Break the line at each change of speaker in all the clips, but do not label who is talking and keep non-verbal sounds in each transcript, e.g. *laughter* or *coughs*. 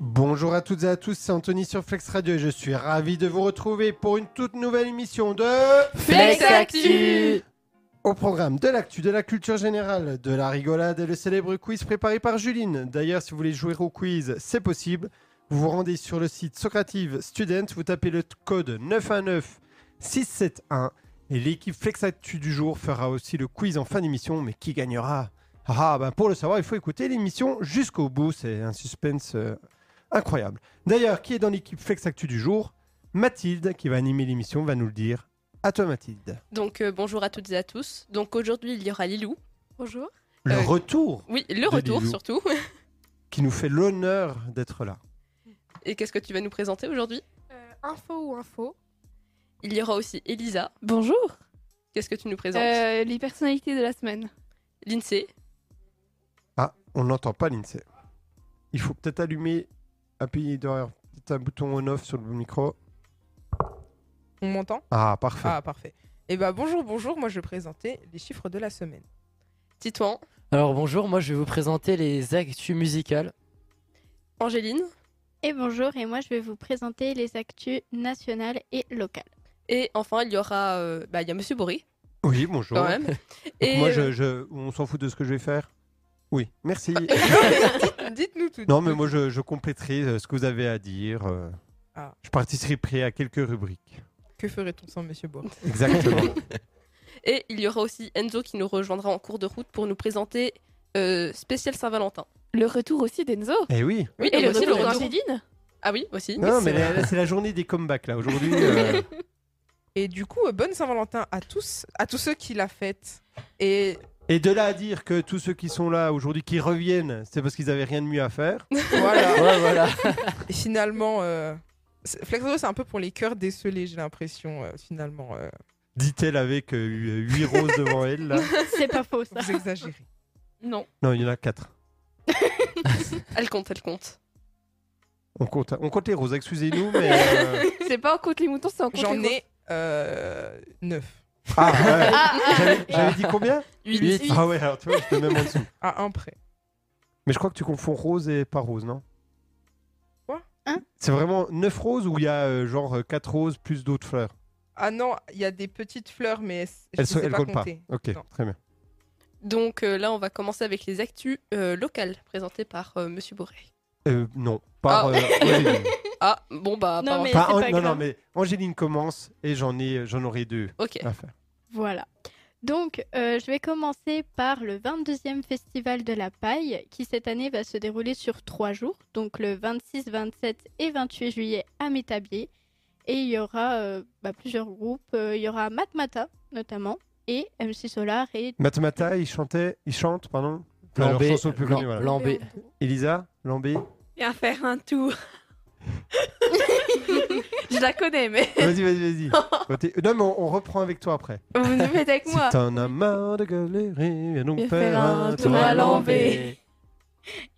Bonjour à toutes et à tous, c'est Anthony sur Flex Radio et je suis ravi de vous retrouver pour une toute nouvelle émission de
Flex Actu
Au programme de l'actu, de la culture générale, de la rigolade et le célèbre quiz préparé par Juline. D'ailleurs, si vous voulez jouer au quiz, c'est possible. Vous vous rendez sur le site Socrative Student, vous tapez le code 919 671 et l'équipe Flex Actu du jour fera aussi le quiz en fin d'émission, mais qui gagnera ah, ben pour le savoir, il faut écouter l'émission jusqu'au bout. C'est un suspense euh, incroyable. D'ailleurs, qui est dans l'équipe Flex Actu du jour Mathilde, qui va animer l'émission, va nous le dire. À toi, Mathilde.
Donc euh, bonjour à toutes et à tous. Donc aujourd'hui il y aura Lilou. Bonjour.
Le
Euh,
retour
Oui, le
De
retour
Lilou.
surtout.
qui nous fait l'honneur d'être là.
Et qu'est-ce que tu vas nous présenter aujourd'hui
Euh, info ou info
Il y aura aussi Elisa.
Bonjour.
Qu'est-ce que tu nous présentes
Euh, Les personnalités de la semaine.
L'INSEE.
Ah, on n'entend pas l'INSEE. Il faut peut-être allumer, appuyer derrière peut-être un bouton on-off sur le micro.
On m'entend
Ah, parfait.
Ah, parfait. Eh ben bonjour, bonjour. Moi, je vais présenter les chiffres de la semaine.
Titouan.
Alors bonjour, moi je vais vous présenter les actus musicales.
Angéline.
Et Eh, bonjour, et moi je vais vous présenter les actus nationales et
*laughs*
locales.
Et enfin il y aura euh, bah, il y a Monsieur Boré
Oui, bonjour.
quand même.
*laughs* Donc
Et
moi,
euh,
je, je- on s'en fout de ce que je vais faire Oui, merci.
Ah.
Dites-nous tout.
Non, mais moi, je, je compléterai euh, ce que vous avez à dire. euh,
Ah.
Je participerai à quelques rubriques.
Que ferait-on sans Monsieur Bois
Exactement.
et il y aura aussi Enzo qui nous rejoindra en cours de route pour nous présenter euh, spécial Saint-Valentin.
Le retour aussi d'Enzo.
Et Eh oui.
Oui,
Et
et
le
aussi
retour
le retour.
d'Angéline.
Ah oui, aussi.
Non, mais là, là, c'est la journée des comebacks, là, aujourd'hui. euh,
Et du coup, euh, bonne Saint-Valentin à tous, à tous ceux qui la fêtent.
*laughs*
Et
Et de là à dire que tous ceux qui sont là aujourd'hui, qui reviennent, c'est parce qu'ils avaient rien de mieux à faire. Ah.
voilà.
Ouais,
*laughs*
voilà.
Et finalement, euh, c'est- Flex Radio, c'est un peu pour les cœurs décelés, j'ai l'impression. euh, finalement, euh,
Dit-elle avec euh, 8 roses devant elle,
*laughs*
là.
C'est pas faux ça.
vous exagérez.
*laughs*
Non.
Non, il y en a 4.
Elle compte, elle compte.
On compte, on compte les roses, excusez-nous, mais. euh,
C'est pas en compte les moutons, c'est en compte
J'en
les
ai euh, neuf
Ah, ouais. J'avais- J'avais dit combien
Huit.
Ah, ouais, alors tu vois, j'étais même en dessous.
à un près.
Mais je crois que tu confonds rose et pas rose, non
Quoi
Hein
C'est vraiment 9 roses ou il y a euh, genre 4 roses plus d'autres fleurs
Ah non, il y a des petites fleurs, mais elles, je
Elles
les
sont-
ai
elles
pas
collent pas.
comptées.
Ok,
Non.
très bien.
Donc euh, là on va commencer avec les actus euh, locales présentées par euh, Monsieur Boré.
Euh, non, par
Ah.
euh, Angéline.
Ah, bon bah,
Non,
pas
mais-
grave.
Par
c'est
An-
pas
non, non,
grave.
mais Angéline commence et j'en ai, j'en aurai deux
Ok.
à faire.
Voilà. Donc euh, je vais commencer par le 22e Festival de la Paille qui cette année va se dérouler sur trois jours, donc le 26, 27 et 28 juillet à Métabier. Et il y aura euh, bah, plusieurs groupes, Euh, il y aura Matmata notamment, et MC Solar et
Matamata, il chantait, il chante, pardon. Enfin, leur
Lambé,
chanson plus connue,
Lam-
voilà.
Lambé.
Elisa,
*laughs*
Lambé.
Viens faire
*laughs*
un tour. Je la connais, mais
Vas-y, vas-y, vas-y. Côté- non, mais on, on reprend avec toi après.
vous nous faites avec
Si
moi.
t'en as marre de galérer, viens donc
Viens
faire
faire
un
un
tour
tour
à
à
Lambé.
Lambé.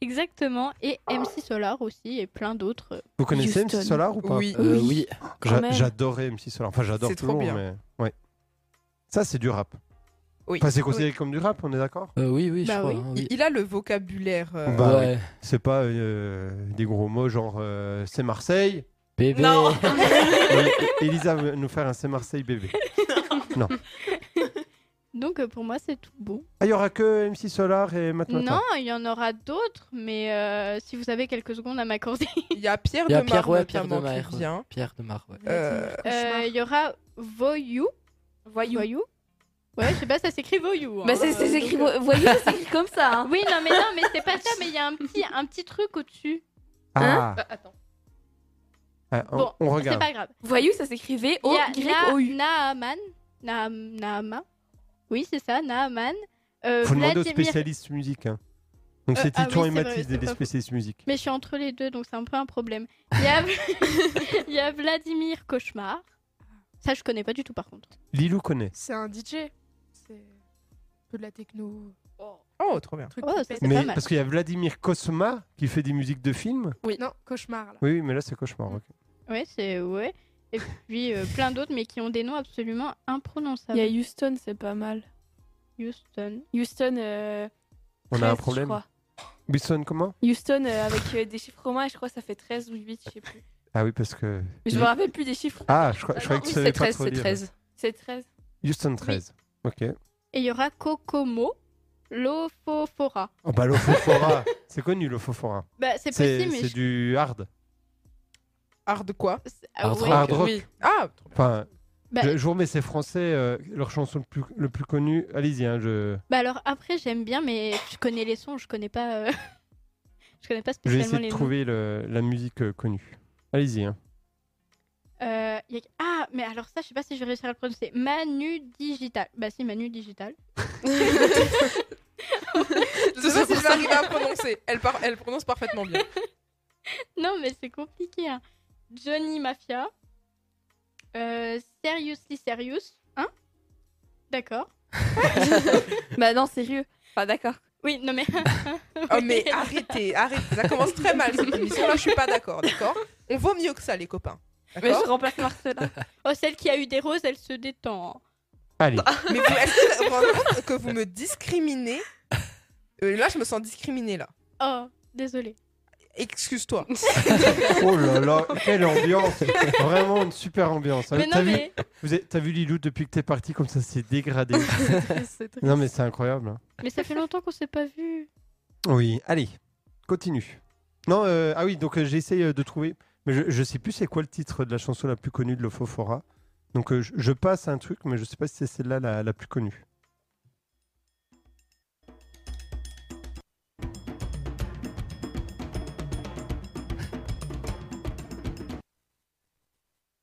exactement et MC Solar aussi et plein d'autres.
Vous connaissez MC
Houston.
Solar ou pas
Oui.
Euh,
Oui.
oui.
quand
J'a-
même.
J'adorais MC Solar. Enfin, j'adore
C'est
toujours,
trop bien.
mais. Ouais. Ça, c'est du rap.
Oui.
Enfin, c'est considéré comme du rap, on est d'accord
Euh, oui, oui, je
Bah
crois.
oui.
hein,
Il, il a le vocabulaire. euh,
Bah
ouais.
C'est pas euh, des gros mots genre euh, c'est Marseille.
Bébé.
Non.
Oui, Elisa veut nous faire un c'est Marseille
*laughs*
bébé.
Donc euh, pour moi c'est tout bon.
Ah, il y aura que MC Solar et Matmata.
Non, il y en aura d'autres, mais euh, si vous avez quelques secondes à m'accorder,
Il y a Pierre
Il y a
de
Pierre,
Mar
ouais, Pierre
notamment
de Mar,
qui
ouais.
vient.
*laughs* Pierre de Mar. ouais.
Euh,
euh, il y aura Voyou.
Voyou.
Ouais, je sais pas, ça s'écrit Voyou. hein.
Bah, c'est c'est
Euh,
écrit,
donc, euh,
vo- voyou, c'est écrit comme ça.
*laughs*
hein.
Oui, non, mais non, mais c'est pas ça, mais il y a un petit, un petit truc au-dessus.
Hein
Ah,
Ah, attends.
Ah, on,
Bon,
on
C'est
regarde.
pas grave.
Voyou, ça s'écrit
Il y a
V-O-Y-O-U.
Na- Naaman. Na- Naama. Oui, c'est ça, Naaman. Euh,
Faut demander aux
Vladimir.
spécialistes musique. hein. Donc
Euh,
c'est
ah
Titouan
oui,
et
c'est vrai,
Mathilde,
c'est
des
pas faux.
spécialistes musique.
Mais je suis entre les deux, donc c'est un peu un problème. Il y a, *laughs* il y a Vladimir Cauchemar. Ça, je connais pas du tout, par contre.
Lilou connaît.
C'est un DJ. C'est un peu de la techno.
Oh, trop bien.
Truc
Oh,
qui
ça,
pète.
c'est
Mais
pas mal.
parce qu'il y a Vladimir Kosma qui fait des musiques de films.
Non, cauchemar là.
Oui, oui, mais là c'est
Mm.
cauchemar. ok.
Ouais, c'est ouais. Et puis euh, plein d'autres, mais qui ont des noms absolument
Il
imprononçables.
y a Houston, c'est pas mal.
Houston.
Houston. euh,
On a un
13, je
problème.
crois.
Wilson, comment
Houston euh, avec euh, des chiffres romains, et je crois que ça fait 13 ou 8, je sais plus.
Ah oui, parce que.
Mais je me rappelle plus des chiffres.
Ah, je, crois- je
Ah
croyais
non,
que tu
Oui, c'est
savais pas
13,
trop
c'est
lire.
13.
C'est 13.
Houston 13. Ok.
Et il y aura Kokomo, Lophophora.
Oh bah
*laughs*
l'Ophophora. c'est connu l'Ophophora.
Bah, c'est
C'est
possible, mais.
c'est
je-
du hard.
Hard quoi
Ah
Hard
ouais.
rock.
Oui. *laughs*
Ah, trop bien.
Enfin,
Bah,
je, je vous remets, c'est français, euh, leur chanson le plus, le plus connue. Allez-y, hein, je,
bah alors après, j'aime bien, mais je connais les sons, je connais pas. euh, *laughs* je connais pas
je vais
spécialement
essayer de
les noms.
trouver le- la musique euh, connue. Allez-y. hein.
Euh, y a- Ah, mais alors ça, je sais pas si je vais réussir à le prononcer. Manu Digital. Bah si, Manu Digital.
Je sais pas si je vais arriver à prononcer. Elle, par- elle prononce
*laughs*
parfaitement bien.
Non, mais c'est compliqué. hein. Johnny Mafia. Euh, seriously Serious. Hein
*laughs*
D'accord. *laughs*
Bah non, sérieux. Enfin, d'accord.
Oui, non mais...
Oh, mais arrêtez, arrêtez. Ça commence très mal cette émission. Là, je suis pas d'accord, d'accord On vaut mieux que ça, les copains.
Mais
D'accord
je remplace Marcela.
Oh, celle qui a eu des roses, elle se détend.
Allez.
Mais vous, est-ce que vous vous rendez compte que vous me discriminez Euh, Là, je me sens discriminée, là.
Oh, désolée.
*laughs*
Excuse-toi.
oh là là, quelle ambiance. Vraiment une super ambiance. hein.
mais
T'as
non
vu,
mais...
vous avez- t'as vu Lilou depuis que t'es parti comme ça, c'est dégradé.
C'est triste.
non mais c'est incroyable. hein.
*laughs* mais ça fait longtemps qu'on s'est pas vu.
Oui, allez, continue. Non, euh, ah oui, donc euh, j'essaye euh, de trouver, mais je, je sais plus c'est quoi le titre de la chanson la plus connue de l'Ophophora. Donc euh, je, je passe à un truc, mais je sais pas si c'est celle-là la, la plus connue.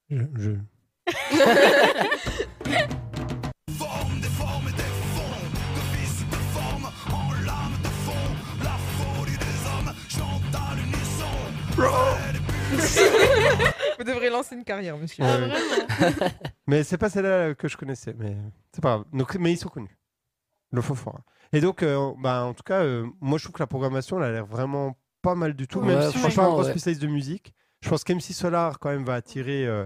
Je, je-
Vous devrez lancer une carrière, monsieur.
Ah,
Ouais.
vraiment
Mais c'est pas celle-là euh, que je connaissais, mais c'est pas grave. Donc, mais ils sont connus. Le faux fort. Et donc, euh, bah, en tout cas, euh, moi je trouve que la programmation, elle a l'air vraiment pas mal du tout.
Ouais,
même si je suis pas un
franchement,
grand
ouais.
spécialiste de musique, je pense qu'MC Solar quand même va attirer euh,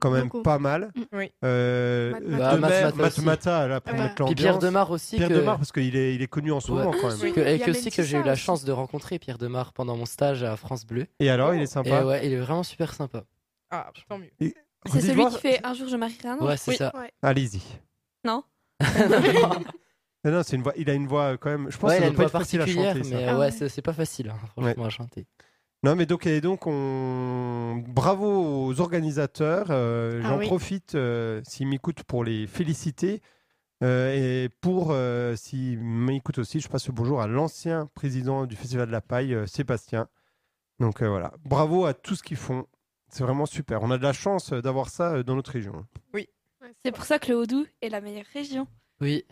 quand même
Beaucoup.
pas mal.
Mm.
Oui.
Euh, de
Mathmata.
Bah,
même,
Mathmata aussi.
Mathmata, là, pour
Ouais.
mettre
Puis
l'ambiance.
Pierre Demar aussi.
Pierre
que...
Demar, parce qu'il est, il est connu en ce
Ouais.
moment quand même.
que- et
Il y a
que aussi que j'ai eu la
Mentissa
chance de rencontrer Pierre Demar pendant mon stage à France Bleu.
Et alors, il est
Et
sympa.
ouais, il est vraiment super sympa.
Ah, tant mieux.
C'est celui
Redites-moi-
qui fait un jour je marierai un homme.
Ouais, c'est
Oui.
ça.
Allez-y.
Non.
Non, non, c'est une voix. Il a une voix euh, quand même. Je pense
Ouais,
que
il
ça
a
doit
une
pas
voix
être facile à
particulière,
chanter. ça.
mais
Ah
ouais,
ouais.
c'est c'est pas facile, hein, franchement, à chanter.
Non, mais donc, et donc on... bravo aux organisateurs. euh,
Ah
J'en
oui.
profite, euh, s'ils m'écoutent, pour les féliciter. Euh, et pour, euh, s'ils m'écoutent aussi, je passe le bonjour à l'ancien président du Festival de la Paille, euh, Sébastien. Donc euh, voilà, bravo à tous ce qu'ils font. C'est vraiment super. On a de la chance euh, d'avoir ça euh, dans notre région.
C'est pour ça que le Haut-Doubs est la meilleure région.
Oui.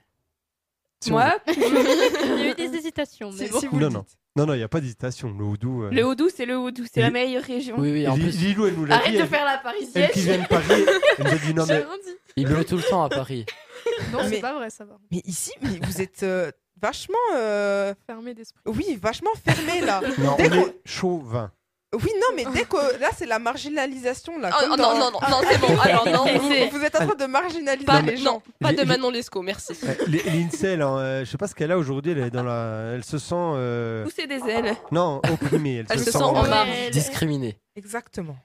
Si on
Moi,
Il y a eu des hésitations. Mais...
Si, si vous
Non,
le
non.
dites.
veut. Non, non, il n'y a pas d'hésitation. Le Houdou. euh,
le Haut-Doubs, c'est le Haut-Doubs. C'est
Il-
la meilleure région.
Oui, oui, en
Li-
plus,
Lilou, elle nous l'a
Arrête
dit.
de
elle-
faire la
Elle
parisienne.
qui vient de Paris, elle nous a dit non,
*laughs*
mais
Arrondis.
*laughs*
il pleut tout le temps à Paris.
Non,
Mais-
c'est pas vrai, ça va.
Mais ici, mais vous êtes euh, vachement. euh,
Fermé d'esprit.
Oui, vachement fermé, là.
non, on
Dès qu'on-
est chauvin.
Oui, non, mais dès que. Là, c'est la marginalisation, là.
Ah,
comme
non,
dans-
non, non, non, non, c'est
*laughs*
bon. Alors, non,
Vous-
c'est
Vous êtes en train de marginaliser
pas,
les gens.
non, pas
J'ai-
de Manon Lescaut, merci.
Ouais, L- Lindsay, elle, en- euh, je sais pas ce qu'elle a aujourd'hui. Elle est dans la, elle se sent euh,
Pousser des ailes.
non opprimée. Elle,
Elle Ah, se sent
euh,
en
Ouais,
marge.
elle-
Discriminé.
Exactement.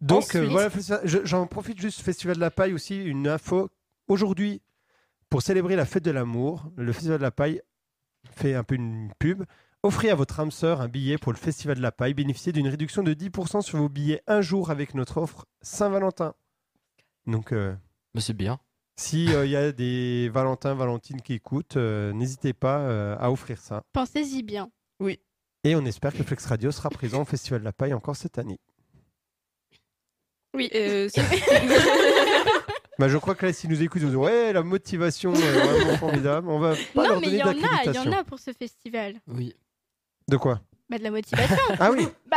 Donc euh,
Ensuite.
voilà, festival- je- j'en profite juste Festival de la Paille aussi une info aujourd'hui pour célébrer la fête de l'amour. Le Festival de la Paille fait un peu une pub. Offrez à votre âme sœur un billet pour le Festival de la Paille. Bénéficiez d'une réduction de 10% sur vos billets un jour avec notre offre Saint-Valentin. Donc euh,
Mais c'est bien.
si euh, il y a des Valentins, Valentines qui écoutent, euh, n'hésitez pas euh, à offrir ça.
Pensez-y bien.
Et on espère que Flex Radio sera présent au Festival de la Paille encore cette année.
Oui,
*laughs*
euh, c'est-
Bah, je crois que là, s'ils nous écoutent, ils vont dire Ouais, la motivation est vraiment formidable. On va pas
non
leur
mais
donner
il y en a, il y en
d'accréditation.
a pour ce festival.
Oui.
De quoi
Bah de la motivation.
Ah oui
*laughs* Bah.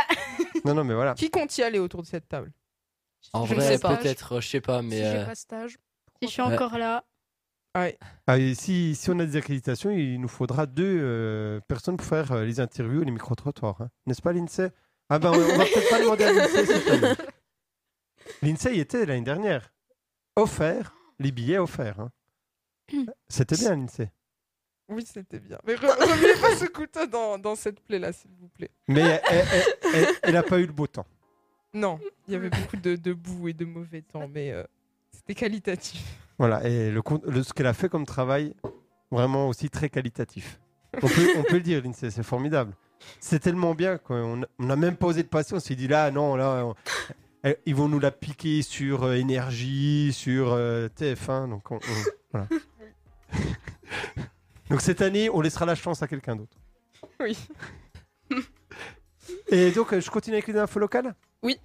Non, non, mais voilà.
Qui compte y aller autour de cette table
En
Je
vrai,
sais pas.
peut-être, je sais pas,
Si
mais.
j'ai
euh,
pas stage,
si je suis
Ouais.
encore là.
Ah, et si, si on a des accréditations, il nous faudra deux euh, personnes pour faire euh, les interviews et les micro-trottoirs. hein. N'est-ce pas, l'INSEE Ah ben, on on va peut-être pas demander à l'INSEE cette année. L'INSEE y était l'année dernière.
Hum.
Offert, les billets offerts. hein. C'était bien, l'INSEE.
Oui, c'était bien. *laughs* Mais re- remuez pas ce couteau dans, dans cette plaie-là, s'il vous plaît.
Mais elle- elle- elle- elle n'a pas eu le beau temps.
Non, il y avait beaucoup de, de boue et de mauvais temps, mais euh, c'était qualitatif.
Voilà, et le, con- le- ce qu'elle a fait comme travail, vraiment aussi très qualitatif. On peut, on peut le dire, Lindsay, c'est formidable. C'est tellement bien qu'on a- on n'a même pas osé de passer. On s'est dit là, non, là, on- eh, ils vont nous la piquer sur euh, énergie, sur euh, TF1. Donc, on- on- voilà. donc cette année, on laissera la chance à quelqu'un d'autre.
Oui.
Et donc, euh, je continue avec les infos locales
Oui.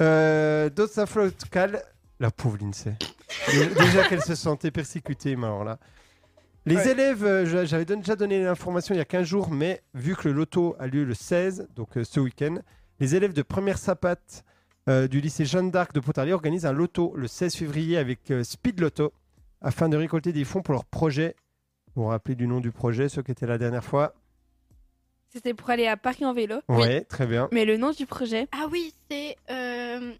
Euh, D'autres infos locales. La pauvre Lindsay. Dé- Déjà qu'elle se sentait persécutée, mais alors là. Les
Ouais.
élèves, euh, j'a- j'avais don- déjà donné l'information il y a 15 jours, mais vu que le loto a lieu le 16, donc euh, ce week-end, les élèves de première sapate euh, du lycée Jeanne d'Arc de Pontarlier organisent un loto le 16 février avec euh, Speed Loto afin de récolter des fonds pour leur projet. Vous vous rappelez du nom du projet, ceux qui étaient la dernière fois
C'était pour aller à Paris en vélo.
Ouais, très bien.
Mais le nom du projet,
Ah oui, c'est. euh,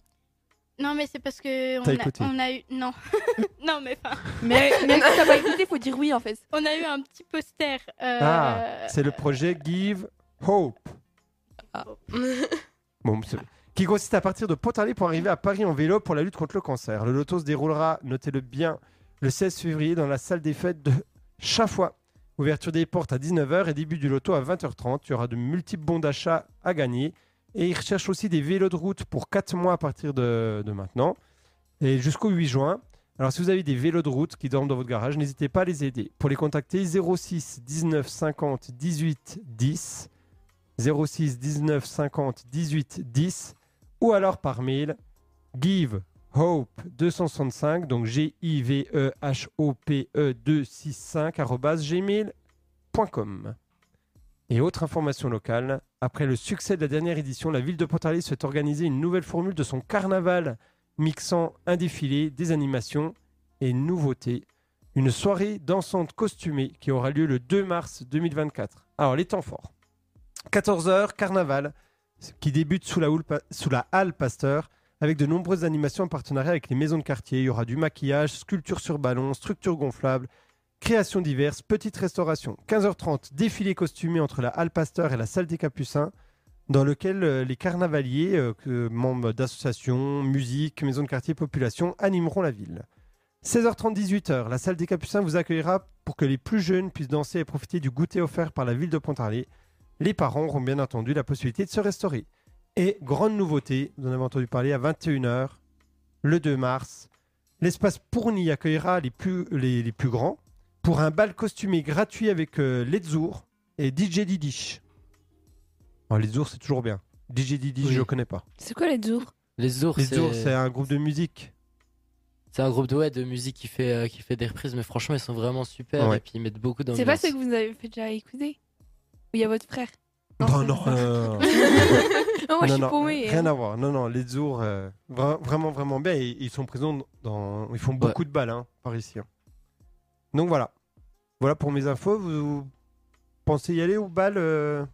Non, mais c'est parce que. On
T'as
a,
écouté.
on a eu. Non. *laughs* non, mais enfin.
mais
*laughs*
même si t'as pas écouté, faut dire oui en fait.
On a eu un petit poster. euh,
Ah, C'est le projet Give Hope. Bon, c'est- qui consiste à partir de Pontarlier pour arriver à Paris en vélo pour la lutte contre le cancer. Le loto se déroulera, notez-le bien, le 16 février dans la salle des fêtes de Chafois. Ouverture des portes à 19h et début du loto à 20h30. Il y aura de multiples bons d'achat à gagner. Et ils recherchent aussi des vélos de route pour 4 mois à partir de, de maintenant et jusqu'au 8 juin. Alors si vous avez des vélos de route qui dorment dans votre garage, n'hésitez pas à les aider. Pour les contacter, 06 19 50 18 10. 06 19 50 18 10 ou alors par mail give hope 265 donc g i v e h o p e 265 arobase gmail.com et autre information locale, après le succès de la dernière édition, la ville de Pontarlier souhaite organiser une nouvelle formule de son carnaval, mixant un défilé, des animations et nouveautés. Une soirée dansante costumée qui aura lieu le 2 mars 2024. Alors, les temps forts. 14h, carnaval, qui débute sous la, houle pa- sous la halle Pasteur, avec de nombreuses animations en partenariat avec les maisons de quartier. Il y aura du maquillage, sculpture sur ballon, structure gonflable, créations diverses, petite restauration. 15h30, défilé costumé entre la halle Pasteur et la salle des Capucins, dans lequel euh, les carnavaliers, euh, que- membres d'associations, musique, maisons de quartier, population, animeront la ville. 16h30, 18h, la salle des Capucins vous accueillera pour que les plus jeunes puissent danser et profiter du goûter offert par la ville de Pontarlier. Les parents auront bien entendu la possibilité de se restaurer. Et grande nouveauté, vous en avez entendu parler à 21h, le 2 mars, l'espace Pourny accueillera les plus, les, les plus grands pour un bal costumé gratuit avec euh, Ledzour et DJ Didish. Alors, Ledzour, Oh, c'est toujours bien. DJ Didish,
Oui.
je ne connais pas.
C'est quoi les jours
Les ours,
Ledzour,
c'est-
c'est un groupe de musique.
c'est un groupe de, ouais, de musique qui fait, euh, qui fait des reprises, mais franchement, ils sont vraiment super
Ouais.
et puis ils mettent beaucoup d'ambiance.
C'est pas ce que vous avez fait déjà écouter Ou il y a votre frère
Bah
c'est-
non, euh,
*laughs* Non,
Ah non,
moi je suis
non,
paumée. hein.
rien à voir. Non, non, les Zours, euh, vra- vraiment, vraiment bien. Et ils sont présents dans. Ils font beaucoup de balles hein, par ici. hein. Donc voilà. Voilà pour mes infos. Vous, vous pensez y aller ou balles euh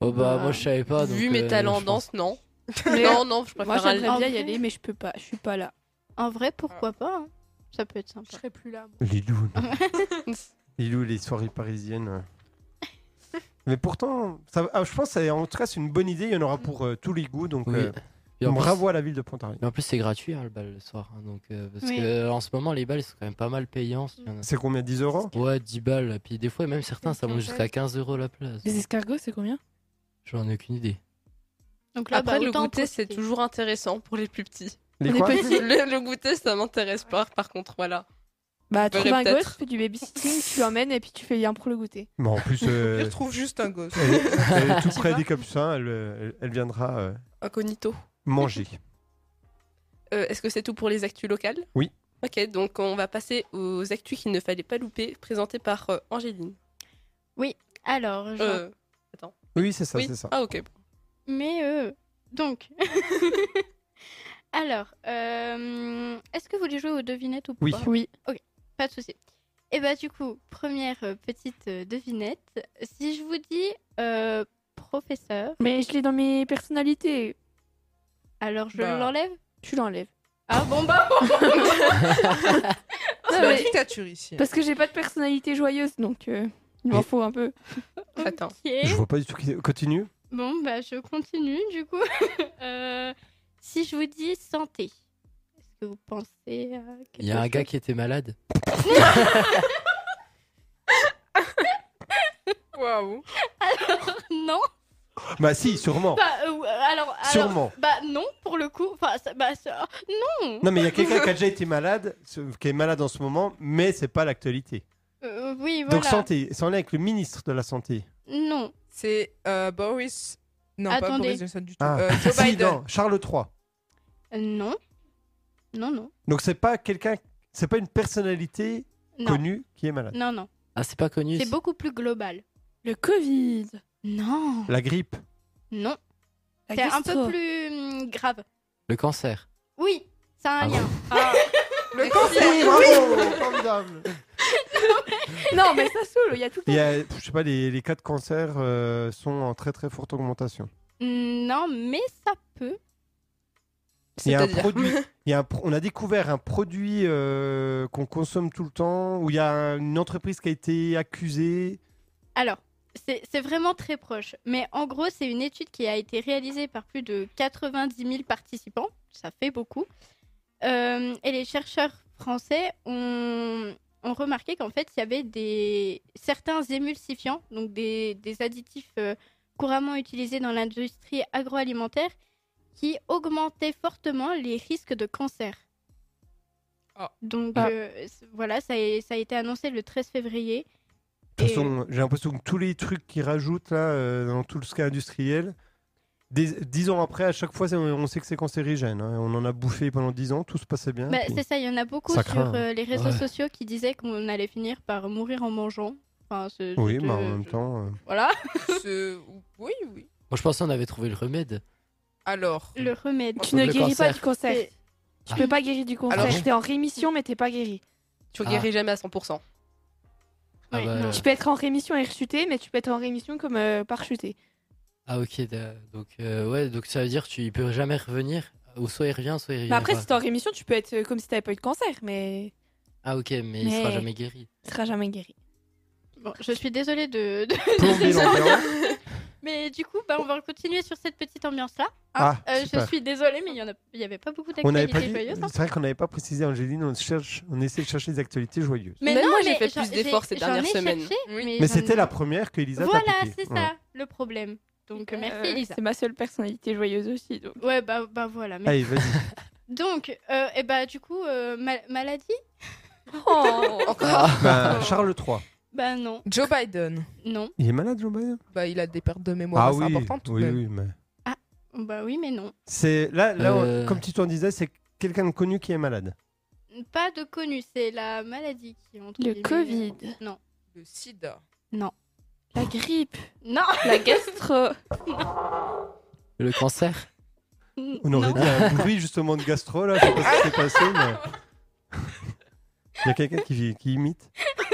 Oh bah, moi je savais
Ah,
pas. donc,
Vu mes
euh,
talents en
je pense-
danse, non.
Mais-
Non, non, je
Moi
préfère aller.
j'aimerais bien y
vrai.
aller, mais je peux pas, je suis pas là.
En vrai, pourquoi pas hein. Ça peut être
Je
sympa.
serai plus là. moi.
Lilou. non. Lilou, les soirées parisiennes. euh. Mais pourtant, ça- ah, je pense que c'est- en tout cas c'est une bonne idée. Il y en aura pour euh, tous les goûts. Donc
Oui.
euh,
Et en plus-
bravo à la ville de Pontarlier.
Mais en plus, c'est gratuit hein, le bal le soir. hein, donc, euh, parce
Oui.
que euh, en ce moment, les balles ils sont quand même pas mal payants. s'il y en a.
C'est combien 10 euros
Ouais, 10 balles. Puis des fois, même certains, ça monte jusqu'à 15 euros la place. hein.
Les escargots, c'est combien
J'en ai aucune idée.
Donc là,
Après,
bah,
le
autant en
goûter, c'est
profiter.
toujours intéressant pour les plus
*laughs*
petits.
Les
On est
quoi
petit.
Le, le goûter, ça m'intéresse pas, par contre, voilà.
Bah,
Faudrait
trouve un
peut-être.
gosse, fais du babysitting, tu l'emmènes et puis tu fais lien pour le goûter.
Mais en plus, euh,
*laughs* Je retrouve juste un gosse.
elle, est- elle est tout
Tu
près
vois
des Capucins. Elle, elle- elle viendra euh,
Incognito.
manger.
Euh, Est-ce que c'est tout pour les actus locales
Oui.
Ok, donc on va passer aux actus qu'il ne fallait pas louper, présentées par euh, Angéline.
Alors, j'en-
Euh,
Oui, c'est ça,
oui.
c'est ça.
Ah, ok.
Mais euh, donc. *laughs* Alors, euh, est-ce que vous voulez jouer aux devinettes ou pas
Oui.
Oui.
Pas de souci. Et bah du coup, première euh, petite euh, devinette. Si je vous dis euh, professeur,
Mais je l'ai dans mes personnalités.
alors je
Bah.
l'enlève
Ah, *laughs* Tu l'enlèves.
Ah bon bah
C'est
bah, Non,
la
mais-
dictature ici.
Parce que j'ai pas de personnalité joyeuse, donc euh, il m'en
Mais-
faut un peu.
Attends.
Je
Ok.
vois pas du tout. qui- Continue.
Bon, bah, je continue du coup. *laughs* Euh, si je vous dis santé, est-ce que vous pensez à quelque
Il y a un
chose *laughs*
gars qui était malade.
Waouh.
Non.
Bah si,
Oh.
*laughs*
sûrement.
Bah, euh, alors, alors-
Sûrement.
Bah, non, pour le coup. Enfin, ça- bah, ça- non.
Non, mais il y a quelqu'un qui a déjà été malade, ce- qui est malade en ce moment, mais c'est pas l'actualité.
Euh, oui, voilà.
Donc santé, c'est en lien avec le ministre de la santé.
Non.
C'est euh, Boris. Non, pas
Attendez.
Boris Johnson du tout.
Ah. *laughs*
Euh, Joe
si,
Biden.
non, Charles III.
Euh, non. Non, non.
Donc c'est pas quelqu'un, c'est pas une personnalité
Non.
connue qui est malade.
Non, non.
Ah, c'est pas connu.
C'est
ça.
beaucoup plus global.
Le Covid.
Non.
La grippe.
Non.
la
C'est un peu
gastro.
plus hum, grave.
Le cancer.
Oui, ça a un
Ah
lien.
*laughs*
Le cancer.
Eh,
*laughs*
bravo, formidable.
Non, mais ça saoule, il y a tout le
Il
temps.
y a, je sais pas, les, les cas de cancer euh, sont en très très forte augmentation.
Non, mais ça peut.
Il y a un
C'est-à-dire
produit. il y a un pro- on a découvert un produit euh, qu'on consomme tout le temps où il y a un- une entreprise qui a été accusée.
Alors, c'est c'est vraiment très proche. Mais en gros, c'est une étude qui a été réalisée par plus de 90 000 participants. Ça fait beaucoup. Euh, et les chercheurs français ont, ont remarqué qu'en fait, il y avait des, certains émulsifiants, donc des, des additifs euh, couramment utilisés dans l'industrie agroalimentaire, qui augmentaient fortement les risques de cancer.
Ah.
Donc
Ah.
euh, c- voilà, ça a, ça a été annoncé le 13 février.
De toute
Et-
façon, j'ai l'impression que tous les trucs qu'ils rajoutent là, euh, dans tout ce cas industriel, des- dix ans après, à chaque fois, c'est- on sait que c'est cancérigène. hein. On en a bouffé pendant dix ans, tout se passait bien.
Bah,
puis-
c'est ça, il y en a beaucoup
Ça
sur
craint, hein.
euh, les réseaux
Ouais.
sociaux qui disaient qu'on allait finir par mourir en mangeant. Enfin, ce- ce
Oui,
de-
mais en même
*laughs*
temps. euh,
Voilà.
Ce- Oui, oui.
Moi, je pensais qu'on avait trouvé le remède.
Alors,
Le remède.
Moi,
Tu ne
Le
guéris
cancer.
pas du cancer.
C'est-
Ah.
Tu peux pas guérir du cancer.
Ah
bon
T'es en rémission, mais t'es pas guéri.
Tu
Ah.
guéris jamais à *laughs* 100%.
Ah,
Ouais,
bah,
non.
euh,
Tu peux être en rémission et rechuter, mais tu peux être en rémission comme euh, par chuter.
ah, ok. d'a- Donc, euh, ouais, donc ça veut dire qu'il peut jamais revenir. Ou soit il revient, soit il revient.
Bah,
Mais après,
pas.
si t'es en rémission, tu peux être euh, comme si t'avais pas eu de cancer, mais
Ah, ok, mais, il sera
Mais-
jamais guéri.
tu seras jamais guéri.
Bon, je suis désolée de. *laughs* de-
plomber l'ambiance.
Mais du coup, bah, on va continuer sur cette petite ambiance-là.
Ah,
Euh, je
super.
suis désolée, mais il y en a- il n'y avait pas beaucoup
On n'avait pas
d'actualités
dit-
joyeuses. hein.
C'est vrai qu'on n'avait pas précisé, Angéline, on, cherche, on essaie de chercher des actualités joyeuses.
Mais Même moi, j'ai fait
j'en-
plus d'efforts ces
j'en ai
dernières semaines.
cherché,
Oui.
Mais
j'en
c'était
ai-
la première qu'Elisa t'a
Voilà,
piquée.
c'est
Ouais.
ça le problème. Donc, euh, merci,
Euh,
Elisa.
C'est ma seule personnalité joyeuse aussi. donc.
Ouais, bah, bah voilà. merci.
Allez, vas-y.
Donc, euh, et bah, du coup, euh, mal- maladie
Oh, *laughs*
Bah,
Encore
*laughs*
*laughs*
Charles III.
Bah non,
Joe Biden.
non.
Il est malade, Joe Biden
Bah, il a des pertes de mémoire assez importantes. tout de
Ah oui,
même.
oui, mais...
Bah oui, mais non.
C'est là, là on-
Euh.
comme tu t'en disais, c'est quelqu'un de connu qui est malade.
Pas de connu, c'est la maladie qui entre
Le
guillemets- euh,
Covid,
Non.
Le sida.
la grippe,
Non
la gastro.
Le cancer
On
Non.
aurait dit
*laughs*
un bruit justement de gastro là, je sais pas ce qui s'est passé, mais *laughs* il y a quelqu'un qui, qui imite.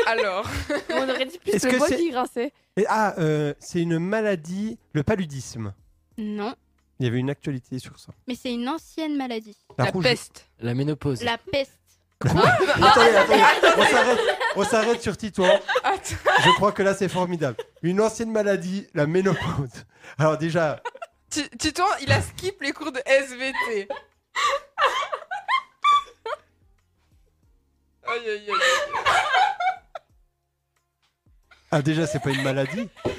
Alors,
On aurait dit plus
Est-ce
le hein,
que
bois
c'est-
qui grinçait.
Et, ah, euh, c'est une maladie, le paludisme.
Non,
Il y avait une actualité sur ça.
mais c'est une ancienne maladie.
La,
la
rouge-
peste. Ah,
La ménopause. *laughs*
La peste.
Attendez, attendez, on s'arrête, on s'arrête sur Titouan.
Attends.
Je crois que là c'est formidable. Une ancienne maladie, la ménopause. Alors déjà,
Ti- Titouan, il a skip les cours de SVT.
*laughs*
aïe, aïe, aïe.
ah déjà c'est pas une maladie. Ouais,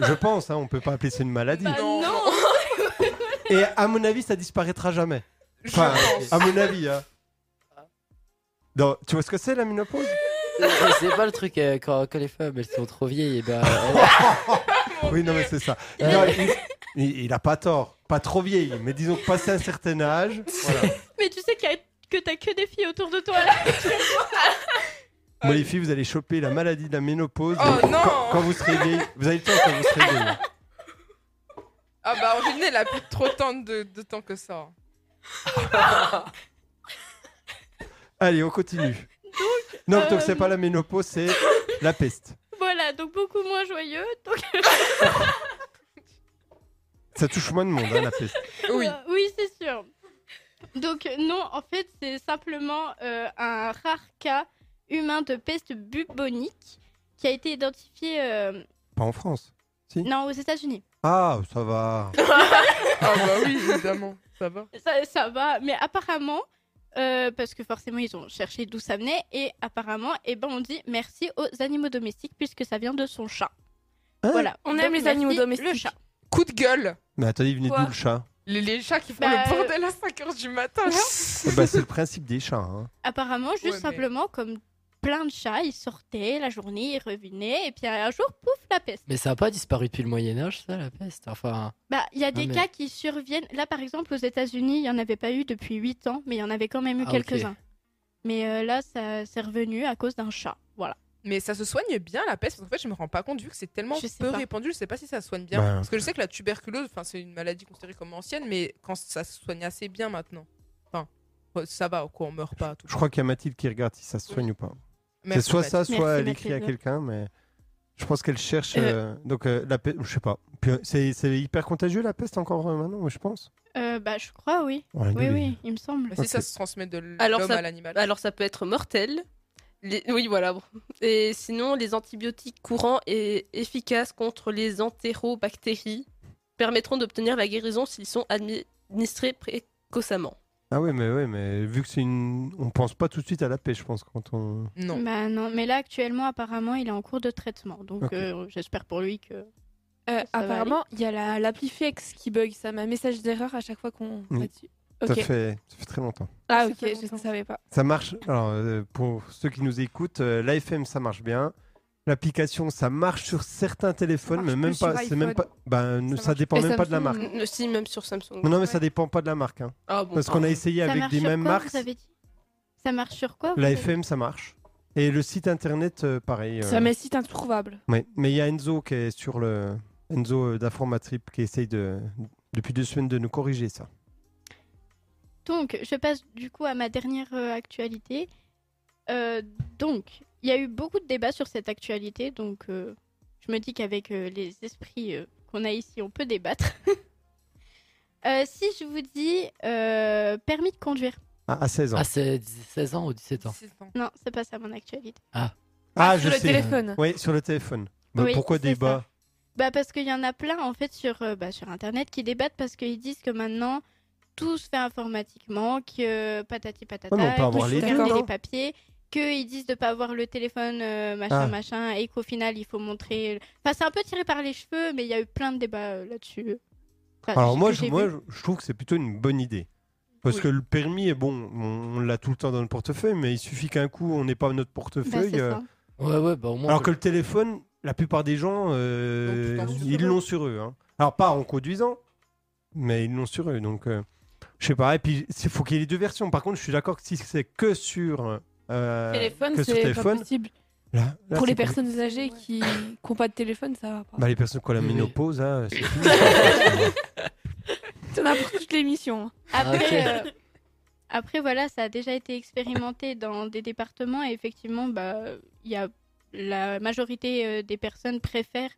je, je pense, hein, on peut pas appeler ça une maladie.
Bah
Ah Non.
non
Et à mon avis, ça disparaîtra jamais.
Je
Enfin,
pense.
à mon avis. Hein. Non, tu vois ce que c'est la ménopause
Euh, c'est pas le truc euh, quand, quand les femmes elles sont trop vieilles
*laughs*
et ben elles-
Oui, non, mais c'est ça. Non, il, il- il a pas tort. Pas trop vieille, mais disons que passé un certain âge. Voilà.
Mais tu sais qu'il y a- que t'as que des filles autour de toi là *laughs*
Moi, les filles, vous allez choper la maladie de la ménopause.
Oh,
Donc,
non.
quand, quand vous serez vieille, vous avez le temps quand vous serez vieille.
Ah bah, Angéline, elle a plus trop tant de, de temps que
*laughs*
ça.
Allez, on continue. non, donc
euh,
c'est pas la ménopause, c'est la peste.
Voilà, donc beaucoup moins joyeux. donc-
Ça touche moins de monde, hein, la peste.
Oui.
Euh, oui, c'est sûr. Donc non, en fait, c'est simplement euh, un rare cas humain de peste bubonique qui a été identifié euh,
Pas en France.
non aux États-Unis.
Ah, ça va.
Ah bah oui, évidemment, ça va.
Ça, ça va, mais apparemment, euh, parce que forcément ils ont cherché d'où ça venait, et apparemment, eh ben on dit merci aux animaux domestiques puisque ça vient de son chat.
Hein
voilà.
On aime les
merci
animaux
Le
domestiques.
chat.
Coup de gueule.
Mais attendez, il venait
Quoi
d'où le chat
Les, les chats qui font
Bah,
le bordel à 5h du matin. là.
*laughs*
Eh ben, C'est le principe des chats. hein.
Apparemment, juste
Ouais, mais-
simplement comme plein de chats, ils sortaient la journée, ils revenaient, et puis un jour, pouf, la peste.
Mais ça n'a pas disparu depuis le Moyen-Âge, ça, la peste Enfin,
Bah, il y a des
mais-
cas qui surviennent. Là, par exemple, aux États-Unis, il n'y en avait pas eu depuis 8 ans, mais il y en avait quand même eu
Ah, ok.
quelques-uns. Mais euh, là, ça c'est revenu à cause d'un chat. Voilà.
Mais ça se soigne bien la peste. En fait, je me rends pas compte vu que c'est tellement
Je sais
peu
pas.
répandu. Je sais pas si ça se soigne bien.
Ouais.
Parce que je sais que la tuberculose, enfin, c'est une maladie considérée comme ancienne, mais quand ça se soigne assez bien maintenant. Enfin, euh, ça va, quoi, on meurt pas. Tout
Je crois qu'il y a Mathilde qui regarde si ça se soigne ou pas. C'est
Merci,
soit
Mathilde.
ça, soit
Merci,
elle écrit à
Mathilde.
quelqu'un, mais je pense qu'elle cherche.
Euh.
euh, donc, euh, la peste, je sais pas. Puis, euh, c'est c'est hyper contagieux la peste encore euh, maintenant, moi, je pense.
Euh, bah, je crois, oui.
Ouais,
Oui,
nous,
oui, il me semble.
Bah, Si
Ok.
ça se transmet de
Alors,
l'homme
ça- Ah,
à l'animal.
Alors ça peut être mortel. Les- Oui, voilà. bon. Et sinon, les antibiotiques courants et efficaces contre les entérobactéries permettront d'obtenir la guérison s'ils sont administrés précocement.
Ah oui, mais ouais, mais vu que c'est une, on pense pas tout de suite à la peste, je pense quand on.
Non.
Bah non, mais là actuellement apparemment il est en cours de traitement, donc
Ok.
euh, j'espère pour lui que.
Euh,
va
apparemment, il y a la- l'Aplifex qui bug. Ça m'a message d'erreur à chaque fois qu'on
Oui.
va dessus.
Ça
Ok.
fait, ça fait très longtemps.
Ah,
Ça
ok,
fait
je
longtemps.
ne savais pas.
Ça marche. Alors, euh, pour ceux qui nous écoutent, euh, l'AFM ça marche bien. L'application ça marche sur certains téléphones, mais
marche
même
plus sur
pas. C'est même
iPhone.
pas. Ben, nous,
Ça
ça,
marche-
dépend
Et
même pas de la
Samsung,
marque.
Mm, Si, même sur Samsung.
Non, non, mais
Ouais.
ça dépend pas de la marque. hein.
Ah bon.
Parce qu'on a
*laughs* pardon.
essayé
ça
avec
marche
des
sur
mêmes
quoi,
marques.
Vous avez dit. Ça marche sur quoi vous
La
avez-
FM, ça marche. Et le site internet, euh, pareil. euh,
Ça m'est site introuvable.
ouais. Mais il y a Enzo qui est sur le. Enzo euh, d'Informatrip qui essaye de, depuis deux semaines de nous corriger ça.
Donc, je passe du coup à ma dernière euh, actualité. Euh, donc, il y a eu beaucoup de débats sur cette actualité, donc euh, je me dis qu'avec euh, les esprits euh, qu'on a ici, on peut débattre. *laughs* Euh, si je vous dis euh, permis de conduire.
Ah, à 16 ans.
ah, c'est 16 ans ou 17 ans
17 ans.
Non, c'est pas ça mon actualité.
Ah,
sur le téléphone.
Oui, sur le téléphone. Bah,
Oui,
pourquoi
c'est
débat
Bah parce qu'il y en a plein en fait sur, euh, bah, sur internet qui débattent parce qu'ils disent que maintenant tout se fait informatiquement, que patati patata,
Ouais, mais on peut
qu'il
avoir
faut
les deux,
garder
non
les papiers, qu'ils disent de pas avoir le téléphone euh, machin
Ah.
machin et qu'au final il faut montrer. Enfin c'est un peu tiré par les cheveux mais il y a eu plein de débats euh, là-dessus. Enfin,
Alors
que
moi,
j'ai
je,
vu.
moi, je- je trouve que c'est plutôt une bonne idée. Parce
Oui.
que le permis est bon, on, on l'a tout le temps dans le portefeuille, mais il suffit qu'un coup, on n'ait pas notre
Bah,
portefeuille.
c'est
euh,
ça.
Ouais, ouais, bah au moins.
Alors
je-
que le téléphone, la plupart des gens, euh,
Donc, tout le temps sur
ils
eux.
l'ont sur eux. hein. Alors pas en conduisant, mais ils l'ont sur eux. Donc euh, je sais pas. Et puis il faut qu'il y ait les deux versions. Par contre, je suis d'accord que si c'est que sur euh,
téléphone,
que sur
c'est pas
téléphone,
possible.
là- là,
Pour les
c'est compliqué.
personnes âgées qui *laughs* n'ont pas de téléphone, ça va pas.
Bah, les personnes qui ont la
Oui, oui.
ménopause, là,
*laughs*
c'est fini.
T'en as pour
*laughs*
toute l'émission.
Après,
Ah,
euh, après, voilà, ça a déjà été expérimenté dans des départements et effectivement, bah, il y a la majorité euh, des personnes préfèrent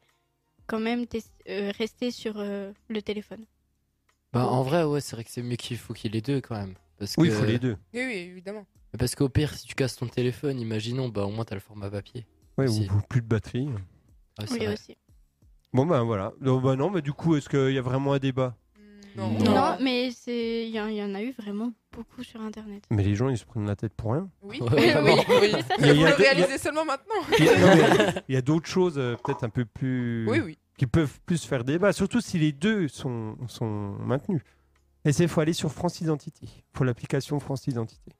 quand même tes- euh, rester sur euh, le téléphone.
*laughs* Bah, en vrai, ouais, c'est vrai que c'est mieux qu'il faut qu'il y ait les deux quand même. Parce
oui,
que...
il faut les deux.
Oui, oui, évidemment.
Parce qu'au pire, si tu casses ton téléphone, imaginons, bah au moins t'as le format papier.
Ouais, ou-
Si.
ou plus de batterie.
Ah, c'est
Oui,
vrai.
aussi.
Bon ben voilà. Donc, bah, non, mais du coup, est-ce qu'il y a vraiment un débat
Non.
Non,
Non.
mais c'est- il y, en- il y en a eu vraiment beaucoup sur Internet.
Mais les gens, ils se prennent la tête pour rien.
Oui.
Ouais,
oui,
vraiment.
oui, oui.
Il y a- il y
Vous
a
le
deux- il y a-
réalisez seulement maintenant.
Il y a- non, mais il y a d'autres choses euh, peut-être un peu plus...
Oui, oui.
qui peuvent plus faire débat, surtout si les deux sont, sont maintenus. Et c'est faut aller sur France Identity, pour l'application France Identité.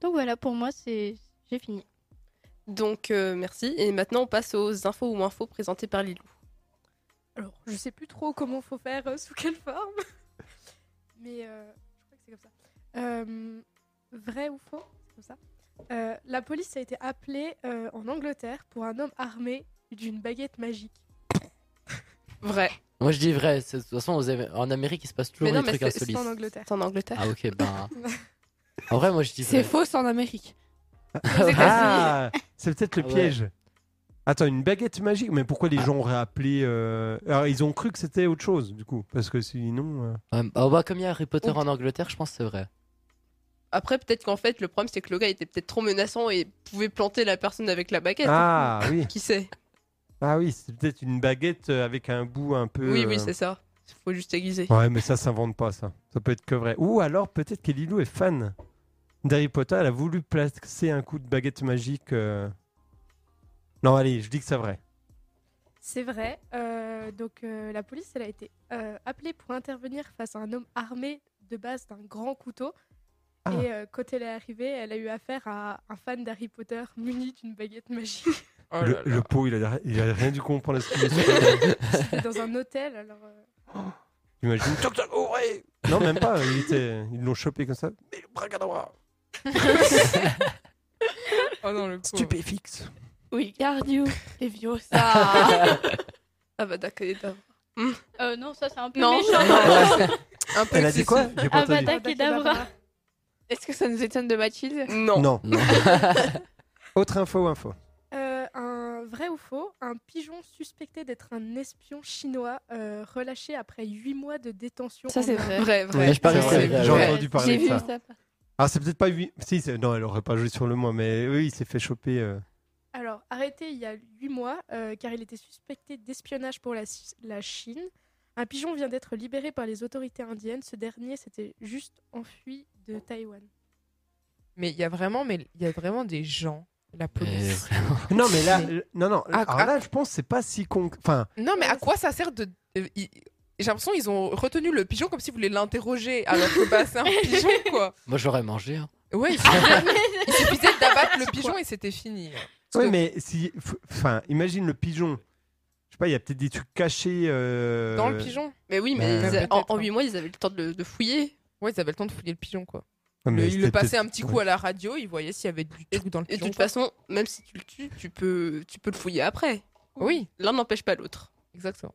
Donc voilà, pour moi, c'est j'ai fini.
Donc euh, merci. Et maintenant, on passe aux infos ou infos présentées par Lilou.
Alors, je sais plus trop comment faut faire, euh, sous quelle forme. Mais euh, je crois que c'est comme ça. Euh, vrai ou faux C'est comme ça. Euh, la police a été appelée euh, en Angleterre pour un homme armé d'une baguette magique.
Vrai.
Moi je dis vrai, c'est- de toute façon aux Am- en Amérique il se passe toujours
Mais non,
des
mais
trucs
c'est- c'est
insolites.
C'est en Angleterre.
C'est en Angleterre.
Ah ok, ben. en vrai, moi je dis
C'est
vrai.
faux, c'est en Amérique.
*laughs*
Ah, c'est peut-être le
Ah ouais.
piège. Attends, une baguette magique Mais pourquoi les
Ah.
gens auraient appelé... euh, Alors, ils ont cru que c'était autre chose, du coup, parce que sinon... euh,
Ouais, ah, bah, comme il y a Harry Potter
Oups.
en Angleterre, je pense que c'est vrai.
Après, peut-être qu'en fait, le problème, c'est que le gars était peut-être trop menaçant et pouvait planter la personne avec la baguette.
Ah oui,
Qui sait
ah oui, c'est peut-être une baguette euh, avec un bout un peu.
Oui, oui,
euh,
c'est ça. Faut juste aiguiser.
Ouais, mais ça s'invente pas, ça. Ça peut être que vrai. Ou alors, peut-être que Lilou est fan d'Harry Potter. Elle a voulu placer un coup de baguette magique. euh. Non, allez, je dis que c'est vrai.
C'est vrai. euh, donc euh, la police, elle a été euh, appelée pour intervenir face à un homme armé de base d'un grand couteau.
Ah.
Et euh, quand elle est arrivée, elle a eu affaire à un fan d'Harry Potter muni d'une baguette magique.
Oh là
le,
là.
le pot, il a, il a rien dû comprendre à ce qu'il
*laughs*
est
C'était dans un hôtel, alors. euh,
J'imagine. Toc, toc, ouvrez Non, même pas. il était- Ils l'ont chopé comme ça. Mais le braque à droite.
Oh non, le pauvre.
Stupéfixe.
Oui, *laughs* cardio. Et vieux,
Ah, ah bah d'accord.
Euh, non, ça c'est un peu
Non.
*laughs*
méchant.
Un peu
Elle a dit
excessif.
quoi J'ai pas
Ah,
entendu.
bah, Abracadabra.
Est-ce que ça nous étonne de Mathilde
Non.
Non.
Non.
Autre info ou info
Euh, un vrai ou faux, un pigeon suspecté d'être un espion chinois euh, relâché après 8 mois de détention.
Ça,
en
c'est
Inde.
vrai.
Vrai, vrai.
Mais je parie que
C'est
c'est
vrai,
vrai.
J'ai
ouais.
entendu parler
J'ai
de
vu
ça.
ça.
Ah, c'est peut-être pas 8. Si, c'est- non, elle aurait pas joué sur le mois, mais oui, il s'est fait choper. euh.
Alors, arrêté il y a 8 mois, euh, car il était suspecté d'espionnage pour la, Ci- la Chine. Un pigeon vient d'être libéré par les autorités indiennes. Ce dernier s'était juste enfui de Taïwan.
Mais il y a vraiment, mais il y a vraiment des gens,
Eh,
la
Mais
police.
vraiment.
Non, mais là, euh, non, non.
Ah,
alors
ah.
là, je pense que c'est pas si con. Enfin,
Non, mais à quoi ça sert de de- il- J'ai l'impression qu'ils ont retenu le pigeon comme s'ils voulaient l'interroger, alors que bah c'est un pigeon quoi.
Moi, j'aurais mangé. hein.
Ouais, il suffisait, il suffisait d'abattre le pigeon et c'était fini. Parce
ouais,
que-
mais si. f- Enfin, imagine le pigeon. Je sais pas, il y a peut-être des trucs cachés. euh,
Dans le pigeon.
Mais oui, mais
Ouais.
ils a-
Peut-être,
en, en
hein.
8 mois, ils avaient le temps de, de fouiller.
Ouais, ils avaient le temps de fouiller le pigeon quoi.
Ouais, mais
Le- ils
c'était
le passaient
peut-être-
un petit coup à la radio, ils voyaient s'il y avait du truc dans le
Et de
pigeon.
toute façon, même si tu le tues, tu peux, tu peux le fouiller après.
Oui,
L'un n'empêche pas l'autre. *laughs*
exactement.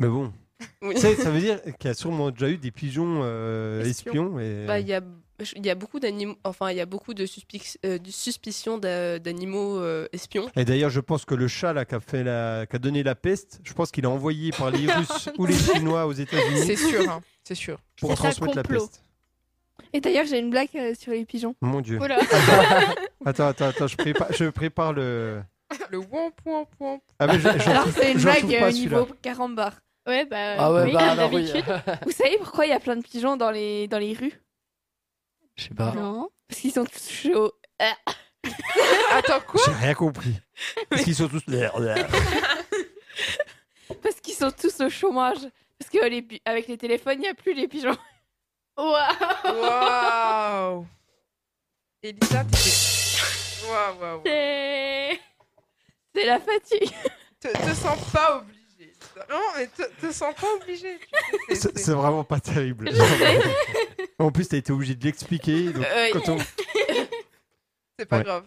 Mais bon.
Oui.
Tu sais, ça veut dire qu'il y a sûrement déjà eu des pigeons euh, espions. et...
Bah, il y a, il y a beaucoup d'animaux, enfin, il y a beaucoup de, suspic- euh, de suspicions d'a- d'animaux euh, espions.
Et d'ailleurs, je pense que le chat là, qui, a fait la... qui a donné la peste, je pense qu'il est envoyé par les Russes ou les Chinois aux États-Unis
C'est sûr, hein, c'est sûr.
pour
c'est un
transmettre la
complot.
peste.
Et d'ailleurs, j'ai une blague euh, sur les pigeons.
Mon Dieu.
Oula.
*laughs* Attends, attends, attends, je prépare, je prépare le.
Le wouan, pouan, pouan.
Ah, mais je, je-
Alors, c'est une
je
blague
retrouve pas
euh,
celui-là.
niveau carambar.
Ouais, bah.
Euh,
Ah ouais,
oui,
bah
comme
alors oui.
d'habitude.
Vous savez pourquoi il y a plein de pigeons dans les, dans les rues
*laughs* Je sais pas.
Non.
Parce qu'ils sont tous chauds.
Attends, quoi
J'ai rien compris. Parce qu'ils sont tous.
Parce qu'ils sont tous au chômage. Parce que les pi- avec les téléphones, il n'y a plus les pigeons. *laughs*
Waouh.
Waouh Elisa, t'étais. Waouh, waouh. waouh.
C'est.
C'est la fatigue.
Te, te sens pas obligée. Non, mais te, te sens pas obligée. tu
*laughs*
sais, c'est-
C'est
c'est-
c'est vraiment pas terrible. en plus, t'as été obligé de l'expliquer. donc
Euh,
quand on-
C'est pas
Ouais.
grave.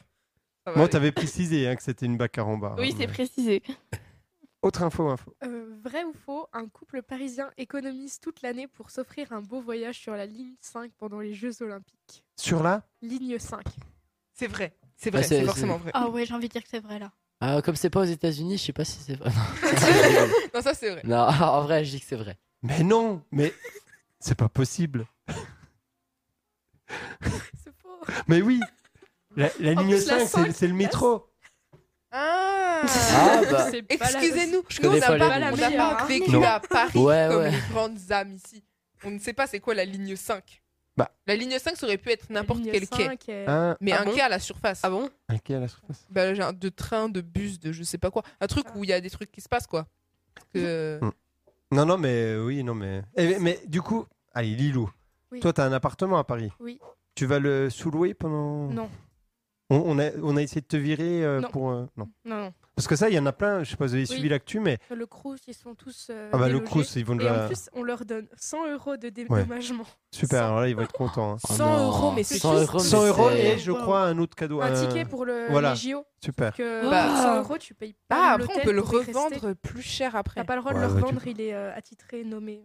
Ça va
Moi,
aller.
t'avais précisé hein, que c'était une bac à rambar.
Oui,
hein,
c'est
mais-
précisé.
Autre info, info.
Euh, vrai ou faux, un couple parisien économise toute l'année pour s'offrir un beau voyage sur la ligne 5 pendant les Jeux Olympiques.
Sur là
Ligne 5.
C'est vrai. C'est vrai,
Ouais, c'est-
c'est forcément vrai.
Ah ouais, j'ai envie de dire que c'est vrai là.
Ah, comme c'est pas aux États-Unis, je sais pas si c'est vrai.
Non, ça c'est vrai.
Non, *laughs* en vrai, je dis que c'est vrai.
Mais non, mais c'est pas possible.
*laughs* C'est faux.
Mais oui, la, la
En
ligne
plus,
5,
la
c'est-
cinq,
c'est le métro.
Ah
*laughs*
Ah bah.
C'est pas la-
Excusez-nous,
Je
nous on
connais
n'a
pas
pas,
les
on
noms.
n'a pas
Non.
vécu
Non.
à Paris
Ouais,
comme
ouais.
les grandes âmes ici. On ne sait pas c'est quoi la ligne 5.
Bah.
La ligne 5, ça aurait pu être n'importe
Ligne
quel quai.
5, euh,
Hein
Mais
Ah
un
bon
quai à la surface.
Ah bon
Un quai à la surface.
bah, j'ai un- de train, de bus, de je sais pas quoi. Un
Ah.
truc où il y a des trucs qui se passent, quoi. Parce que-
Mm. Non, non, mais euh, oui, non, mais. Eh, mais du coup, allez, Lilou,
Oui.
toi, t'as un appartement à Paris.
Oui.
Tu vas le sous-louer pendant.
Non,
On, on a, on a essayé de te virer euh,
Non.
pour. euh, non.
non, non.
Parce que ça, il y en a plein, je sais pas si vous avez
Oui.
suivi l'actu, mais.
Le Crous, ils sont tous. euh,
Ah bah, le
délogés.
Crous, ils vont
Et
déjà.
en plus, on leur donne 100 euros de dédommagement.
Super, alors là, ils vont être contents. hein.
100 euros, mais c'est
100
juste-
euros, mais
100 euros
c'est-
et je crois un autre cadeau.
Un
un-
ticket pour le,
Euh, voilà.
les JO.
Super.
Que
Bah,
pour 100 euros, tu payes pas.
Ah,
l'hôtel
après, on peut le
pour y rester.
revendre plus cher après.
T'as pas le droit
Ouais,
de le
ouais, tu
revendre, il est euh, attitré, nommé.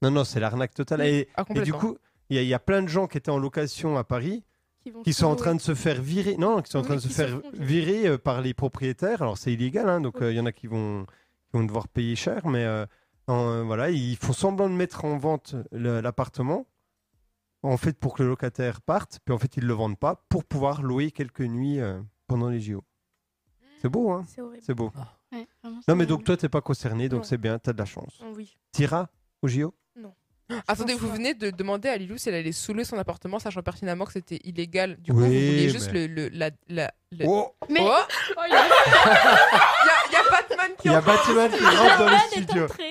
Non, non, c'est l'arnaque totale. Et,
Ah,
et du
complètement.
coup, il y, a- il y a plein de gens qui étaient en location à Paris
vont
qui sont en
tout-
train de se faire virer. Non, qui sont en
Oui,
train de se
qui se
faire
font virer.
virer euh, par les propriétaires. Alors c'est illégal, hein, donc euh, il y en a qui vont, qui vont devoir payer cher, mais euh, en- euh, voilà, ils font semblant de mettre en vente le- l'appartement. en fait pour que le locataire parte, puis en fait ils le vendent pas pour pouvoir louer quelques nuits euh, pendant les JO. C'est beau, hein
C'est horrible.
C'est beau.
Ouais, vraiment, c'est
Non mais donc
horrible.
toi t'es pas concerné, donc
Non.
c'est bien, t'as de la chance.
Oui.
T'iras au JO
Ah, Attendez,
pense
vous
pas.
venez de demander à Lilou si elle allait saouler son appartement, sachant pertinemment que c'était illégal. Du coup,
Oui,
vous vouliez juste
mais-
le, le- la, la- le-
Oh
Oh,
Mais
il y, a- il y a Batman qui
Il y a
en
Batman qui rentre dans le
Batman est
studio.
entré.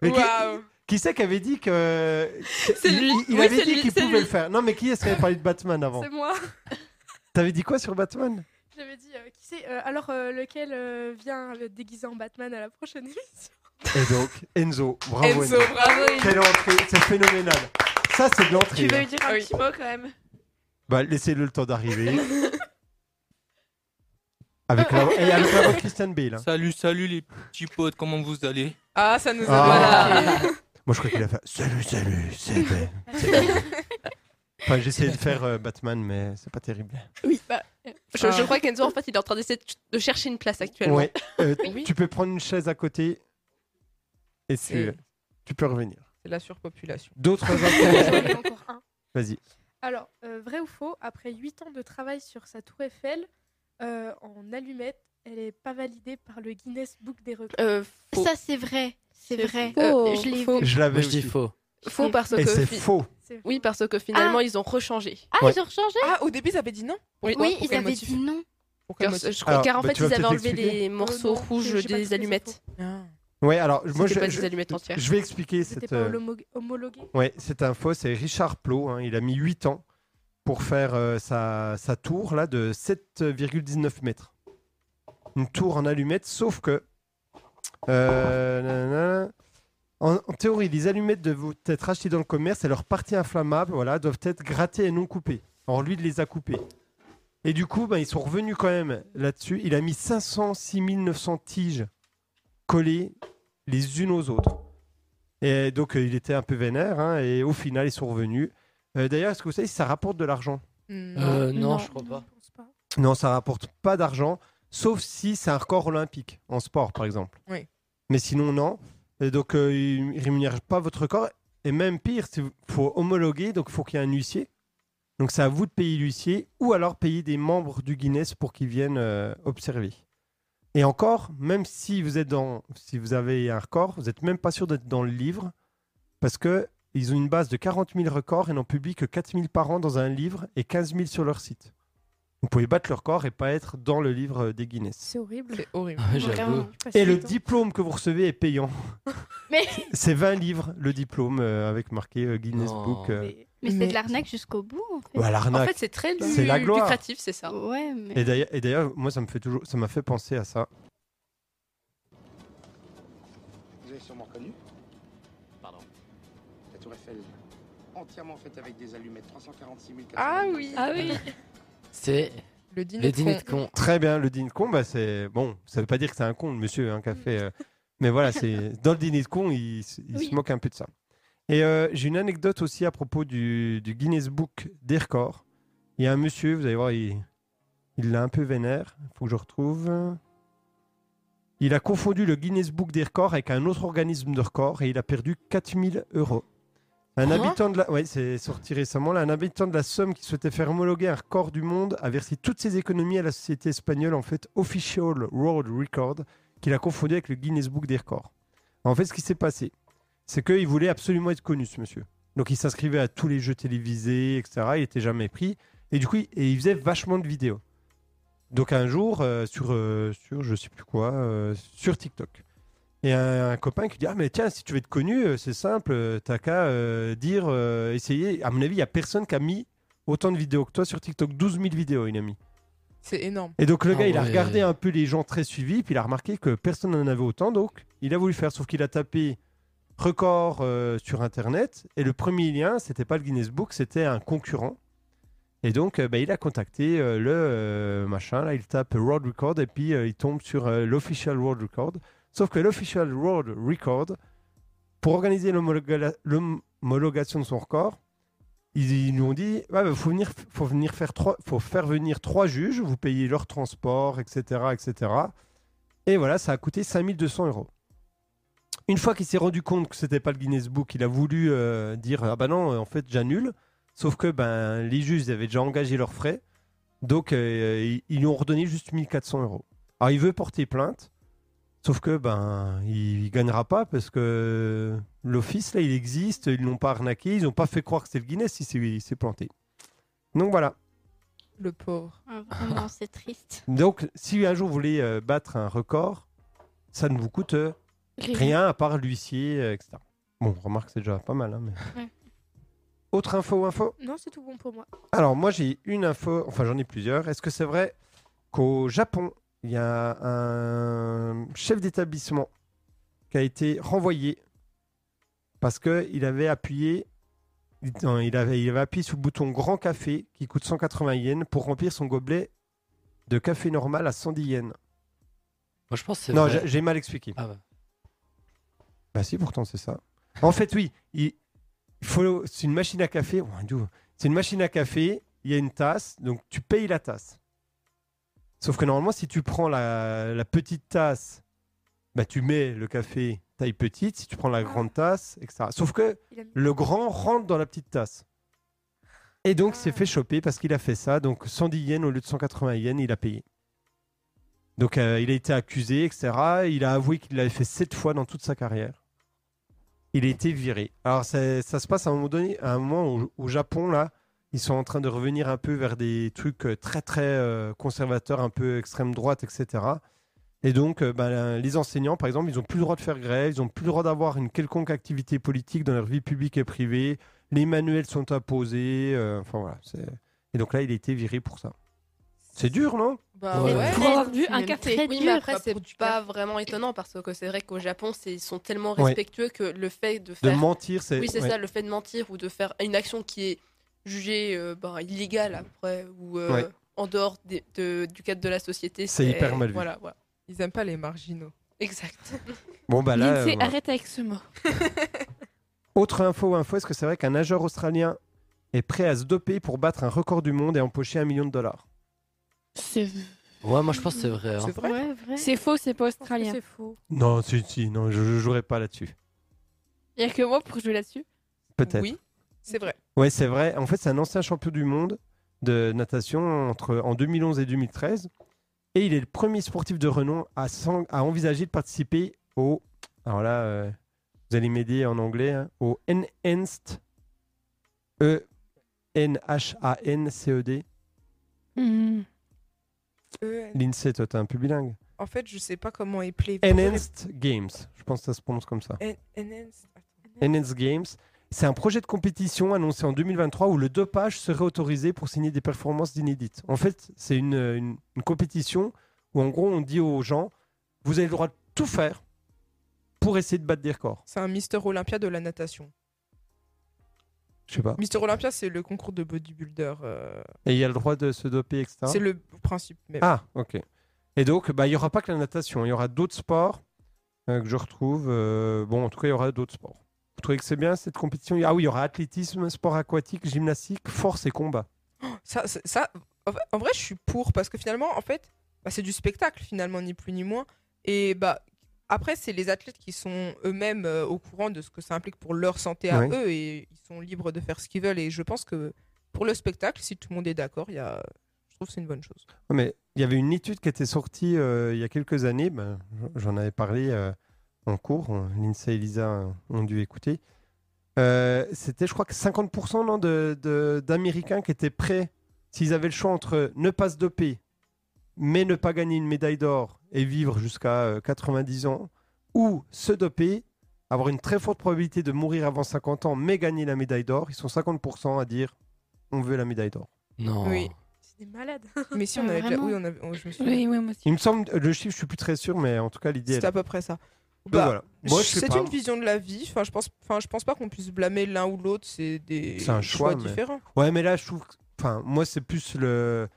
Mais qui-
Waouh.
Qui c'est qui avait dit que.
C'est
Il-
lui.
Il,
Oui,
avait
c'est
dit
lui,
qu'il
c'est
pouvait
lui.
le faire. Non, mais qui est-ce qui avait parlé de Batman avant
C'est moi.
T'avais dit quoi sur Batman
J'avais dit, euh, qui c'est euh, Alors, euh, lequel euh, vient euh, déguisé en Batman à la prochaine émission
Et donc, Enzo, bravo Enzo.
Enzo, bravo.
Quelle entrée, c'est phénoménal. Ça, c'est de
Tu
l'entrée.
veux
hein.
lui dire un
Ah oui.
petit mot quand même
Bah, laissez-le le temps d'arriver. *laughs* avec, la... Et avec la voix de Christian Bale. hein.
Salut, salut les petits potes, comment vous allez
Ah, ça nous a
Ah.
voilà.
Moi, je crois qu'il a fait Salut, salut, c'est Ben. c'est Ben. Enfin, j'ai essayé de faire euh, Batman, mais c'est pas terrible.
oui, bah,
Je,
Ah.
je crois qu'Enzo, en fait, il est en train d'essayer de ch- de chercher une place actuellement.
Ouais. euh,
Oui.
Tu peux prendre une chaise à côté et tu,
C'est-
tu peux revenir.
C'est la surpopulation.
*laughs*
D'autres
J'en
infos *laughs*
ai encore un.
Vas-y.
Alors, euh, vrai ou faux, après 8 ans de travail sur sa tour Eiffel, euh, en allumette, elle n'est pas validée par le Guinness Book des records.
Euh, faux.
ça c'est vrai, c'est
C'est
vrai.
faux.
Euh, je l'ai
Faux.
vu.
Je l'avais
Moi, je dis
aussi.
faux.
Faux parce
Et
que.
c'est
fi-
faux.
C'est
Oui,
faux.
parce que finalement, ils ont rechangé.
Ah,
Ouais.
ils ont rechangé
Ah, au début, ils avaient dit non
Oui.
Pourquoi
Oui,
Pour
ils
quel
avaient
motif
dit non.
Pour quel
Car,
motif
je
Alors,
crois qu'en
bah,
fait,
tu vas
ils avaient
peut-être
enlevé
l'expliquer.
les morceaux
Euh, non,
rouges
j'ai pas trouvé
des
ça
allumettes.
Ah.
Ouais, alors moi
C'était
je,
pas des
je-
allumettes entières.
je vais expliquer
C'était
cette.
pas
euh,
homologu- homologué.
Ouais, cette info, c'est Richard Plot. hein, il a mis 8 ans pour faire euh, sa, sa tour là de 7,19 mètres. Une tour en allumette, sauf que. euh, nanana, en, en théorie, les allumettes doivent être achetées dans le commerce et leurs parties inflammables voilà, doivent être grattées et non coupées. Or, lui, il les a coupées. Et du coup, ben, ils sont revenus quand même là-dessus. Il a mis 506 900 tiges collées les unes aux autres. Et donc, euh, il était un peu vénère. hein, et au final, ils sont revenus. Euh, D'ailleurs, est-ce que vous savez si ça rapporte de l'argent
Non.
Euh, non,
Non.
je crois pas.
je pense pas.
Non, ça rapporte pas d'argent, sauf si c'est un record olympique, en sport, par exemple.
Oui.
Mais sinon, non. Et donc, euh, ils ne rémunèrent pas votre record. Et même pire, il faut homologuer, donc il faut qu'il y ait un huissier. Donc, c'est à vous de payer l'huissier ou alors payer des membres du Guinness pour qu'ils viennent euh, observer. Et encore, même si vous êtes dans, si vous avez un record, vous n'êtes même pas sûr d'être dans le livre parce que ils ont une base de 40 000 records et n'en publient que 4 000 par an dans un livre et 15 000 sur leur site. Vous pouvez battre leur record et pas être dans le livre euh, des Guinness.
C'est horrible.
C'est horrible.
Ah,
Vraiment.
J'avoue.
Et le diplôme que vous recevez est payant.
*laughs* Mais-
*laughs* C'est 20 livres le diplôme euh, avec marqué euh, Guinness
Non.
Book. euh,
Mais, c'est
Mais-
de l'arnaque jusqu'au bout, en fait.
bah,
En
l'arnaque.
fait, c'est très
C'est la
lu-
gloire.
lucratif, c'est ça.
Ouais, mais.
Et d'ailleurs- Et d'ailleurs, moi, ça me fait toujours, ça m'a fait penser à ça.
Vous avez sûrement connu
Pardon.
la Tour Eiffel, entièrement faite avec des allumettes 346 400.
Ah oui.
Ah oui.
C'est
Le dîner,
les
de
dîners
con.
de con.
Très bien, le dîner de con, bah, c'est bon. Ça veut pas dire que c'est un con, le monsieur, hein, un café. euh, Mais voilà, c'est dans le dîner de con, il, s- il
Oui.
se moque un peu de ça. Et euh, j'ai une anecdote aussi à propos du, du Guinness Book des records. Il y a un monsieur, vous allez voir, il il l'a un peu vénère. Il faut que je retrouve. Il a confondu le Guinness Book des records avec un autre organisme de record et il a perdu 4000 euros. Un
Hein
habitant de la... ouais, c'est sorti récemment là. Un habitant de la Somme qui souhaitait faire homologuer un record du monde a versé toutes ses économies à la société espagnole en fait Official World Record qu'il a confondu avec le Guinness Book des records. En fait, ce qui s'est passé, c'est qu'il voulait absolument être connu, ce monsieur. Donc il s'inscrivait à tous les jeux télévisés, etc. Il n'était jamais pris. Et du coup, il- et il faisait vachement de vidéos. Donc un jour, euh, sur, euh, sur je sais plus quoi, euh, sur TikTok. Et un, un copain qui dit Ah, mais tiens, si tu veux être connu, euh, c'est simple, euh, t'as qu'à euh, dire, euh, essayer. À mon avis, il n'y a personne qui a mis autant de vidéos que toi sur TikTok. 12 000 vidéos, il a mis.
C'est énorme.
Et donc le
Ah
gars, il a
ouais.
regardé un peu les gens très suivis, puis il a remarqué que personne n'en avait autant, donc il a voulu faire, sauf qu'il a tapé record euh, sur Internet, et le premier lien, c'était pas le Guinness Book, c'était un concurrent. Et donc, euh, bah, il a contacté euh, le euh, machin, là, il tape World Record, et puis euh, il tombe sur euh, l'Official World Record. Sauf que l'Official World Record, pour organiser l'homologa- l'homologation de son record, ils, ils nous ont dit il faut venir faut venir faire trois faut faire venir trois juges vous payez leur transport etc etc et voilà ça a coûté 5200 euros une fois qu'il s'est rendu compte que c'était pas le Guinness Book il a voulu euh, dire ah bah non en euh, fait j'annule Sauf que ben, les juges ils avaient déjà engagé leurs frais. Donc, euh, ils, ils lui ont redonné juste 1400 euros. Alors, il veut porter plainte. Sauf que ben, il, il gagnera pas parce que l'office, là, il existe. Ils l'ont pas arnaqué. Ils n'ont pas fait croire que c'est le Guinness. Il s'est- il s'est planté. Donc, voilà.
Le pauvre.
Ah, vraiment, c'est triste.
Donc, si un jour vous voulez euh, battre un record, ça ne vous coûte euh, rien à part l'huissier, euh, etc. Bon, remarque, c'est déjà pas mal. hein, mais-
Ouais.
Autre info, info
Non, c'est tout bon pour moi.
Alors, moi, j'ai une info, enfin, j'en ai plusieurs. Est-ce que c'est vrai qu'au Japon, il y a un chef d'établissement qui a été renvoyé parce qu'il avait appuyé. non, il, avait, il avait appuyé sur le bouton grand café qui coûte 180 yens pour remplir son gobelet de café normal à 110 yens.
Moi, je pense que c'est.
Non,
vrai.
j'ai- j'ai mal expliqué.
Ah, bah.
Bah si, pourtant c'est ça. En fait, oui, il il faut. C'est une machine à café. Ouah, d'où C'est une machine à café. Il y a une tasse, donc tu payes la tasse. Sauf que normalement, si tu prends la, la petite tasse, bah tu mets le café taille petite. Si tu prends la grande tasse, etc. Sauf que
Il a mis-
le grand rentre dans la petite tasse. Et donc,
Ah.
s'est fait choper parce qu'il a fait ça. Donc, 110 yens au lieu de 180 yens, il a payé. Donc, euh, il a été accusé, etc. Il a avoué qu'il l'avait fait sept fois dans toute sa carrière. Il a été viré. Alors, ça, ça se passe à un moment donné, à un moment au, au Japon, là, ils sont en train de revenir un peu vers des trucs euh, très, très euh, conservateurs, un peu extrême droite, etc. Et donc, euh, ben, les enseignants, par exemple, ils n'ont plus le droit de faire grève, ils n'ont plus le droit d'avoir une quelconque activité politique dans leur vie publique et privée. Les manuels sont imposés. euh, enfin voilà. c'est- Et donc là, il a été viré pour ça. C'est dur, non
Bah
Ouais.
ouais.
Pour avoir bu un
Même
café.
très
Oui,
dur.
Ah mais après,
Pas
c'est
pour du
pas vraiment étonnant parce que c'est vrai qu'au Japon, c'est- ils sont tellement
Ouais.
respectueux que le fait de
De
faire.
mentir, c'est.
oui, c'est
ouais.
ça, le fait de mentir ou de faire une action qui est jugée euh, ben, illégale après ou euh,
Ouais.
en dehors des- de- du cadre de la société.
C'est hyper mal vu.
Voilà, voilà.
Ils aiment pas les marginaux.
Exact.
Bon, bah là.
Lindsay,
euh, voilà.
arrête avec ce mot.
Autre info, info, est-ce que c'est vrai qu'un nageur australien est prêt à se doper pour battre un record du monde et empocher un million de dollars
C'est
Ouais, moi, je pense que c'est vrai. hein.
C'est vrai
Ouais, vrai.
c'est faux, c'est pas
Je pense que
australien.
c'est faux.
Non, si, si, non, je ne jouerai pas là-dessus.
Il y a que moi pour jouer là-dessus.
Peut-être.
Oui, c'est vrai.
Ouais, c'est vrai. En fait, c'est un ancien champion du monde de natation entre, en 2011 et 2013. Et il est le premier sportif de renom à, s'en- à envisager de participer au. Alors là, euh, vous allez m'aider en anglais. hein, au Enhanced. E E-N-H-A-N-C-E-D.
Euh,
L'INSEE, toi, t'es un peu bilingue.
en fait, je sais pas comment est play.
Enhanced Games. Je pense que ça se prononce comme ça.
En- enhanced- attends.
Enhanced Games. C'est un projet de compétition annoncé en 2023 où le dopage serait autorisé pour signer des performances inédites. En fait, c'est une, une- une compétition où, en gros, on dit aux gens vous avez le droit de tout faire pour essayer de battre des records.
C'est un Mister Olympia de la natation.
Je sais pas.
Mister Olympia, c'est le concours de bodybuilder. euh,
Et il y a le droit de se doper, etc.
C'est le principe même.
Ah, ok. Et donc, bah, il n'y aura pas que la natation il y aura d'autres sports euh, que je retrouve. euh, bon, en tout cas, il y aura d'autres sports. Vous trouvez que c'est bien cette compétition Ah oui, il y aura athlétisme, sport aquatique, gymnastique, force et combat.
Ça, ça- ça- en fait- en vrai, je suis pour parce que finalement, en fait, bah, c'est du spectacle finalement, ni plus ni moins. Et bah après, c'est les athlètes qui sont eux-mêmes euh, au courant de ce que ça implique pour leur santé à
Ouais.
eux et ils sont libres de faire ce qu'ils veulent. Et je pense que pour le spectacle, si tout le monde est d'accord, il y a, je trouve que c'est une bonne chose.
Non, Mais il y avait une étude qui était sortie euh, il y a quelques années, ben, j'en avais parlé euh, en cours, on- Lindsay et Lisa euh, ont dû écouter. Euh, C'était, je crois, que 50% non, de- de- d'Américains qui étaient prêts, s'ils avaient le choix entre ne pas se doper, mais ne pas gagner une médaille d'or et vivre jusqu'à euh, 90 ans, ou se doper, avoir une très forte probabilité de mourir avant 50 ans, mais gagner la médaille d'or, ils sont 50% à dire on veut la médaille d'or.
Non.
Oui.
C'est des *laughs* malades.
Mais si on
Ah,
avait déjà-
vraiment
oui, on avait, oh, je me souviens.
Oui, oui, moi aussi.
Il me semble, le chiffre, je suis plus très sûr, mais en tout cas, l'idée est
C'était
là.
à peu près ça.
Donc
Bah,
voilà. Moi, je suis
c'est
pas-
une vision de la vie. Enfin, je pense, enfin, je pense pas qu'on puisse blâmer l'un ou l'autre. C'est des
C'est un choix, mais-
différents.
Ouais, mais là, je trouve. que- Enfin, moi, c'est plus le.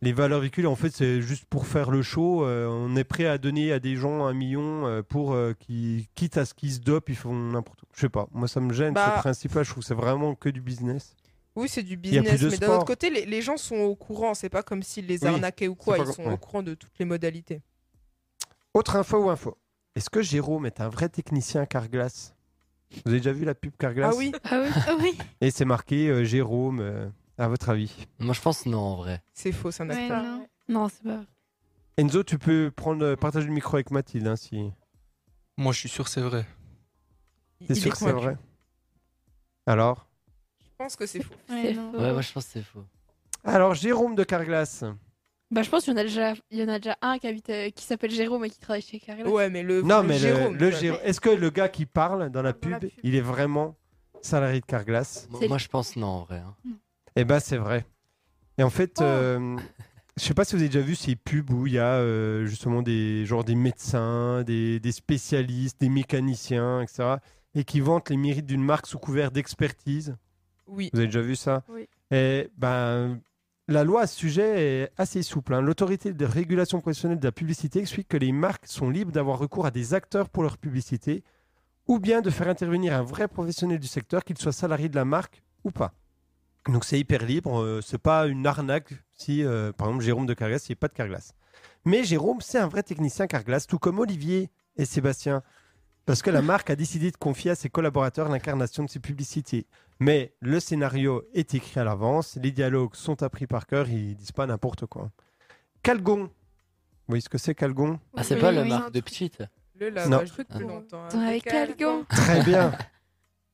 Les valeurs véhicules, en fait, c'est juste pour faire le show. euh, on est prêt à donner à des gens un million euh, pour euh, qui, quitte à ce qu'ils se dopent, ils font n'importe quoi. Je sais pas. Moi, ça me gêne
Bah-
ce principe-là. Je trouve que c'est vraiment que du business.
Oui, c'est du
y a plus
business,
de
mais d'un
sport.
autre côté, les, les gens sont au courant. C'est pas comme s'ils les
Oui,
arnaquaient ou quoi.
pas
Ils
comme-
sont
ouais.
au courant de toutes les modalités.
Autre info ou info Est-ce que Jérôme est un vrai technicien car glace Vous avez déjà vu la pub Carglass
Ah oui,
Ah oui, ah oui.
Et c'est marqué euh, Jérôme, euh, à votre avis.
Moi, je pense non, en vrai.
c'est faux, ça n'a
Ouais,
pas.
non.
Non, c'est pas.
Enzo, tu peux prendre, euh, partager le micro avec Mathilde, hein, si
Moi, je suis sûr que c'est vrai.
t'es
Il est
sûr que c'est
convaincu.
vrai. Alors
Je pense que c'est faux.
Ouais,
C'est
non.
faux.
Ouais, moi, je pense que c'est faux.
Alors, Jérôme de Carglass.
Bah, je pense qu'il y en a déjà, il y en a déjà un qui, habite, euh, qui s'appelle Jérôme et qui travaille chez Carrel.
Ouais, mais le,
Non,
le
mais
Jérôme.
le, le
quoi.
Jérôme- Est-ce que le gars qui parle dans la
Dans
pub,
la pub.
il est vraiment salarié de Carglass
Moi,
C'est-
moi, je pense non, en vrai. hein.
Eh ben, c'est vrai. Et en fait,
Oh.
euh, je sais pas si vous avez déjà vu ces pubs où il y a euh, justement des genre des médecins, des, des spécialistes, des mécaniciens, etc. Et qui vantent les mérites d'une marque sous couvert d'expertise.
Oui.
Vous avez déjà vu ça
Oui.
Et ben, la loi à ce sujet est assez souple. hein. L'autorité de régulation professionnelle de la publicité explique que les marques sont libres d'avoir recours à des acteurs pour leur publicité ou bien de faire intervenir un vrai professionnel du secteur, qu'il soit salarié de la marque ou pas. Donc c'est hyper libre, euh, c'est pas une arnaque si, euh, par exemple, Jérôme de Carglass, il n'est pas de Carglass. Mais Jérôme, c'est un vrai technicien Carglass, tout comme Olivier et Sébastien, parce que la marque a décidé de confier à ses collaborateurs l'incarnation de ses publicités. Mais le scénario est écrit à l'avance, les dialogues sont appris par cœur, ils disent pas n'importe quoi. Calgon. Vous voyez ce que c'est Calgon
Ah, c'est
Oui,
pas
oui,
la
oui,
marque
un
de
truc.
petite.
Le
Non.
lavage truc plus
Ah.
longtemps. hein.
Avec
Décale.
quelqu'un.
Très bien.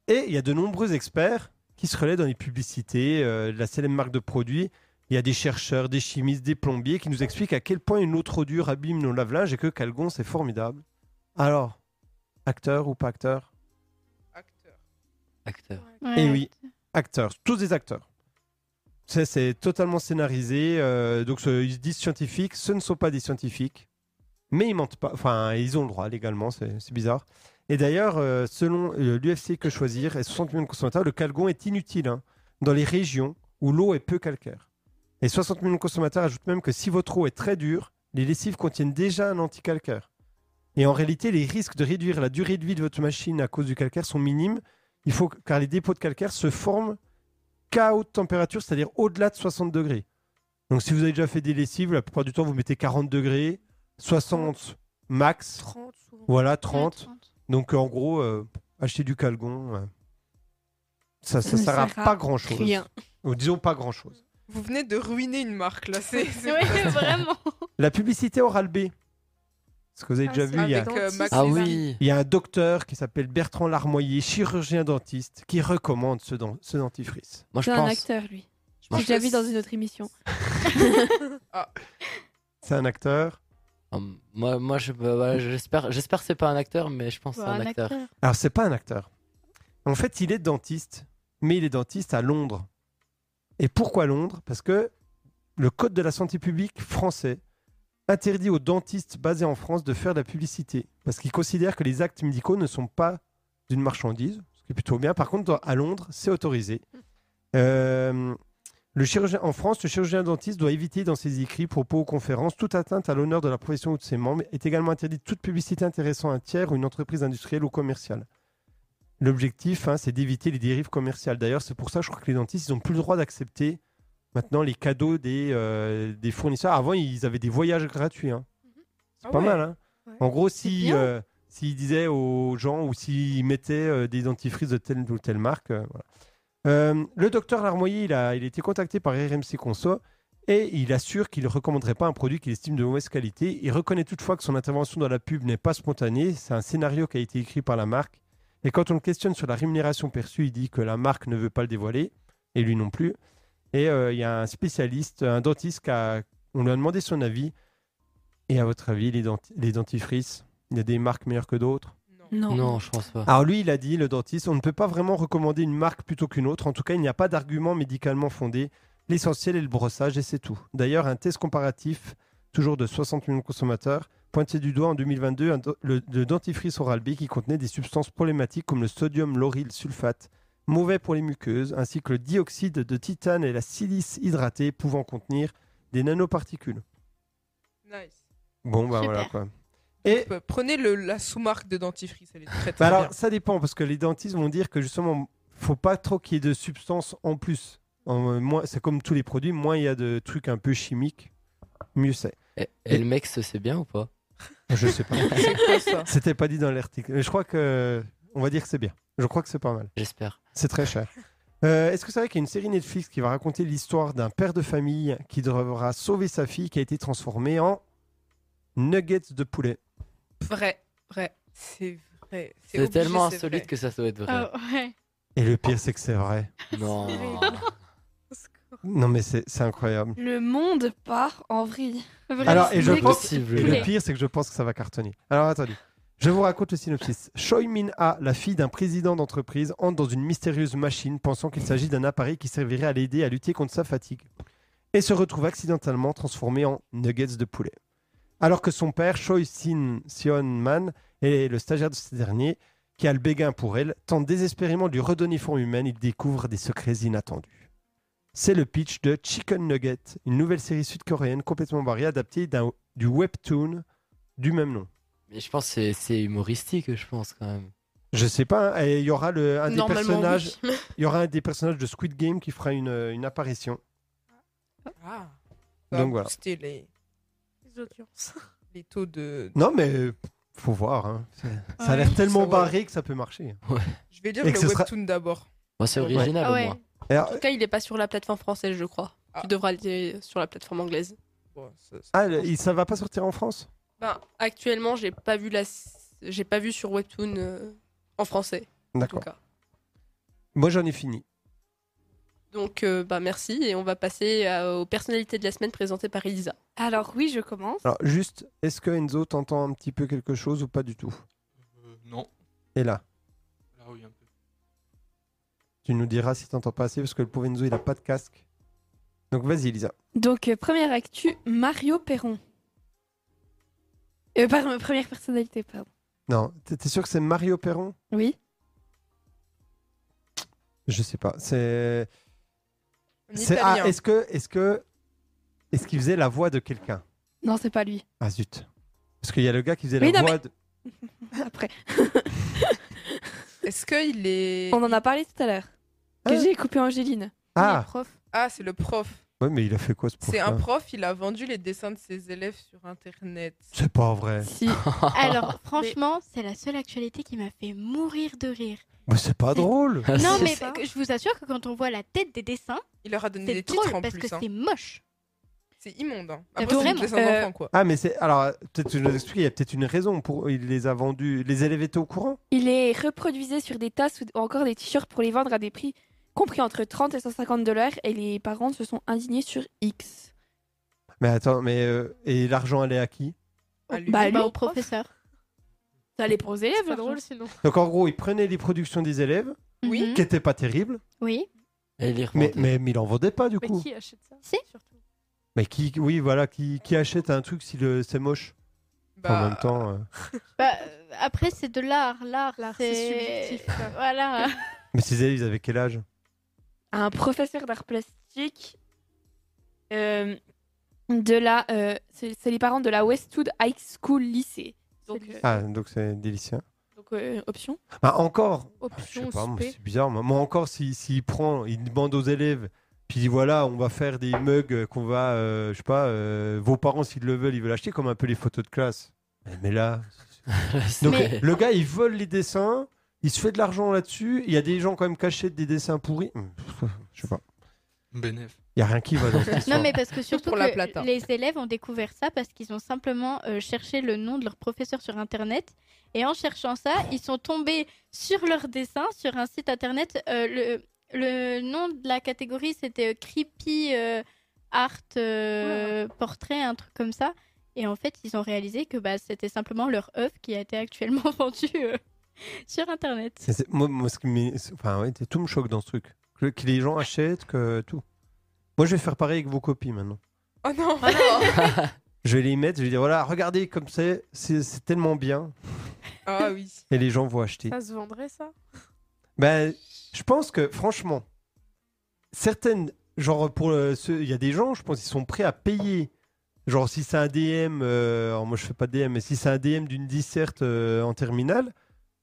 Et il y a de nombreux experts qui se relaient dans les publicités, euh, de la célèbre marque de produits. Il y a des chercheurs, des chimistes, des plombiers qui nous expliquent à quel point une eau trop dure abîme nos lave-linges et que Calgon, c'est formidable. Alors, acteur ou pas acteur
Acteur.
Acteur.
Eh
Ouais.
oui, acteurs, tous des acteurs. Ça, c'est totalement scénarisé. euh, donc, ce- ils se disent scientifiques, ce ne sont pas des scientifiques. Mais ils mentent pas. Enfin, ils ont le droit légalement, c'est c'est bizarre. Et d'ailleurs, euh, selon l'UFC Que Choisir et 60 millions de consommateurs, le calgon est inutile hein, dans les régions où l'eau est peu calcaire. Et 60 millions de consommateurs ajoutent même que si votre eau est très dure, les lessives contiennent déjà un anticalcaire. Et en réalité, les risques de réduire la durée de vie de votre machine à cause du calcaire sont minimes il faut que- car les dépôts de calcaire se forment qu'à haute température, c'est-à-dire au-delà de 60 degrés. Donc si vous avez déjà fait des lessives, la plupart du temps vous mettez 40 degrés, 60 max,
30 souvent.
voilà
Ouais,
30. Donc en gros, euh, acheter du calgon, euh, ça, ça sert à pas grand-chose.
rien.
Ou disons pas grand-chose.
Vous venez de ruiner une marque là. C'est c'est-
Ouais, *laughs* vraiment.
La publicité orale B. Parce que vous avez
Ah,
déjà
c'est
vu, il y a
avec euh, Max
Ah
Lévy.
oui
Il y a un docteur qui s'appelle Bertrand Larmoyer, chirurgien dentiste, qui recommande ce, dent- ce dentifrice.
Moi, je
C'est un
pense.
acteur, lui.
pense
J'ai déjà
que
vu dans
c'est-
une autre émission.
C'est un acteur.
Hum, Moi, moi je- bah, voilà, j'espère j'espère que c'est pas un acteur, mais je pense que
Bah,
c'est un acteur.
*laughs* Alors c'est pas un acteur. En fait, il est dentiste, mais il est dentiste à Londres. Et pourquoi Londres Parce que le code de la santé publique français interdit aux dentistes basés en France de faire de la publicité parce qu'il considère que les actes médicaux ne sont pas d'une marchandise, ce qui est plutôt bien. Par contre, dans- à Londres, c'est autorisé. Euh, le chirurgien, en France, le chirurgien dentiste doit éviter dans ses écrits, propos ou conférences toute atteinte à l'honneur de la profession ou de ses membres. Est également interdit toute publicité intéressant un tiers ou une entreprise industrielle ou commerciale. L'objectif, hein, c'est d'éviter les dérives commerciales. D'ailleurs, c'est pour ça, je crois que les dentistes, ils n'ont plus le droit d'accepter maintenant les cadeaux des, euh, des fournisseurs. Avant, ils avaient des voyages gratuits. hein. C'est
Ah
pas
ouais.
mal. hein.
Ouais.
En gros, si,
bien.
euh, s'ils disaient aux gens ou s'ils mettaient euh, des dentifrices de telle ou telle marque, euh, voilà. Euh, le docteur Larmoyer, il a, il a été contacté par RMC Conso et il assure qu'il ne recommanderait pas un produit qu'il estime de mauvaise qualité. Il reconnaît toutefois que son intervention dans la pub n'est pas spontanée. C'est un scénario qui a été écrit par la marque. Et quand on le questionne sur la rémunération perçue, il dit que la marque ne veut pas le dévoiler, et lui non plus. Et euh, il y a un spécialiste, un dentiste, qui a- on lui a demandé son avis. Et à votre avis, les, denti- les dentifrices, il y a des marques meilleures que d'autres
Non.
Non.
Non, je pense pas.
alors lui, il a dit, le dentiste, on ne peut pas vraiment recommander une marque plutôt qu'une autre. En tout cas, il n'y a pas d'argument médicalement fondé. L'essentiel est le brossage et c'est tout. D'ailleurs, un test comparatif, toujours de 60 millions de consommateurs, pointait du doigt en 2022 un do- le, le dentifrice oral B qui contenait des substances problématiques comme le sodium lauryl sulfate, mauvais pour les muqueuses, ainsi que le dioxyde de titane et la silice hydratée pouvant contenir des nanoparticules.
Nice.
Bon, bah
Super.
voilà quoi. Et
Euh, Prenez le, la sous-marque de dentifrice. Elle est très très
Bah
bien.
alors, ça dépend, parce que les dentistes vont dire que justement, faut pas trop qu'il y ait de substances en plus. En, euh, moins- c'est comme tous les produits, moins il y a de trucs un peu chimiques, mieux c'est.
Et, et le mec, c'est bien ou pas
Je sais pas.
C'est quoi ça
C'était pas dit dans l'article. Je crois que on va dire que c'est bien. Je crois que c'est pas mal.
J'espère.
C'est très cher. Euh, Est-ce que c'est vrai qu'il y a une série Netflix qui va raconter l'histoire d'un père de famille qui devra sauver sa fille qui a été transformée en nuggets de poulet
Vrai, vrai.
C'est vrai.
C'est tellement
obligé, c'est
insolite que ça doit être vrai.
Ah ouais.
Et le pire, c'est que c'est vrai.
Non.
Non, mais c'est c'est incroyable.
Le monde part en vrille.
Vraiment,
Alors, et je
c'est
pense-
Impossible.
Et
Poulet.
le pire, c'est que je pense que ça va cartonner. Alors, attendez. Je vous raconte le synopsis. Choi Min-ah, la fille d'un président d'entreprise, entre dans une mystérieuse machine pensant qu'il s'agit d'un appareil qui servirait à l'aider à lutter contre sa fatigue et se retrouve accidentellement transformé en nuggets de poulet. Alors que son père, Choi Sin Sion Man, est le stagiaire de ce dernier, qui a le béguin pour elle, tente désespérément de lui redonner forme humaine, il découvre des secrets inattendus. C'est le pitch de Chicken Nugget, une nouvelle série sud-coréenne complètement barrée, adaptée d'un- du webtoon du même nom.
Mais je pense que c'est- c'est humoristique, je pense quand même.
Je sais pas, hein, et il y aura le, un, des
Normalement,
personnages,
oui.
il y aura un des personnages de Squid Game qui fera une, euh, une apparition.
vrai. Ah.
Donc
Donc
voilà.
voilà. les,
Les audiences.
les taux de.
Non, mais euh, faut voir. hein. Ça ça a
Ouais.
l'air tellement
Ça, ouais.
barré que ça peut marcher.
Je vais dire
Et
le
que ce
webtoon
sera-
d'abord.
Moi, c'est
Ouais.
original
Ah
au
ouais.
moins.
Et-
En tout cas, il n'est pas sur la plateforme française, je crois.
Ah.
Tu devras aller sur la plateforme anglaise.
Bon, ça- ça-
Ah, le- il- ça va pas sortir en France
Ben, actuellement, j'ai pas vu la, j'ai pas vu sur webtoon euh, en français, en tout
D'accord.
cas.
Moi, j'en ai fini.
Donc, euh, bah, merci et on va passer à- aux personnalités de la semaine présentées par Elisa.
Alors oui, je commence.
Alors, juste, est-ce que Enzo t'entend un petit peu quelque chose ou pas du tout
Euh, non.
Et là,
Là, oui, un peu.
tu nous diras si t'entends pas assez parce que le pauvre Enzo, il a pas de casque. Donc, vas-y, Elisa.
Donc, euh, première actu, Mario Perron. Euh, pardon, première personnalité, pardon.
Non, t'es t'es sûr que c'est Mario Perron
Oui.
Je sais pas. C'est.
Un
c'est-
italien.
Ah, est-ce que. Est-ce que. Est-ce qu'il faisait la voix de quelqu'un
Non, c'est pas lui. *laughs*
Ah, zut. Parce qu'il y a le gars qui faisait
Oui,
la
non,
voix
mais-
de.
Après,
Est-ce qu'il est.
on en a parlé tout à l'heure. Que
Ah.
j'ai coupé Angéline.
Ah
Prof.
Ah, c'est le prof.
Ouais, mais il a fait quoi ce prof
C'est un prof, il a vendu les dessins de ses élèves sur internet.
C'est pas vrai.
Si. *laughs*
Alors, franchement, c'est la seule actualité qui m'a fait mourir de rire.
Mais c'est pas drôle.
Non,
Ah, *laughs*
C'est
mais
ça.
je vous assure que quand on voit la tête des dessins,
Il leur a donné
c'est
des titres
drôle
en
parce
plus.
que
hein.
c'est moche.
C'est immonde. hein.
Mais
Après, c'est des
vraiment.
dessins
Euh,
d'enfants, quoi.
Ah, mais c'est. Alors, peut-être que je nous explique, il y a peut-être une raison. Pour... Il les a vendus. Les élèves étaient au courant
Il les reproduisait sur des tasses ou encore des t-shirts pour les vendre à des prix compris entre 30 et 150 dollars et les parents se sont indignés sur X.
Mais attends, mais. euh, Et l'argent allait à qui
Ah, lui.
Bah, lui,
au professeur.
ça allait pour les
C'est
élèves,
pas
l'argent.
drôle sinon.
Donc en gros, il prenait les productions des élèves,
Oui.
Mhm.
qui n'étaient pas terribles,
Oui.
Et lire
mais, mais, mais il en vendait pas du
Mais
coup.
qui achète ça
Si.
Surtout.
Mais qui, oui, voilà, qui, qui achète un truc si le- c'est moche
Bah,
En même temps, euh.
Bah, euh, après, c'est de l'art. L'art,
L'art, c'est subjectif,
*laughs*
ça.
Voilà.
*laughs* mais ces élèves, ils avaient quel âge
un professeur d'art plastique euh, de la. euh, c'est c'est les parents de la Westwood High School Lycée. Donc, euh,
Ah, donc c'est des lycéens.
donc, euh, option.
Bah encore, je
Option,
sais pas, moi,
spé.
c'est bizarre. Moi, Moi, encore, s'il si, s'il prend, il demande aux élèves, puis il dit voilà, on va faire des mugs qu'on va, euh, je sais pas, euh, vos parents s'ils le veulent, ils veulent acheter comme un peu les photos de classe. Mais- Mais là, Donc,
Mais-
le gars, il vole les dessins, il se fait de l'argent là-dessus. Il y a des gens quand même cachés des dessins pourris. Hum, Je sais pas.
Bénéf.
Il y a rien qui va dans cette histoire.
Non, mais parce que surtout
pour la
que
plata.
les élèves ont découvert ça parce qu'ils ont simplement euh, cherché le nom de leur professeur sur Internet. Et en cherchant ça, ils sont tombés sur leur dessin sur un site Internet. Euh, le, le nom de la catégorie, c'était euh, Creepy euh, Art euh, Portrait, un truc comme ça. Et en fait, ils ont réalisé que bah, c'était simplement leur œuvre qui a été actuellement *laughs* vendue euh, sur Internet.
C'est- c'est- Moi, moi, ce qui m'est- c'est- enfin, ouais, tout me choque dans ce truc. Que, que les gens achètent, que tout. Moi, je vais faire pareil avec vos copies maintenant.
Oh non,
*laughs* Je vais les mettre, je vais dire voilà, regardez comme c'est, c'est, c'est tellement bien.
Ah oui.
Et les gens vont acheter.
Ça se vendrait ça
Ben, je pense que, franchement, certaines. Genre, pour euh, ceux- il y a des gens, je pense, ils sont prêts à payer. Genre, si c'est un DM, euh, alors moi je fais pas de DM, mais si c'est un DM d'une disserte euh, en terminale,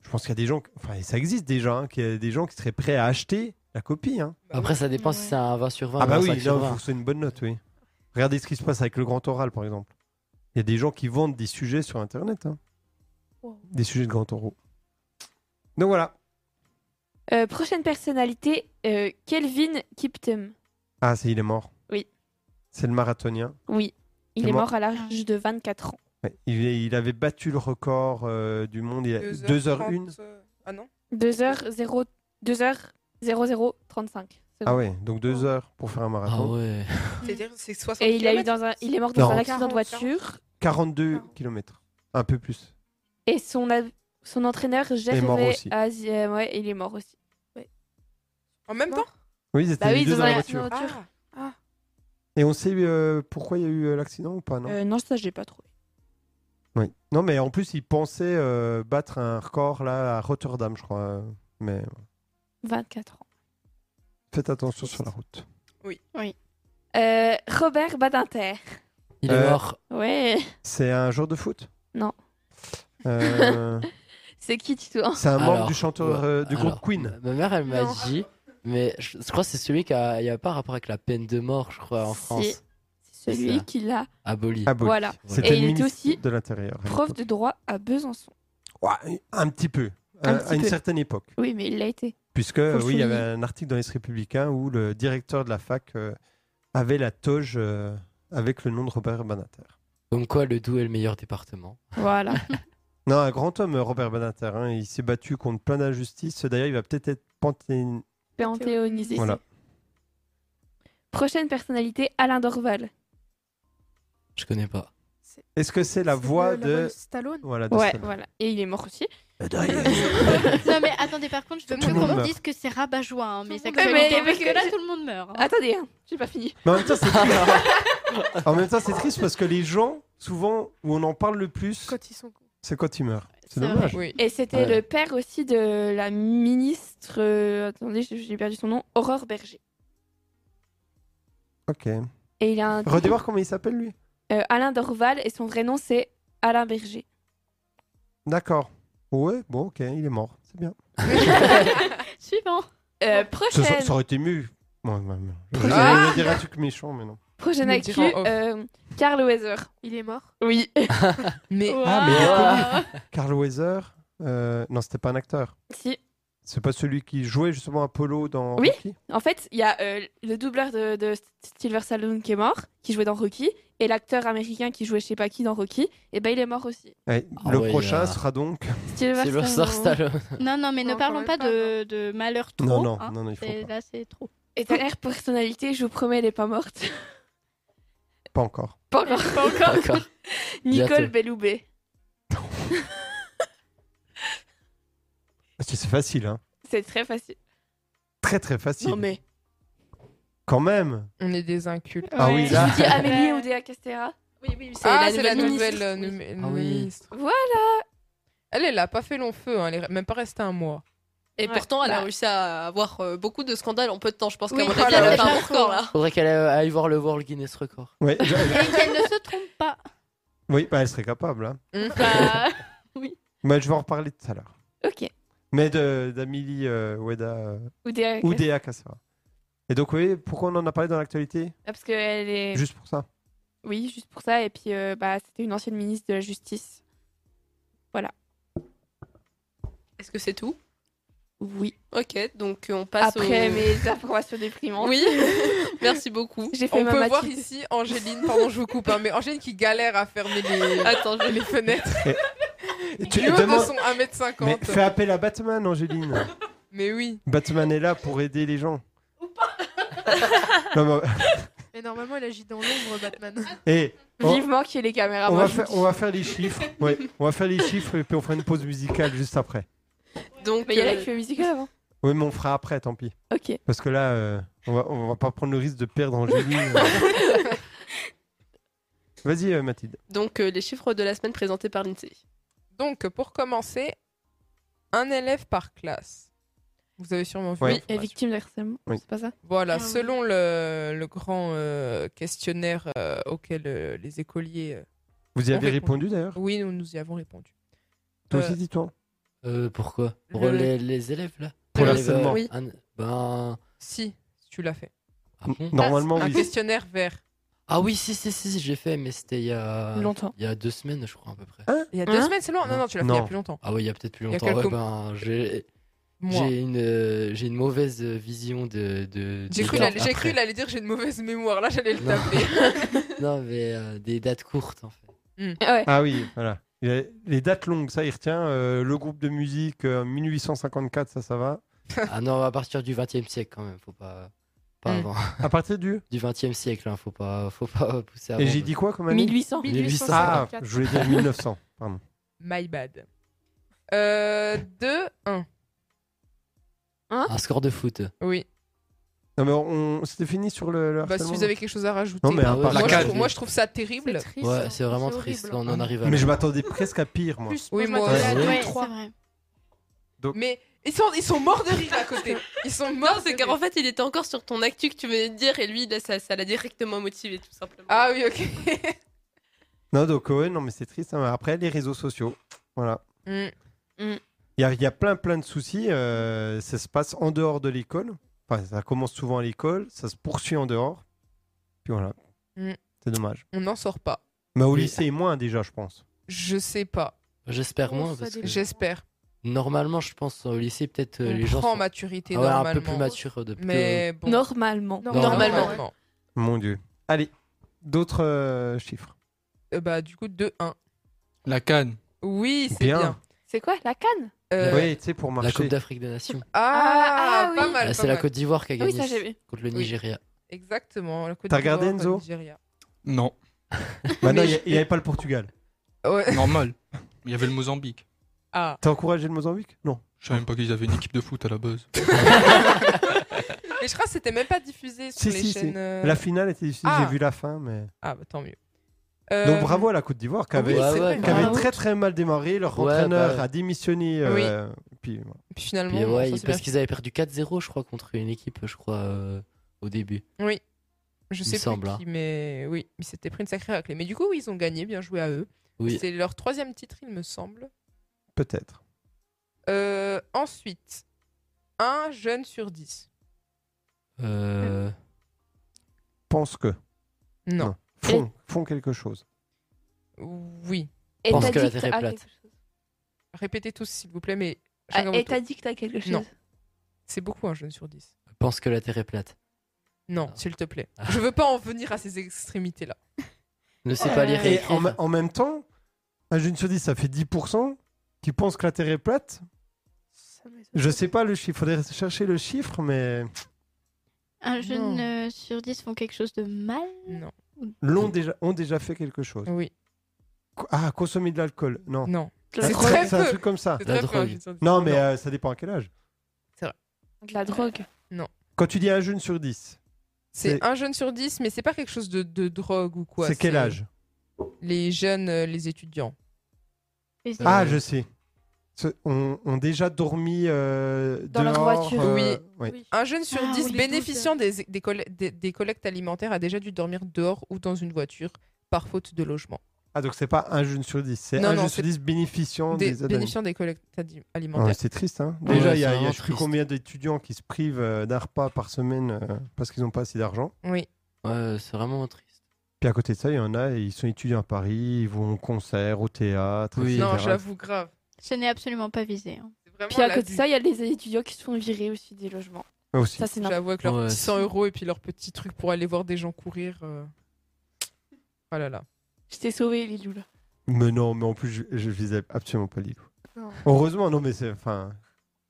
je pense qu'il y a des gens, enfin, et ça existe déjà, hein, qu'il y a des gens qui seraient prêts à acheter la copie. hein.
Bah
*laughs* Après,
oui.
ça dépend si c'est un 20 sur 20.
Ah bah
un
oui,
25
il
sur
faut
20.
que c'est une bonne note, oui. Regardez ce qui se passe avec le grand oral, par exemple. Il y a des gens qui vendent des sujets sur Internet. hein.
Wow.
Des sujets de grand oraux. Donc voilà.
Euh, prochaine personnalité, euh, Kelvin Kiptum.
Ah, c'est il est mort.
Oui.
C'est le marathonien.
Oui, il
C'est
est
mort.
mort à l'âge de 24 ans.
Ouais, Il, est- il avait battu le record euh, du monde. Il a 2h01.
2h30, euh, Ah non
2h0... 2h0035.
Ah ouais, donc 2 heures pour faire un
Ah
marathon.
ouais.
C'est-à-dire, c'est 60
Et il, a eu
kilomètres.
dans un... il est mort
Non.
dans un accident
40,
de voiture.
42 km. Un peu plus.
Et son, av- son entraîneur, Gervais
mort aussi.
Asie- euh, ouais, il est mort aussi.
En même temps
Oui, ils étaient
Bah
les
oui,
deux
dans
dans la
un-
voiture.
dans-
Ah,
Et on sait euh, pourquoi il y a eu euh, l'accident ou pas, non
Euh, non, ça, j'ai pas trouvé.
Oui. Non, mais en plus, il pensait euh, battre un record là à Rotterdam, je crois. euh, Mais
24 ans.
faites attention sur la route.
Euh, Robert Badinter.
Il est
Euh,
mort.
Ouais.
C'est un jour de foot
Non.
Euh,
C'est qui, Tito
c'est un membre
Alors,
du chanteur
ouais,
euh, du
alors,
groupe Queen.
Ma mère, elle m'a
Non.
dit, mais je, je crois que c'est celui qui a, il y a pas rapport avec la peine de mort, je crois, en
Si.
France,
C'est
C'est
celui
ça.
qui l'a
abolie.
Ah bon.
Voilà.
C'était
Et
le
il était
ministre
aussi
de l'Intérieur. à
prof
l'époque.
de droit à Besançon.
Ouais, un petit peu.
Un
euh,
petit
à une
peu.
certaine époque.
Oui, mais il l'a été.
Puisque,
le
oui, il y avait
souligner.
un article dans Les Républicains où le directeur de la fac euh, avait la toge euh, avec le nom de Robert Banater.
Comme quoi, le Doubs est le meilleur département.
Voilà.
Non, un grand homme, euh, Robert Banater. hein. Il s'est battu contre plein d'injustices. D'ailleurs, il va peut-être être panthéon.
Panthéonisé.
Voilà.
Prochaine personnalité, Alain Dorval.
Je connais pas.
Est-ce que c'est la voix
le- la
de.
Stallone.
Voilà, Ah, de
Ouais,
Stallone.
voilà. Et il est mort aussi.
*laughs* Non, mais attendez, par contre, je veux
Tout le
mieux
monde
qu'on me
meurt.
dise que c'est rabat-joie, hein, mes
Tout le monde
sexualités,
meurt. Ouais, mais-
parce que
mais-
là, tout le monde meurt. hein.
Attendez, hein, j'ai pas fini.
Mais en même temps, c'est triste.
*laughs*
en même temps, c'est triste parce que les gens, souvent, où on en parle le plus,
Quand ils sont.
c'est quand ils meurent. C'est
C'est vrai.
dommage.
oui.
Et c'était
Ouais.
le père aussi de la ministre. euh, attendez, j'ai- j'ai perdu son nom. Aurore Berger.
Ok.
Et il a un.
Redévoir comment il s'appelle, lui.
Euh, Alain Dorval et son vrai nom c'est Alain Berger.
D'accord. Ouais, bon, ok, il est mort. C'est bien.
Suivant.
Ça,
Euh,
ça-
prochaine,
ça aurait été mieux. Ouais, ouais, ouais. Je
Prochaine.
vais dire un truc méchant, mais non.
prochaine
Me
actu,
dire en off.
euh, Karl Weiser.
Il est mort.
Oui.
Mais
Oh.
Ah, Carl Weather, euh, non, c'était pas un acteur.
*laughs* si.
C'est pas celui qui jouait justement Apollo dans
Oui.
Rocky
En fait, il y a euh, le doubleur de, de Silver Stallone qui est mort, qui jouait dans Rocky, et l'acteur américain qui jouait je sais pas qui dans Rocky, et ben il est mort aussi.
Ouais,
Ah
Eh, Le
ouais,
prochain
euh.
sera donc.
Silver
Silver Star Stallone.
*laughs* Non, non, mais ne
Non,
parlons pas
quand même
de, de malheur trop.
non, non,
hein.
non, non, il faut
C'est-
pas.
Là, c'est trop.
Et dernière personnalité, je vous promets, elle est pas morte. *laughs*
Pas encore.
pas encore. Pas encore.
*laughs* D'accord.
Nicole
Bientôt.
Belloubet.
Parce que C'est facile, hein.
C'est très facile.
Très très facile.
oh,
Non mais.
Ah,
Quand même.
on est des incultes.
Ah oui,
Ouais.
là.
Dis Amélie
Ouais.
*laughs*
Oudéa Castera.
Oui, oui, c'est
Ah,
la
c'est
nouvelle
la
ministre.
nouvelle euh,
Oui.
numé-
Ah oui.
ministre.
Voilà.
Elle, elle a pas fait long feu. hein. Elle est même pas restée un mois.
Et
Ouais.
pourtant, elle a
Bah.
réussi à avoir euh, beaucoup de scandales en peu de temps. Je pense
Oui,
qu'à mon avis,
voilà,
elle a fait
voilà.
un bon record là.
Faudrait qu'elle aille aille voir le World Guinness Record.
Ouais,
Et
je-
qu'elle ne se trompe pas.
oui, bah, elle serait capable. Hein.
Bah,
Mais je vais en reparler tout à l'heure.
Ok.
Mais de- d'Amélie euh, Weda euh,
Oudéa.
ou Déa Cassera. Et donc, oui, pourquoi on en a parlé dans l'actualité
Ah, Parce qu'elle est.
Juste pour ça.
Oui, juste pour ça. Et puis, euh, bah, c'était une ancienne ministre de la Justice.
Est-ce que c'est tout
Oui.
Ok, donc euh, on passe
Après
au...
mes informations déprimantes.
Oui, *laughs* merci beaucoup.
J'ai fait
On
ma
peut
maths
voir
sup.
ici Angéline, pardon, je vous coupe, hein, mais Angéline qui galère à fermer les,
Attends, je vais
les fenêtres.
Tu
Dieu de
demandes-
son
Mais
1m50. Mais,
fais appel à Batman, Angéline.
oui.
Batman est là pour aider les gens. *laughs* Non, mais-
Mais normalement, il agit dans l'ombre, Batman.
Eh, on,
Vivement qu'il y ait les caméras.
on
moi,
va
je
faire,
vous dis.
on va faire les chiffres. Ouais, on va faire les chiffres et puis on fera une pause musicale juste après.
Donc,
Mais il y en a
euh,
qui fait musical avant.
Oui, mais on fera après, tant pis.
Ok.
Parce que là, euh, on, va, on va pas prendre le risque de perdre
*laughs*
Angéline. Vas-y, euh, Mathilde.
donc, euh, les chiffres de la semaine présentés par l'INSEE.
Donc, pour commencer, un élève par classe. Vous avez sûrement vu.
Ouais.
Oui,
information.
elle est victime de harcèlement.
Oui.
C'est pas ça
Voilà,
Ah oui.
selon le, le grand euh, questionnaire euh, auquel euh, les écoliers. euh,
Vous y
On
avez
répond.
répondu d'ailleurs
Oui, nous, nous y avons répondu.
Toi
Euh,
aussi, dis-toi.
Euh, pourquoi Pour
Le-
les, les élèves, là
Pour
Les,
l'harcèlement.
euh,
Oui.
un- Ben.
Si, tu l'as fait.
Ah, bon
Normalement,
Un
oui.
questionnaire vert.
Ah oui, si, si, si, si, j'ai fait, mais c'était il y a.
Longtemps.
Il y a deux semaines, je crois, à peu près.
Il y a deux
Hein
semaines, c'est loin. Non, non, tu l'as fait il y
Non.
a plus longtemps.
Ah oui, il y a peut-être plus
Il y a
longtemps. Ouais,
quelques
ben, j'ai-
Moi.
J'ai une, euh, j'ai une mauvaise vision de. de
J'ai
des
cru,
dates
l'aller- j'ai cru
après.
il allait dire j'ai une mauvaise mémoire. Là, j'allais le
Non.
taper.
*laughs* Non, mais euh, des dates courtes en fait.
Ouais.
Ah oui, voilà. Il a- Les dates longues, ça, il retient. euh, le groupe de musique, euh, 1854, ça, ça va.
Ah non, à partir du 20 e siècle quand même, faut pas. Pas
Mm.
avant.
À partir du.
Du 20 e siècle, hein, faut pas, faut pas pousser avant.
Et j'ai dit quoi comme année
1800.
1800.
Ah,
1854.
je voulais dire 1900, pardon.
My bad. Euh, 2, 1.
Un score de foot.
Oui.
Non, mais on c'était fini sur le. le
Bah, si
harcèlement.
vous avez quelque chose à rajouter.
Non, mais
Ah
à
ouais,
part
la
moi, je
canne.
trouve, moi, je trouve ça terrible.
C'est triste,
Ouais,
hein.
c'est vraiment triste.
horrible.
Là, on en arrive à.
Mais
là.
je m'attendais presque à pire, moi.
Plus,
Oui,
moi, je
moi
m'attendais à
aussi.
deux,
Ouais,
Ouais,
trois.
c'est vrai.
Mais ils sont, ils sont morts de rire
*laughs*
à côté. Ils sont morts
Non,
de
c'est
Ah,
rire.
qu'en fait, il était encore sur ton actu que tu venais de dire et lui, là, ça ça l'a directement motivé, tout simplement.
Ah oui, ok.
Non, donc, ouais, non, mais c'est triste. hein. Après, les réseaux sociaux. Voilà.
Mm.
Il y a, il y a plein, plein de soucis. euh, ça se passe en dehors de l'école. Enfin, ça commence souvent à l'école, ça se poursuit en dehors. Puis voilà.
Mm.
C'est dommage.
On n'en sort pas.
Mais au
Oui.
lycée, moins déjà, je pense.
Je sais pas.
J'espère
Oh,
moins
ça
parce que
dépend.
J'espère.
normalement, je pense au lycée peut-être euh,
On
les gens
prend
sont
maturité
ah ouais,
normalement.
un peu plus matures depuis.
Mais bon.
Normalement.
Non,
Normalement.
Normalement.
Mon Dieu. Allez, d'autres euh, chiffres.
Euh, bah, du coup, 2, 1.
La canne.
Oui, c'est bien.
Bien.
C'est quoi La canne
Euh,
Oui, tu sais, pour
La
marcher.
Coupe d'Afrique des Nations.
Ah,
Ah, ah
pas
oui.
mal.
Ah,
pas
c'est la
mal.
Côte d'Ivoire qui a
Ah Oui,
gagné
ça j'ai vu.
contre le
Oui.
Nigeria.
Exactement. la Côte
T'as regardé,
d'Ivoire,
Enzo
le Nigeria.
*laughs*
Non,
Bah non,
Mais
il y a-
je-
il n'y avait pas le Portugal.
Ouais.
normal. Il y avait le Mozambique.
Ah.
T'as encouragé le Mozambique Non.
Je savais même pas qu'ils avaient une équipe de foot à la base.
Mais je crois que c'était même pas diffusé sur
Si,
les
si, si.
chaînes. euh,
La finale était difficile,
Ah.
j'ai vu la fin, mais.
Ah, bah, tant mieux. Euh,
Donc bravo à la Côte d'Ivoire qui avait,
Oui,
Ouais,
c'est
ouais,
vrai.
qui avait
Euh, bravo.
très très mal démarré. Leur
Ouais,
entraîneur
bah.
a démissionné. euh, puis, voilà.
Puis finalement, euh,
Puis, ouais,
ça,
ils-
c'est bien.
parce qu'ils avaient perdu 4-0, je crois, contre une équipe, je crois, euh, au début.
je
il
sais plus
semble, hein.
qui, mais oui, ils s'étaient pris une sacrée raclée. Mais du coup, oui, ils ont gagné, bien joué à eux.
Oui.
C'est leur troisième titre, il me semble.
Peut-être.
Euh, ensuite, un jeune sur dix.
Euh,
Pense que.
Non.
Non. Font, font quelque chose.
Oui.
Et
Pense
t'as
que la
dit
Terre est
à
plate.
quelque chose.
Répétez tous, s'il vous plaît, mais
Ah,
chacun
Et
votre tour.
t'as dit que t'as quelque chose
Non. c'est beaucoup un jeune sur dix.
pense que la Terre est plate.
Non,
Ah.
s'il te plaît. Je veux pas en venir à ces extrémités-là.
Ne sais
Euh,
pas lire et
Et en,
écrire.
ma- en même temps, un jeune sur dix, ça fait 10% qui pensent que la Terre est plate.
Ça m'étonne.
Je sais pas le chiffre, faudrait chercher le chiffre, mais
Un jeune
Non.
euh, sur dix font quelque chose de mal.
Non.
l'ont déjà, ont déjà fait quelque chose.
Oui.
Co- Ah, consommer de l'alcool. Non.
Non.
La
C'est
Un
drogue.
truc-
très
C'est un
peu.
truc comme ça.
C'est
La
très peu un
drogue.
jeune sur dix.
Non, mais euh, ça dépend à quel âge.
De la drogue.
Quand tu dis un jeune sur 10,
C'est
c'est-
un jeune sur dix, mais c'est pas quelque chose de, de drogue ou quoi.
c'est quel âge
Les jeunes, euh, les étudiants.
Et c'est-
Ah,
Euh,
je sais. Ce- on, on déjà dormi euh,
Dans leur
dehors,
voiture.
euh, oui.
Oui.
Un jeune sur
Ah,
dix
oui,
bénéficiant des, des, colle- des- des collectes alimentaires a déjà dû dormir dehors ou dans une voiture par faute de logement.
Ah, donc c'est pas un jeune sur 10, c'est
Non,
un
non,
jeune
c'est
sur 10 bénéficiant
Des,
Oh, des, aides
bénéficiant des collectes adi-
alimentaires. Ah ouais,
alimentaires.
c'est triste, hein.
Ouais,
Déjà,
c'est
il y a, il y a je
vraiment
sais plus
triste.
combien d'étudiants qui se privent euh, d'un repas par semaine euh, parce qu'ils n'ont pas assez d'argent.
Oui.
Ouais, c'est vraiment triste.
Puis à côté de ça, il y en a, ils sont étudiants à Paris, ils vont au concert, au théâtre,
Oui.
etc.
Non, j'avoue grave.
Ce n'est absolument pas visé. hein.
C'est vraiment
Puis à
la
côté de
vue.
ça, il y a les étudiants qui se font virer aussi des logements.
Mais aussi.
Ça, c'est n'importe
J'avoue avec leurs
Ouais,
petits
c'est-
100 euros et puis leurs petits trucs pour aller voir des gens courir. euh. Oh là là.
Je t'ai sauvé, Lilou. là.
Mais non, mais en plus, je, je visais absolument pas Lilou.
Non.
Heureusement, non, mais c'est, enfin,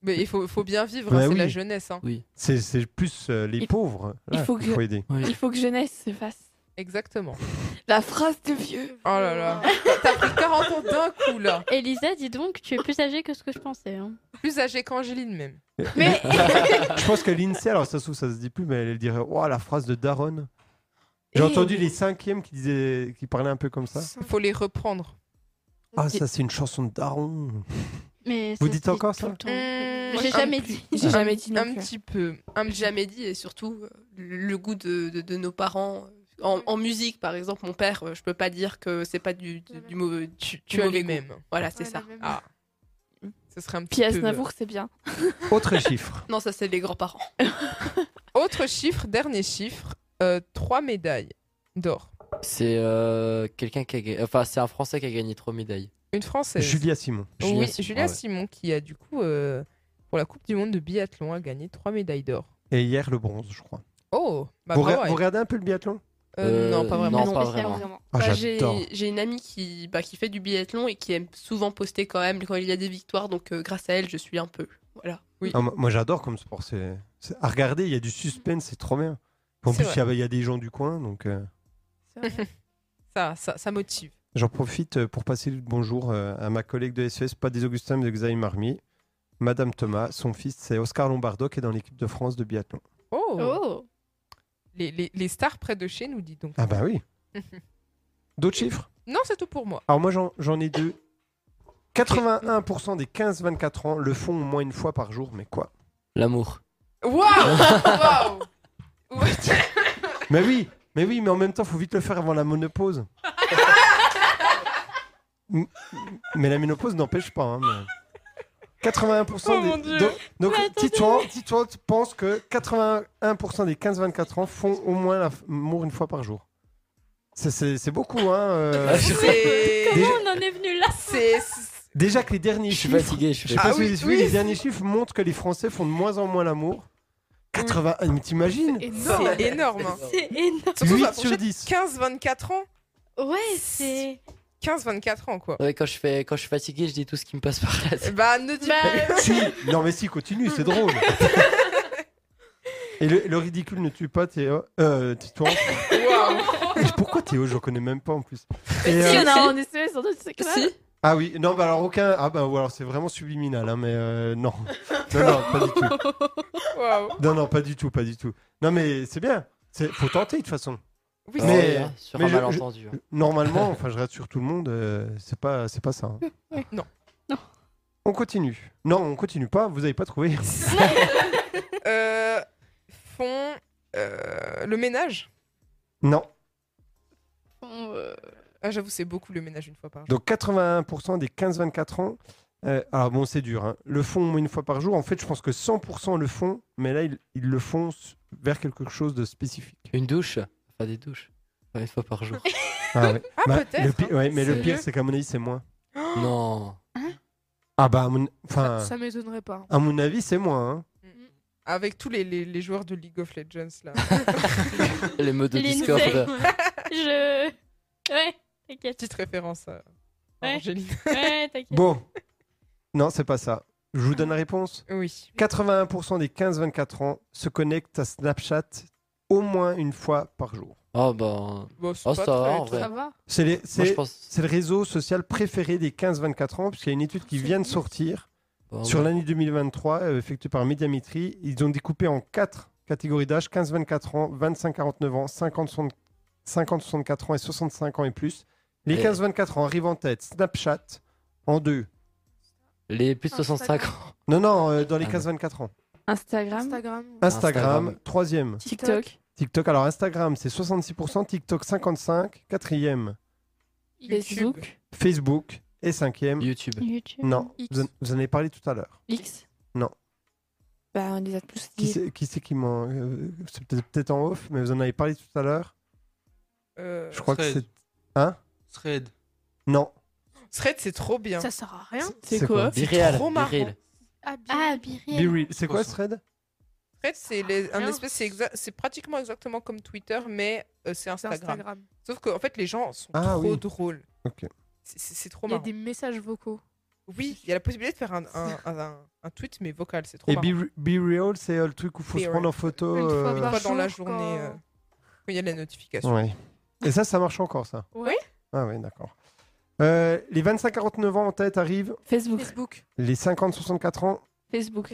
Mais il faut, faut bien vivre,
Bah
hein, c'est
oui.
la jeunesse. hein.
c'est, c'est plus euh, les
Il-
pauvres.
il
là,
faut
qu'il
*laughs*
que-
aider.
Il faut que jeunesse se fasse.
Exactement.
La phrase de
*laughs*
vieux.
Oh là là. T'as pris 40 ans d'un coup là.
Elisa, dis donc, tu es plus âgée que ce que je pensais. hein.
Plus âgé qu'Angéline même.
Mais
Je pense que l'INSEE, alors ça se trouve, ça se dit plus, mais elle dirait Ouah, la phrase de Daron. J'ai entendu les cinquièmes qui, disaient, qui parlaient un peu comme ça.
Faut les reprendre.
Ah, ça, c'est une chanson de Daron.
Mais
Vous
ça se
dites
dit
encore
tout
ça
le temps.
Mmh,
J'ai
un
jamais
plus.
dit.
*laughs* j'ai jamais dit non
Un
plus.
petit peu. Un petit
Jamais dit, et surtout, euh, le le goût de, de- de nos parents.
Mm.
En, en musique, par exemple, mon père, euh, je peux pas dire que c'est pas du,
Mm.
du, du mauvais.
Tu,
du
tu as
mauvais
les
goût.
mêmes.
Voilà, c'est
Ouais,
ça.
la même.
Ah. Ce serait un petit
Puis
peu.
Aznavour, c'est bien.
Autre chiffre.
Non, ça, c'est les grands-parents.
Autre chiffre, dernier chiffre. euh, trois médailles d'or.
C'est euh, quelqu'un qui a gagné. Enfin, c'est un Français qui a gagné trois médailles.
Une française.
Julia Simon. Ah
Oui,
Simon,
Julia
ouais.
Simon qui a du coup euh, pour la Coupe du Monde de biathlon a gagné trois médailles d'or.
Et hier, le bronze, je crois.
Oh, bah
vous, re-
bravo à
vous
elle.
regardez un peu le biathlon
Euh, Non,
Euh,
pas
non,
vraiment.
pas
spécialement.
vraiment.
Ah,
Bah, j'ai
j'adore.
j'ai une amie qui, bah, qui fait du biathlon et qui aime souvent poster quand même quand il y a des victoires, donc euh, grâce à elle, je suis un peu. Voilà.
Ah, moi, moi, j'adore comme sport. C'est... c'est- À regarder, il y a du suspense, c'est trop bien. En
C'est
plus, il y a- il y, a des gens du coin, donc euh,
C'est vrai.
Ça, ça, ça motive.
j'en profite euh, pour passer le bonjour euh, à ma collègue de SES, pas des Augustins, mais de Xavier Marmier, Madame Thomas. Son fils, c'est Oscar Lombardo, qui est dans l'équipe de France de biathlon.
Oh,
Oh
Les, les- les stars près de chez nous, dis donc.
Ah bah oui. *laughs* D'autres chiffres
Non, c'est tout pour moi.
Alors moi j'en, j'en ai deux. 81% des 15-24 ans le font au moins une fois par jour, mais quoi
L'amour.
Waouh
*laughs*
Waouh
Mais oui, mais oui, mais en même temps, faut vite le faire avant la monopause. M- mais la ménopause n'empêche pas. hein, mais- 81%
Oh
des...
mon Dieu.
Donc, donc, Titouan, Titouan pense que 81% des 15-24 ans font au moins l'amour une fois par jour. C'est, c'est- c'est beaucoup, hein
Ah,
euh,
C'est-
déjà,
On en est venu là
C'est. c'est-
déjà que les derniers
Je suis
chiffres-
fatigué, je suis
Je sais
fatigué.
pas
Ah
si
oui,
vous avez suivi,
oui,
les
c'est-
derniers chiffres montrent que les Français font de moins en moins l'amour. 80, mais t'imagines
C'est énorme. hein.
C'est énorme
Surtout dans la
8 sur
fourchette,
10.
15-24 ans.
Ouais, c'est...
15-24 ans, quoi.
Ouais, quand je fais, quand je suis fatigué, je dis tout ce qui me passe par
Euh.
la tête.
Bah, ne dis
Bah,
*laughs*
pas.
Si, non mais si, continue, c'est drôle. Et le, le ridicule ne tue pas Théo. Euh, Titouan.
Waouh.
Et pourquoi Théo Je le connais même pas en plus. Et,
Si,
euh,
on a E en SES, sans doute, c'est clair.
Si,
ah oui, non, bah alors aucun. Ah bah ou alors c'est vraiment subliminal, hein, mais euh, non. Non, non, pas du tout.
Waouh.
Non, non, pas du tout, pas du tout. Non mais c'est bien. C'est- Faut tenter de toute façon.
Oui,
Ah,
Mais-
ouais, hein, sur
mais
un
je-
malentendu. hein.
Normalement, enfin, je rassure tout le monde, euh, c'est pas, c'est pas ça. hein.
Non.
Non.
On continue. Non, on continue pas. Vous avez pas trouvé.
c'est- euh, font euh, le ménage.
Non.
Bon, euh,
Ah, J'avoue, c'est beaucoup le ménage une fois par jour.
Donc 81% des 15-24 ans. euh, alors bon, c'est dur. hein, Le font au moins une fois par jour. En fait, je pense que 100% le font, mais là, ils, ils le font s- vers quelque chose de spécifique.
Une douche. Enfin, des douches. Enfin, une fois par jour.
Ah, ouais.
*laughs* Ah,
Bah,
peut-être.
le pi-
hein.
ouais, mais le
C'est
pire,
mieux.
c'est qu'à mon avis, c'est moins.
Oh.
non.
Ah bah, à mon, enfin,
Ça m'étonnerait pas.
à mon avis, c'est moins. hein.
Avec tous les, les, les joueurs de League of Legends,
*laughs*
là.
Les mots de
Les
Discord.
nouvelles. Je... Ouais, t'inquiète.
Petite référence à à
Ouais.
Angéline.
Ouais, t'inquiète.
Bon. Non, c'est pas ça. Je vous donne la réponse.
Oui.
81% des 15-24 ans se connectent à Snapchat au moins une fois par jour.
Oh, bah.
Bon, c'est
Oh,
pas
ça va,
très-
en
très-
vrai.
Ça va
C'est les-
Moi, je
c'est-
pense.
c'est le réseau social préféré des 15-24 ans, puisqu'il y a une étude qui vient de sortir
bah,
sur
ouais.
l'année 2023, euh, effectuée par Médiamétrie. Ils ont découpé en quatre catégories d'âge 15-24 ans, 25-49 ans, 50-60 50-64 ans et 65 ans et plus. Les
Et-
15-24 ans arrivent en tête, Snapchat en deux.
Les plus de
Ah,
65 ans.
Non, non, euh, dans les
Ah non.
15-24 ans.
Instagram,
Instagram.
Instagram,
Instagram.
troisième.
TikTok,
TikTok, alors Instagram, c'est 66%, TikTok 55, quatrième,
YouTube.
Facebook,
Facebook et cinquième.
YouTube.
YouTube.
Non,
X.
vous en, vous en avez parlé tout à l'heure.
X.
Non.
Bah, on les a tous
Qui
dit.
c'est qui, c'est qui m'en... euh, c'est peut-être peut-être en off, mais vous en avez parlé tout à l'heure.
Euh,
Je crois que
Thread.
c'est... Hein
Thread.
Non.
Thread, c'est trop bien.
Ça sert à rien.
c'est
C'est quoi
C'est
Biréal.
trop marrant.
Biréal.
Ah, bien.
Ah, Birel.
BeReal. C'est quoi ce thread
Thread, c'est les- un
Rien.
espèce, c'est exa- c'est pratiquement exactement comme Twitter, mais euh, c'est
C'est
Instagram.
Instagram.
Sauf qu'en fait, les gens sont
Ah,
trop
oui.
drôles.
Ok.
C'est- C'est c'est trop
Il y a
marrant.
des messages vocaux.
Oui, il y a la possibilité de faire un, un, un, un- un tweet, mais vocal. C'est trop
Et
marrant.
Be- BeReal, c'est euh, le truc où il faut se
BeReal.
prendre en photo.
Une fois
euh,
Une
par
fois dans la
jour,
journée,
quand-
euh, quand il y a les notifications.
Ouais. Et ça, ça marche encore, ça
Ouais.
Ah oui, d'accord. Euh, les 25-49 ans en tête arrivent,
Facebook,
Facebook.
les 50-64 ans,
Facebook,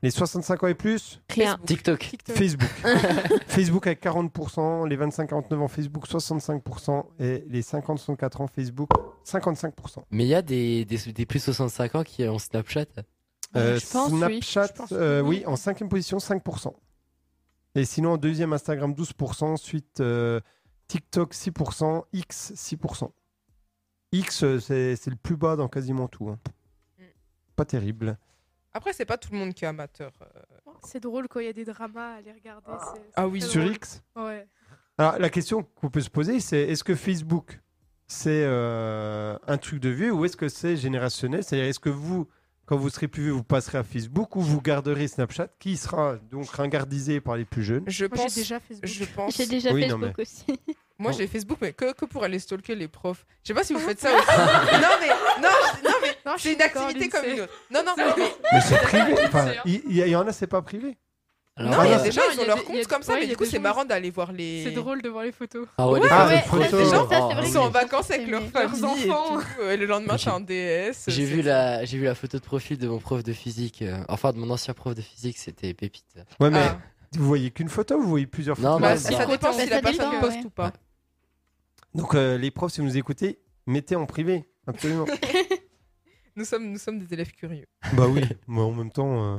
les 65 ans et plus,
rien.
TikTok.
TikTok. *laughs*
Facebook. Facebook avec 40%, les 25-49 ans Facebook 65% et les 50-64 ans Facebook 55%.
Mais il y a des, des, des plus de 65 ans qui ont Snapchat.
Euh,
Je pense, oui.
Snapchat,
Je pense,
euh,
oui.
oui, en cinquième position 5%. Et sinon en deuxième Instagram 12%, ensuite euh, TikTok 6%, X 6%. X euh, c'est c'est le plus bas dans quasiment tout. hein.
Mm.
Pas terrible.
Après, c'est pas tout le monde qui est amateur. euh.
C'est drôle quand il y a des dramas à les regarder. c'est-
Ah
c'est
oui.
très
Sur
drôle.
X,
Ouais.
Alors, la question qu'on peut se poser, c'est est-ce que Facebook, c'est euh, un truc de vieux ou est-ce que c'est générationnel C'est-à-dire, est-ce que vous, Quand vous serez plus vieux, vous passerez à Facebook ou vous garderez Snapchat, qui sera donc ringardisé par les plus jeunes.
Je
Moi,
pense.
j'ai déjà Facebook.
Je pense.
J'ai déjà
Oui, non,
Facebook aussi. *laughs*
Moi,
Bon.
j'ai Facebook, mais que, que pour aller stalker les profs. Je sais pas si vous faites ça aussi. non, mais, non, je- non, mais
Non, je
c'est
suis
une
d'accord,
activité
Lynn,
comme
c'est-
une autre. Non, non, mais,
Mais c'est *laughs* privé. Enfin,
hein.
il il y, en a, c'est pas privé.
Alors,
non, mais
Ah,
il y a
ouais.
des gens,
Non, il
ils
y
ont
a
leur
des- il y a-
compte comme ça,
ouais,
mais
il y a
du coup,
des
c'est
gens,
marrant d'aller voir les.
C'est drôle de voir les photos.
ah ouais, les
Ah, les
photos.
photos.
ça, c'est
Ah,
vrai
oui.
Ils sont en vacances avec
c'est
leur
mes-
famille. et
enfants.
tout, euh, Et le lendemain,
J'ai-
t'es un DS.
J'ai
c'est-
vu, la, j'ai vu la photo de profil de mon prof de physique, euh, enfin de mon ancien prof de physique, c'était pépite.
Ouais, mais
Ah.
vous voyez qu'une photo, vous voyez plusieurs
Non,
photos.
mais-
Bah,
bah,
ça
bah,
dépend
bah,
si
ça
la personne
dépend,
poste
ouais.
ou pas.
Donc euh, les profs, si vous nous écoutez, mettez en privé, absolument.
Nous sommes, nous sommes des élèves curieux.
bah oui, mais en même temps, euh,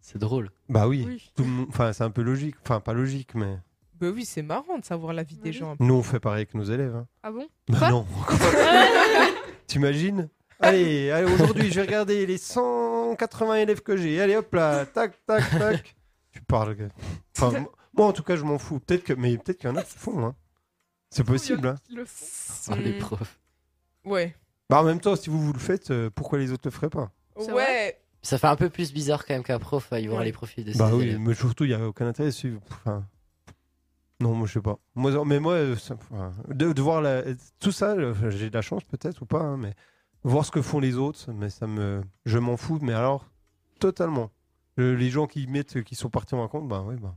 C'est drôle.
bah oui.
Oui.
Tout le monde- Enfin, c'est un peu logique. Enfin, pas logique, mais
Bah oui, c'est marrant de savoir la vie
Bah
des
oui.
gens.
nous on fait pareil avec nos élèves. hein.
Ah bon
Bah
Quoi
*laughs*
non. T'imagines Allez, allez aujourd'hui, je vais regarder les 180 élèves que j'ai. Allez, hop là, tac, tac, tac. tu parles. gars. Enfin,
*laughs*
m- moi, en tout cas, je m'en fous. Peut-être que, mais peut-être qu'il y en a qui font. hein. C'est possible. hein.
Le fond.
Ah, les
Hmm,
profs.
Ouais.
Bah, en même temps, si vous vous le faites, euh, pourquoi les autres le feraient pas
C'est
Ouais.
Ça fait un peu plus bizarre quand même qu'un prof aille voir les profils de ses
Bah oui,
élèves.
mais surtout, il n'y a aucun intérêt à suivre. Enfin, non, moi, je sais pas. Moi, mais moi, euh, ça- enfin, de, de voir la- tout ça, euh, j'ai de la chance peut-être ou pas, hein, mais voir ce que font les autres, mais ça me, je m'en fous, mais alors, totalement. Le- les gens qui mettent, qui sont partis en vacances, bah oui, bah.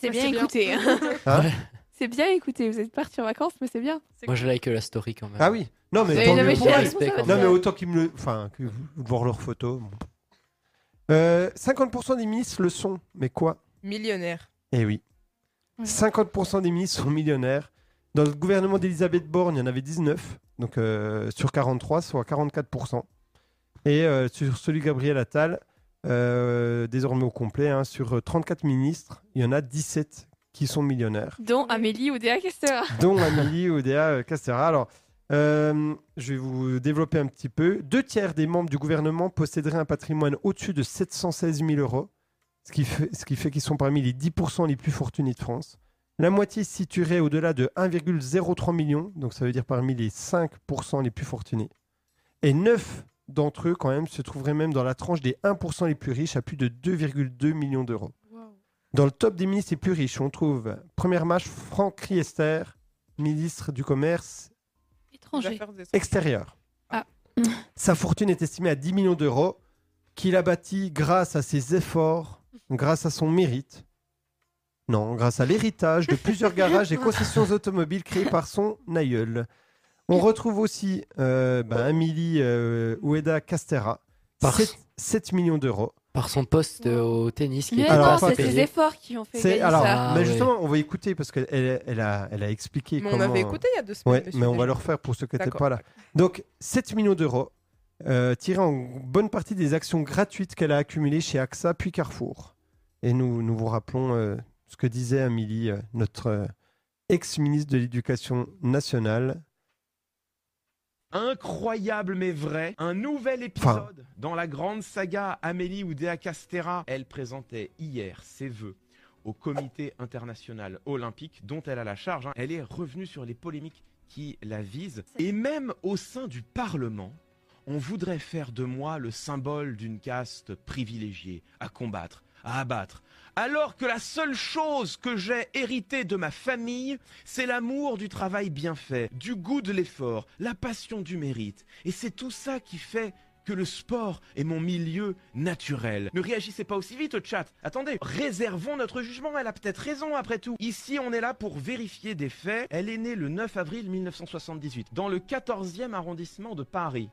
C'est
bien
bien écouté.
Hein
C'est bien écouté. Vous êtes parti en vacances, mais c'est bien.
Moi je like la story quand même.
Ah oui, non, mais
Mais
tant
il
mieux
avait
pour
cher.
elles.
respect, quand
Non,
Ouais.
mais autant qu'ils me le. Enfin, que vous- de voir leurs photos. bon. Euh, 50% des ministres le sont, mais quoi
Millionnaire.
Eh oui.
Ouais.
50% des ministres sont millionnaires. Dans le gouvernement d'Elisabeth Borne, il y en avait 19, donc euh, sur 43, soit 44%. Et euh, sur celui de Gabriel Attal, euh, désormais au complet, hein, sur euh, 34 ministres, il y en a 17 qui sont millionnaires,
Dont Amélie Oudéa Castor.
dont Amélie Oudéa euh, Castera. Alors, euh, je vais vous développer un petit peu. Deux tiers des membres du gouvernement posséderaient un patrimoine au-dessus de 716 000 euros, ce qui fait, ce qui fait qu'ils sont parmi les 10% les plus fortunés de France. La moitié se situerait au-delà de 1,03 million, donc ça veut dire parmi les 5% les plus fortunés. Et 9 d'entre eux, quand même, se trouveraient même dans la tranche des 1% les plus riches à plus de 2,2 millions d'euros.
Wow.
Dans le top des ministres les plus riches, on trouve, première marche, Franck Riester, ministre du Commerce
Des
Étranger.
affaires des-
extérieur.
Ah.
*laughs* Sa fortune est estimée à 10 millions d'euros, qu'il a bâti grâce à ses efforts, grâce à son mérite. Non, grâce à l'héritage de plusieurs garages et concessions automobiles créés par son aïeul. On retrouve aussi euh, bah, Amélie euh, Ueda Castera,
Par-
7, millions d'euros.
Par son poste euh, au tennis qui
Mais
était
Alors,
non,
pas
c'est
payé.
ses efforts qui ont fait
C'est
gagner
alors,
ça.
Ah,
mais
ouais.
justement, on va écouter parce qu'elle elle, elle a, elle a expliqué
Mais on
comment. euh,
avait écouté il y a deux semaines.
Ouais,
monsieur
mais on va
Delgado.
le refaire pour ceux qui n'étaient
D'accord.
pas là. Donc, 7 millions d'euros, euh, tirés en bonne partie des actions gratuites qu'elle a accumulées chez AXA puis Carrefour. Et nous, nous vous rappelons euh, ce que disait Amélie, euh, notre euh, ex-ministre de l'Éducation nationale.
Incroyable mais vrai, un nouvel épisode
Enfin.
dans la grande saga Amélie Oudéa Castera. Elle présentait hier ses vœux au comité international olympique dont elle a la charge. hein. Elle est revenue sur les polémiques qui la visent. Et même au sein du Parlement, on voudrait faire de moi le symbole d'une caste privilégiée à combattre, à abattre. Alors que la seule chose que j'ai héritée de ma famille, c'est l'amour du travail bien fait, du goût de l'effort, la passion du mérite. Et c'est tout ça qui fait que le sport est mon milieu naturel. Ne réagissez pas aussi vite, chat. Attendez, réservons notre jugement, elle a peut-être raison après tout. Ici, on est là pour vérifier des faits. Elle est née le 9 avril 1978, dans le 14e arrondissement de Paris.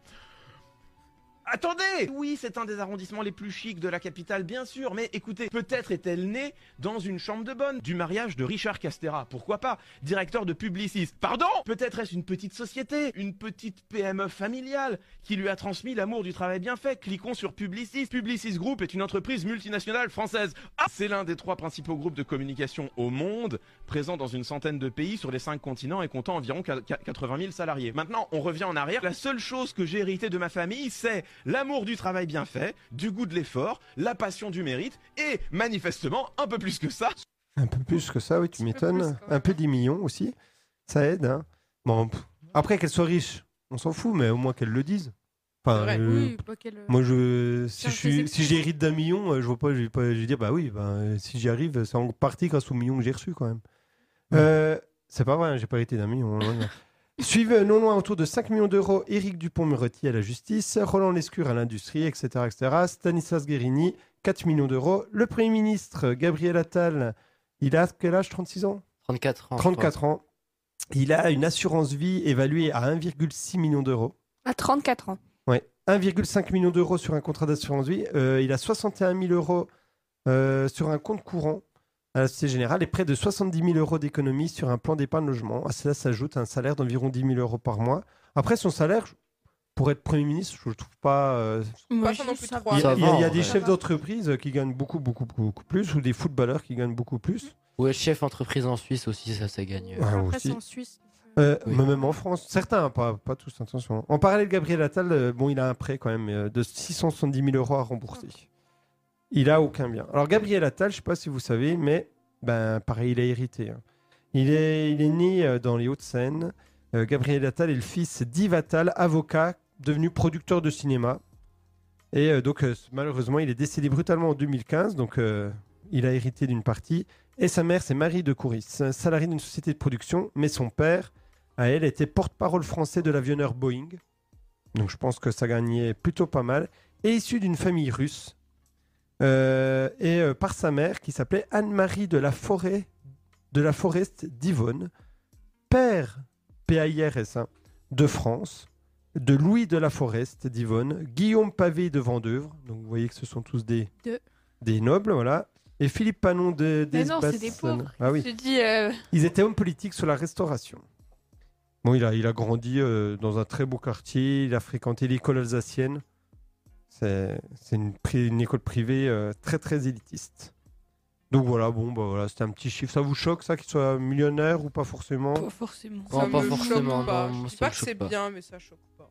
Attendez Oui, c'est un des arrondissements les plus chics de la capitale, bien sûr, mais écoutez, peut-être est-elle née dans une chambre de bonne du mariage de Richard Castera, pourquoi pas, directeur de Publicis. Pardon Peut-être est-ce une petite société, une petite PME familiale qui lui a transmis l'amour du travail bien fait. Cliquons sur Publicis. Publicis Group est une entreprise multinationale française. Ah C'est l'un des trois principaux groupes de communication au monde, présent dans une centaine de pays sur les cinq continents et comptant environ qua- qua- 80 000 salariés. Maintenant, on revient en arrière. La seule chose que j'ai héritée de ma famille, c'est l'amour du travail bien fait, du goût de l'effort, la passion du mérite et, manifestement, un peu plus que ça,
Un peu plus que ça, oui, tu
Un petit peu plus,
m'étonnes.
quand
Un peu 10 millions aussi, ça aide. hein. Bon, pff. après qu'elle soit riche, on s'en fout, mais au moins qu'elle le dise. Enfin,
vrai.
euh,
Oui, pas quel-
Moi, je, si
Faire
je
des
suis, si
exceptions.
j'hérite d'un million, euh, je vois pas, je vais pas, je vais dire bah oui, ben, euh, si j'y arrive, c'est en partie grâce au million que j'ai reçu quand même. Euh, c'est pas vrai, hein, j'ai pas hérité d'un million. loin de là. *laughs* Suivez euh, non loin autour de 5 millions d'euros Éric Dupont-Moretti à la justice, Roland Lescure à l'industrie, etc., etc. Stanislas Guérini, 4 millions d'euros. Le Premier ministre euh, Gabriel Attal, il a quel âge 36 ans
34 ans.
34 ans. Il a une assurance vie évaluée à 1,6 million d'euros.
À 34 ans.
Ouais. 1,5 million d'euros sur un contrat d'assurance vie. Euh, il a 61 000 euros euh, sur un compte courant à la Société Générale et près de 70 000 euros d'économie sur un plan d'épargne logement. À cela s'ajoute un salaire d'environ 10 000 euros par mois. Après, son salaire, pour être Premier ministre, je ne trouve pas. euh,
Pas ça non plus trois.
il y a, il y a- il y a
va,
des
ouais.
chefs d'entreprise qui gagnent beaucoup, beaucoup, beaucoup plus ou des footballeurs qui gagnent beaucoup plus.
Ouais, chef entreprise en Suisse aussi, ça, ça gagne.
Ouais,
Après,
aussi.
c'est en Suisse.
Euh,
Oui.
mais Même en France, certains, hein, pas, pas tous, attention. En parallèle, Gabriel Attal, euh, bon, il a un prêt quand même euh, de 670 000 euros à rembourser. Il a aucun bien. Alors, Gabriel Attal, je sais pas si vous savez, mais ben, pareil, il a hérité. hein. Il, est, il est né euh, dans les Hauts-de-Seine. Euh, Gabriel Attal est le fils d'Yves Attal, avocat, devenu producteur de cinéma. Et euh, donc, euh, malheureusement, il est décédé brutalement en 2015. Donc, euh, il a hérité d'une partie. Et sa mère, c'est Marie de Couris, salariée d'une société de production, mais son père, à elle, était porte-parole français de l'avionneur Boeing. Donc je pense que ça gagnait plutôt pas mal. Et issu d'une famille russe. Euh, et euh, par sa mère, qui s'appelait Anne-Marie de la Forêt, de la Forest d'Yvonne, père, P-A-I-R-S, hein, de France, de Louis de la Forest d'Yvonne, Guillaume Pavé de Vendeuvre. Donc vous voyez que ce sont tous des,
Deux.
des nobles, voilà. Et Philippe Panon de
Mais non, c'est des
d'Esbassan.
pauvres.
Ah oui.
Je dis, euh,
Ils étaient hommes politiques sur la restauration. Bon, il a, il a grandi euh, dans un très beau quartier, il a fréquenté l'école alsacienne. C'est c'est une, pri- une école privée euh, très très élitiste. Donc voilà, bon, bah voilà, c'était un petit chiffre. Ça vous choque ça qu'il soit millionnaire ou pas forcément
pas forcément.
Non,
Ça
pas
me choque
forcément,
pas.
non, moi,
Je dis
ça
pas
me
que
choque
c'est
pas.
bien, mais ça choque pas.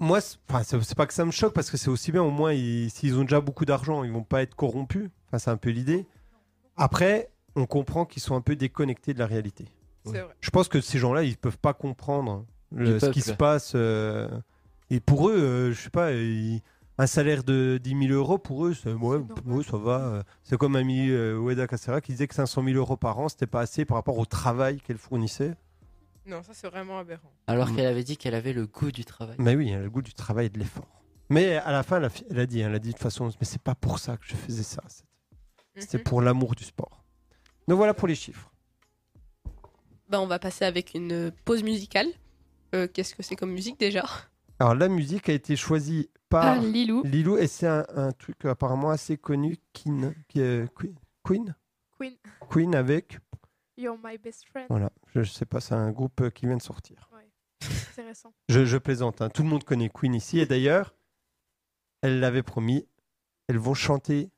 Moi, c'est enfin, c'est- c'est pas que ça me choque parce que c'est aussi bien, au moins, ils- s'ils ont déjà beaucoup d'argent, ils vont pas être corrompus. Enfin, c'est un peu l'idée. Après, on comprend qu'ils sont un peu déconnectés de la réalité.
C'est
Ouais.
vrai.
je pense que ces gens-là, ils peuvent pas comprendre le-
Du
ce qui
peuple.
se passe. euh, et pour eux, euh, je sais pas, ils- un salaire de 10 000 euros, pour eux, c'est, ouais,
normal.
ouais, ça va. euh. C'est comme Ami euh, Ueda Cacera qui disait que 500 000 euros par an, c'était pas assez par rapport au travail qu'elle fournissait.
Non, ça c'est vraiment aberrant.
Alors
Mm.
qu'elle avait dit qu'elle avait le goût du travail.
Mais oui, elle a le goût du travail et de l'effort. Mais à la fin, elle a, fi- elle a dit, hein, elle a dit de toute façon, mais c'est pas pour ça que je faisais ça. C'était
Mhm.
pour l'amour du sport. Donc voilà pour les chiffres.
Bah, on va passer avec une pause musicale. Euh, Qu'est-ce que c'est comme musique déjà
Alors la musique a été choisie
Ah,
par
Lilou.
Lilou, et c'est un, un truc apparemment assez connu, Queen, qui est- Queen, Queen,
Queen,
Queen avec,
You're My Best Friend.
voilà, je, je sais pas, c'est un groupe euh, qui vient de sortir.
C'est récent.
Je, je plaisante, hein. tout le monde connaît Queen ici, et d'ailleurs, elle l'avait promis, elles vont chanter.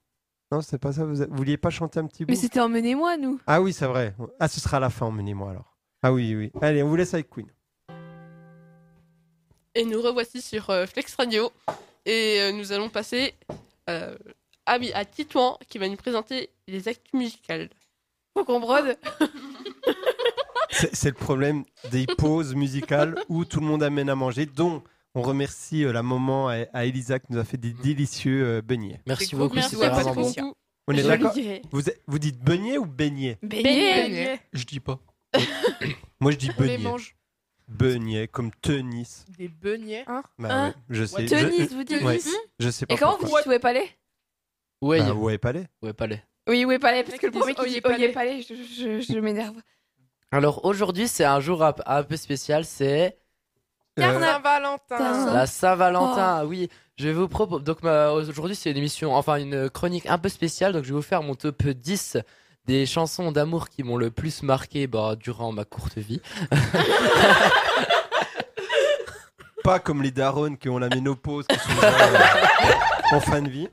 Non, c'est pas ça, vous, a- vous vouliez pas chanter un petit bout
Mais c'était Emmenez-moi, nous.
Ah oui, c'est vrai. Ah, ce sera à la fin, emmenez-moi alors. Ah oui, oui. Allez, on vous laisse avec Queen.
Et nous revoici sur euh, Flex Radio. Et euh, nous allons passer euh, à, Mi- à Titouan qui va nous présenter les actus musicales. Faut qu'on brode
C'est c'est le problème des pauses musicales où tout le monde amène à manger, dont on remercie euh, la maman à, à Elisa qui nous a fait des délicieux euh, beignets.
Merci
Des
beaucoup,
gros
c'était
bisous à
vraiment bon.
Patricia.
On est
Je
d'accord
lui dirais.
vous, êtes- vous dites beignet ou beignet
Beignet.
Je dis pas.
Moi je dis
On les
beignet.
mange.
Beignet, comme tennis.
Des beignets.
Bah,
Hein
ouais, je sais. je-
Tenise, vous dites
ouais, Je, sais pas.
Hum Et comment vous
pourquoi.
dites Oué Palais
Ouais,
Bah, ouais, pas les.
ouais, pas les.
Oui, Oué Palais, parce
Mec,
que le
des
premier
mecs qui
qui dit
dit Palais.
Oué Palais, je- je je m'énerve.
Alors aujourd'hui, c'est un jour un, un peu spécial, c'est
Saint-Valentin. Hein
Putain.
la
Oh.
Saint-Valentin. Oui, je vais vous proposer. Donc ma- aujourd'hui, c'est une émission, enfin une chronique un peu spéciale. Donc je vais vous faire mon top 10 des chansons d'amour qui m'ont le plus marqué bah, durant ma courte vie.
Pas comme les darons qui ont la ménopause qui
*laughs*
sont euh, en fin de vie.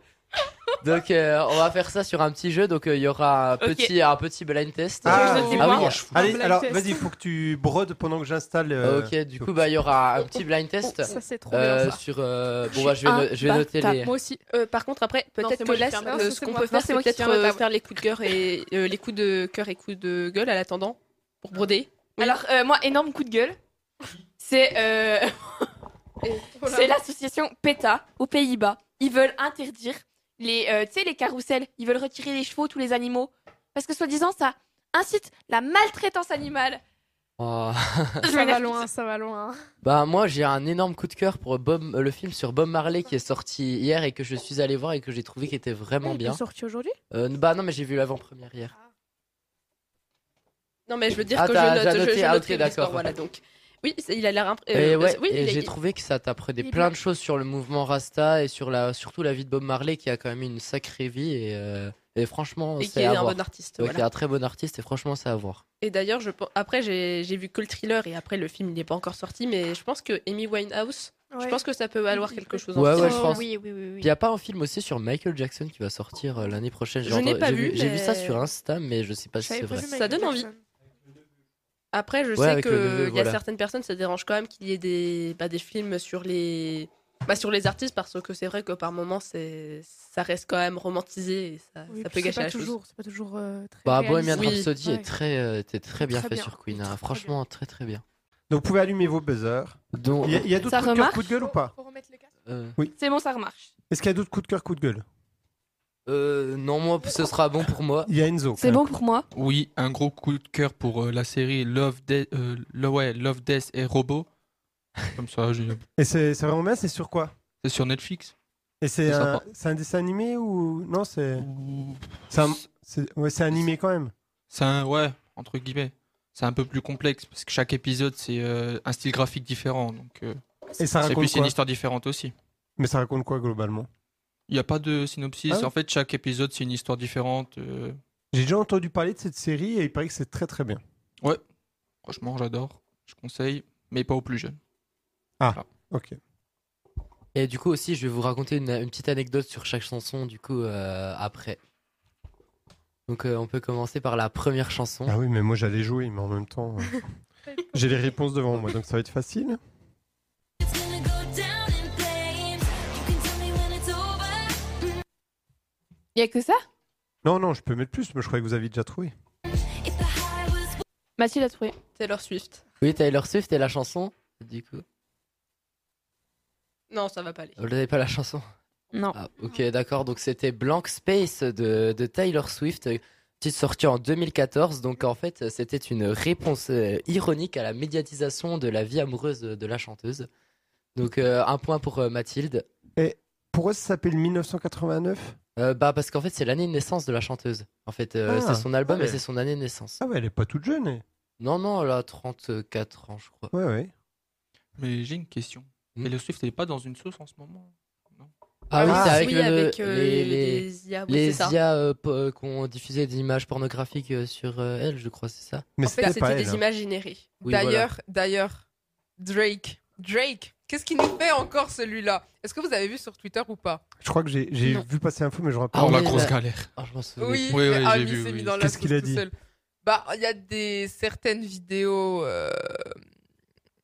Donc euh, on va faire ça sur un petit jeu. Donc euh, il y aura un
Ok.
petit, un petit blind test.
Ah,
Euh,
oui.
ah oui,
Franchement,
Allez,
blind
alors
test.
vas-y, faut que tu brodes pendant que j'installe.
Ah,
euh,
Ok, du coup, bah, il y aura un petit
Oh,
blind test
Oh, Ça, c'est trop
euh,
bien. Ça.
sur. euh, bon, bah, je vais, no- je vais noter les.
Moi aussi.
Euh, Par contre, après,
Non,
peut-être
c'est
que
moi qui
là,
ferme.
euh,
Non,
ce
c'est
qu'on
moi.
peut
Non,
faire,
c'est
c'est
moi qui
peut-être
ferme la
euh,
table.
faire les coups de cœur et euh, les coups de cœur et coups de gueule à l'attendant pour broder.
Alors, euh, moi, énorme coup de gueule. C'est. euh,
Et
Oh
voilà.
C'est l'association PETA aux Pays-Bas. Ils veulent interdire les, euh, tu sais, les carousels. Ils veulent retirer les chevaux, tous les animaux. Parce que soi-disant, ça incite la maltraitance animale.
Oh.
Je
Ça va
m'énerve.
loin, ça va loin.
Bah moi j'ai un énorme coup de cœur pour Bob- euh, le film sur Bob Marley qui est sorti hier et que je suis allé voir et que j'ai trouvé qui était vraiment bien.
sorti aujourd'hui
Euh, bah non mais j'ai vu l'avant-première hier.
Non, mais je veux dire
Ah,
que je
t'as- t'as
note, je,
noté,
je
ah,
note
ok,
les scores,
d'accord.
Voilà, donc. Oui, c'est- il a l'air imp-
et
euh,
ouais,
oui,
et
il a-
j'ai
il-
trouvé que ça t'apprenait
il est
plein
bien.
de choses sur le mouvement Rasta et sur la, surtout la vie de Bob Marley qui a quand même eu une sacrée vie et, euh, et franchement
et qui
c'est
est
à
un
voir.
bon artiste.
Ouais,
voilà.
qui est un très bon artiste et franchement c'est à voir.
Et d'ailleurs, je pen- après, j'ai j'ai vu que le thriller et après, le film, il n'est pas encore sorti, mais je pense que Amy Winehouse, je pense que ça peut valoir quelque chose. en
Ouais,
film.
ouais, je pense.
Oui, oui, oui. oui.
Il y a pas un film aussi sur Michael Jackson qui va sortir euh, l'année prochaine. J'ai
Je n'ai
entendu-
pas
j'ai
vu,
j'ai vu ça
mais-
sur Insta mais je sais pas si c'est vrai.
Ça donne envie. Après, je
Ouais,
sais
avec
que
le neveu,
il y a
voilà.
certaines personnes, ça dérange quand même qu'il y ait des, bah, des films sur les, bah, sur les artistes parce que c'est vrai que par moments, c'est- ça reste quand même romantisé et ça, ça peut gâcher la chose.
toujours, C'est pas toujours euh, très.
Bah,
réaliste.
Bohemian
Oui,
Rhapsody
ouais.
est très, euh, était très bien
Très
fait
bien.
sur Queen. hein.
Très, très
Franchement, très très bien.
Donc vous pouvez allumer vos buzzers.
Donc,
Il y a, il y a d'autres
Ça
coups de cœur,
remarque
coup de gueule ou
Faut-
pas
faut remettre le casque.
euh,
C'est bon, ça remarche.
Est-ce qu'il y a d'autres coups de cœur, coup de gueule
euh, non, moi, ce sera bon pour moi.
Il y a Enzo.
C'est bon pour moi.
Oui, un gros coup de cœur pour euh, la série Love, Death- euh, le- ouais, Love, Death et Robots. *laughs* Comme ça, je-
Et c'est c'est vraiment bien, c'est sur quoi
c'est sur Netflix.
Et c'est
C'est
un,
sympa.
c'est un dessin animé ou. Non, c'est. C'est un- c'est- ouais, c'est animé quand même.
C'est un, ouais, entre guillemets. C'est un peu plus complexe parce que chaque épisode, c'est euh, un style graphique différent. Donc, euh,
Et ça
et puis,
raconte
c'est une
quoi
histoire différente aussi.
Mais ça raconte quoi globalement
Il n'y a pas de synopsis.
Ah ouais
En fait, chaque épisode, c'est une histoire différente. euh,
J'ai déjà entendu parler de cette série et il paraît que c'est très très bien.
franchement, j'adore. Je conseille, mais pas aux plus jeunes.
Ok.
*laughs* Et du coup, aussi, je vais vous raconter une, une petite anecdote sur chaque chanson, du coup, euh, après. Donc, euh, on peut commencer par la première chanson.
Ah oui, mais moi j'allais jouer, mais en même temps. euh,
*laughs*
J'ai les réponses devant moi, donc ça va être facile.
Il y a que ça
Non, non, je peux mettre plus, mais je croyais que vous aviez déjà trouvé.
Mathilde a trouvé.
Taylor Swift.
Oui, Taylor Swift et la chanson. Du coup,
Non, ça va pas aller.
vous n'avez pas la chanson
Non.
Ah, ok, d'accord. Donc, c'était Blank Space de, de Taylor Swift. euh, Petite sortie en 2014, donc en fait c'était une réponse euh, ironique à la médiatisation de la vie amoureuse de la chanteuse. Donc euh, un point pour euh, Mathilde.
Pourquoi ça s'appelle 1989
Euh, bah parce qu'en fait c'est l'année de naissance de la chanteuse. En fait euh,
Ah,
c'est son album
ouais.
et c'est son année de naissance.
Ah ouais, elle est pas toute jeune. elle.
Non non elle a 34 ans je crois.
Ouais, ouais.
Mais j'ai une question.
Hmm.
Taylor Swift, elle n'est pas dans une sauce en ce moment
Ah, oui
oui,
c'est avec,
oui,
le-
avec euh,
les,
les,
les,
IA, oui,
les
c'est ça.
IA euh, po- euh, qu'on diffusait des images pornographiques euh, sur euh, elle je crois c'est ça.
Mais
En fait,
c'était pas
c'était
elle.
des
hein.
images générées.
Oui,
D'ailleurs, d'ailleurs, Drake, Drake, qu'est-ce qu'il nous fait encore celui-là Est-ce que vous avez vu sur Twitter ou pas
Je crois que j'ai j'ai
Non.
vu passer un peu, mais je rappelle.
Ah
Oh, la
oui,
grosse
bah-
galère.
voilà. Ah, je m'en souviens.
Oui,
Oui,
mais
oui,
ah,
j'ai
il
vu,
s'est
oui.
mis dans la
Qu'est-ce qu'il a
sauce
dit
tout seul. Bah, il y a des certaines vidéos euh,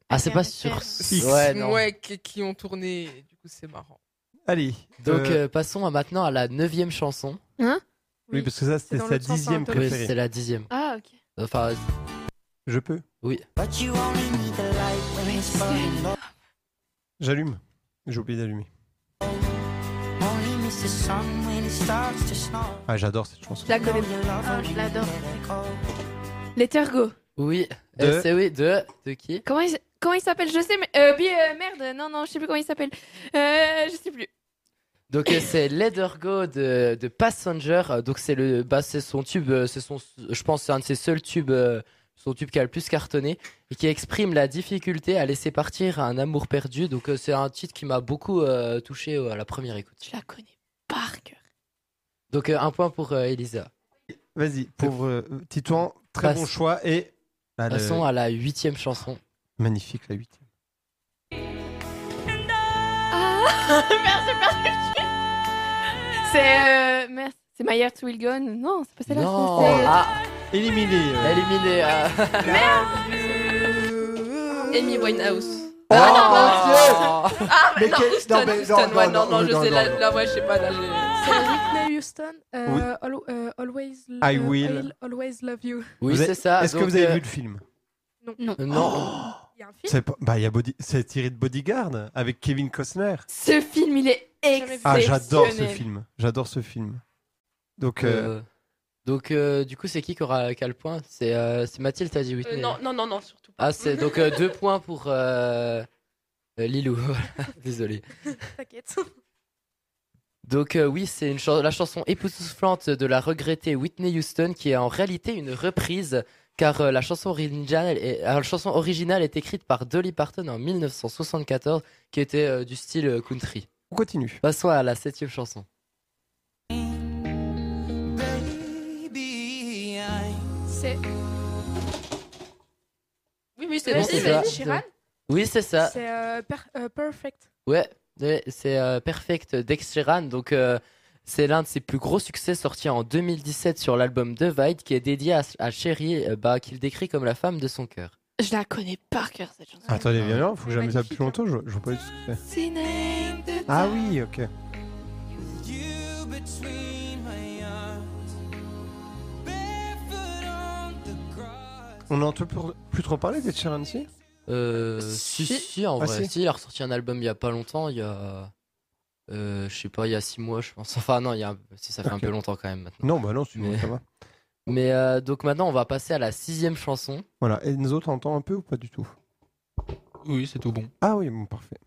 Ah c'est pas
Caractère.
sur
X.
ouais non.
ouais, qui, qui ont tourné, et du coup c'est marrant.
Allez.
Donc
euh,
euh, passons à maintenant à la neuvième chanson.
oui, parce que ça, c'était
dans
sa
l'autre sens, c'est
dixième
un peu-
Oui,
préférée.
c'est la dixième.
Ah, ok.
Enfin
Je peux J'allume. J'ai oublié d'allumer. Ah, j'adore cette chanson.
Je la connais.
Ah, je l'adore.
Lettergo.
oui
De-
euh, c'est oui de de qui
Comment il, comment il s'appelle Je sais, mais. Euh, bi- euh, merde, non, non, je sais plus comment il s'appelle. Euh, je sais plus.
Donc euh, c'est Let Her Go de, de Passenger. Euh, Donc c'est le bah c'est son tube, euh, c'est son je pense c'est un de ses seuls tubes euh, son tube qui a le plus cartonné et qui exprime la difficulté à laisser partir un amour perdu. Donc euh, c'est un titre qui m'a beaucoup euh, touché euh, à la première écoute.
Je la connais par cœur.
Donc euh, un point pour euh, Elisa.
Vas-y, pauvre euh, Titouan, très
Passe-
bon choix et. Ah, le-
Passons à la huitième chanson.
Magnifique la huitième.
C'est. Euh, merde, c'est My Heart Will Gone. Non, c'est pas celle-là.
non,
c'est-
ah,
Éliminé. euh,
éliminé. ah.
Amy Winehouse.
Oh,
Ah, non.
Ah,
Mais
non,
quel-
Houston,
non, mais
Houston,
non,
ouais,
non,
non, non, je
non,
sais,
non,
là,
non.
là, ouais, je sais pas, là, j'ai-
C'est Whitney Houston. euh,
Oui.
al- euh, always, lo-
I
euh,
will.
Always love you.
Oui,
Vous
c'est
avez- Oh,
ça.
Est-ce que
donc,
vous avez
euh,
vu le film
Non.
Il y y a un film.
C'est pas- bah, il y a Body- c'est tiré de Bodyguard avec Kevin Costner.
Ce film, il est
Jamais vu.
exceptionnel.
Ah, j'adore ce film. J'adore ce film. Donc, euh,
Euh, donc, euh, du coup, c'est qui qui, aura, qui a le point C'est euh, c'est Mathilde, t'as dit Whitney.
Euh, non, non, non, non, surtout pas.
Ah, c'est donc euh, deux points pour euh, euh, Lilou. *laughs* Voilà, Désolé.
T'inquiète.
Donc euh, oui, c'est une chan- la chanson époustouflante de la regrettée Whitney Houston qui est en réalité une reprise car euh, la, chanson originale est, euh, la chanson originale est écrite par Dolly Parton en 1974 qui était euh, du style euh, country.
on continue.
Passons à la septième chanson.
C'est
Oui, oui, c'est
Vas-y,
bon, c'est ça.
vas-y.
Sheeran
Oui, c'est ça.
C'est euh, per- euh, Perfect.
Ouais, ouais, c'est euh, Perfect d'Ex Sheeran. Donc, euh, c'est l'un de ses plus gros succès sorti en 2017 sur l'album Divide qui est dédié à, à Sherry, euh, bah, qu'il décrit comme la femme de son cœur.
Je la connais par cœur, cette chanson.
ah, Attendez, viens là, faut que
Ouais,
j'amuse ça
magnifique,
plus longtemps. Je, je vois pas du tout ce que c'est. Ah oui, ok. On n'entend plus, plus trop parler des Sharon ici
Euh, si,
Si.
si, en
Ah,
vrai.
si.
Si, il a ressorti un album il y a pas longtemps, il y a. euh, je sais pas, il y a six mois, je pense. *laughs* Enfin, non, il y a. un- Si, ça fait un
Ok.
peu longtemps quand même maintenant.
Non, bah non, c'est bon,
Mais-
ça va.
Mais euh, donc maintenant, on va passer à la sixième chanson.
Voilà, et nous autres, on entend un peu ou pas du tout
Oui, c'est tout bon.
Ah oui, bon, parfait.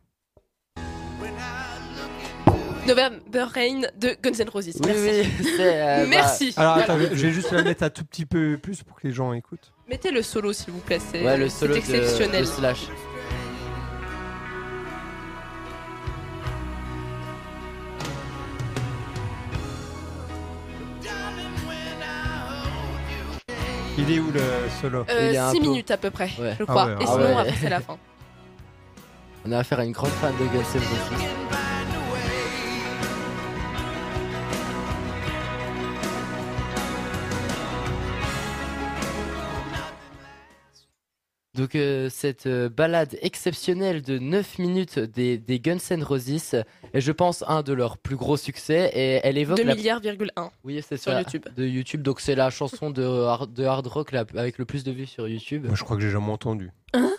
November Rain de Guns N' Roses.
Ah. Oui,
Merci.
oui, *laughs* c'est. euh, bah,
*laughs* Merci.
Alors *laughs*
Voilà.
attends, je vais juste la mettre un tout petit peu plus pour que les gens écoutent.
Mettez le solo, s'il vous plaît. C'est
bah, ouais, le
c'est
solo de,
exceptionnel.
de Slash.
Il est où le solo
Il est un
6
peu-
Euh, minutes à peu près,
Ouais.
je
Ah
crois.
ouais,
Et
ah
sinon, on va
ouais.
passer à la fin.
On a affaire à une grande fan de Guns N' Roses. Donc euh, cette euh, balade exceptionnelle de 9 minutes des, des Guns N' Roses est je pense un de leurs plus gros succès et elle évoque
2
la...
milliards,1
Oui, c'est
sur
ça,
YouTube.
De YouTube, donc c'est la chanson de, hard- de hard rock la- avec le plus de vues sur YouTube.
Moi, je crois que j'ai jamais entendu.
Hein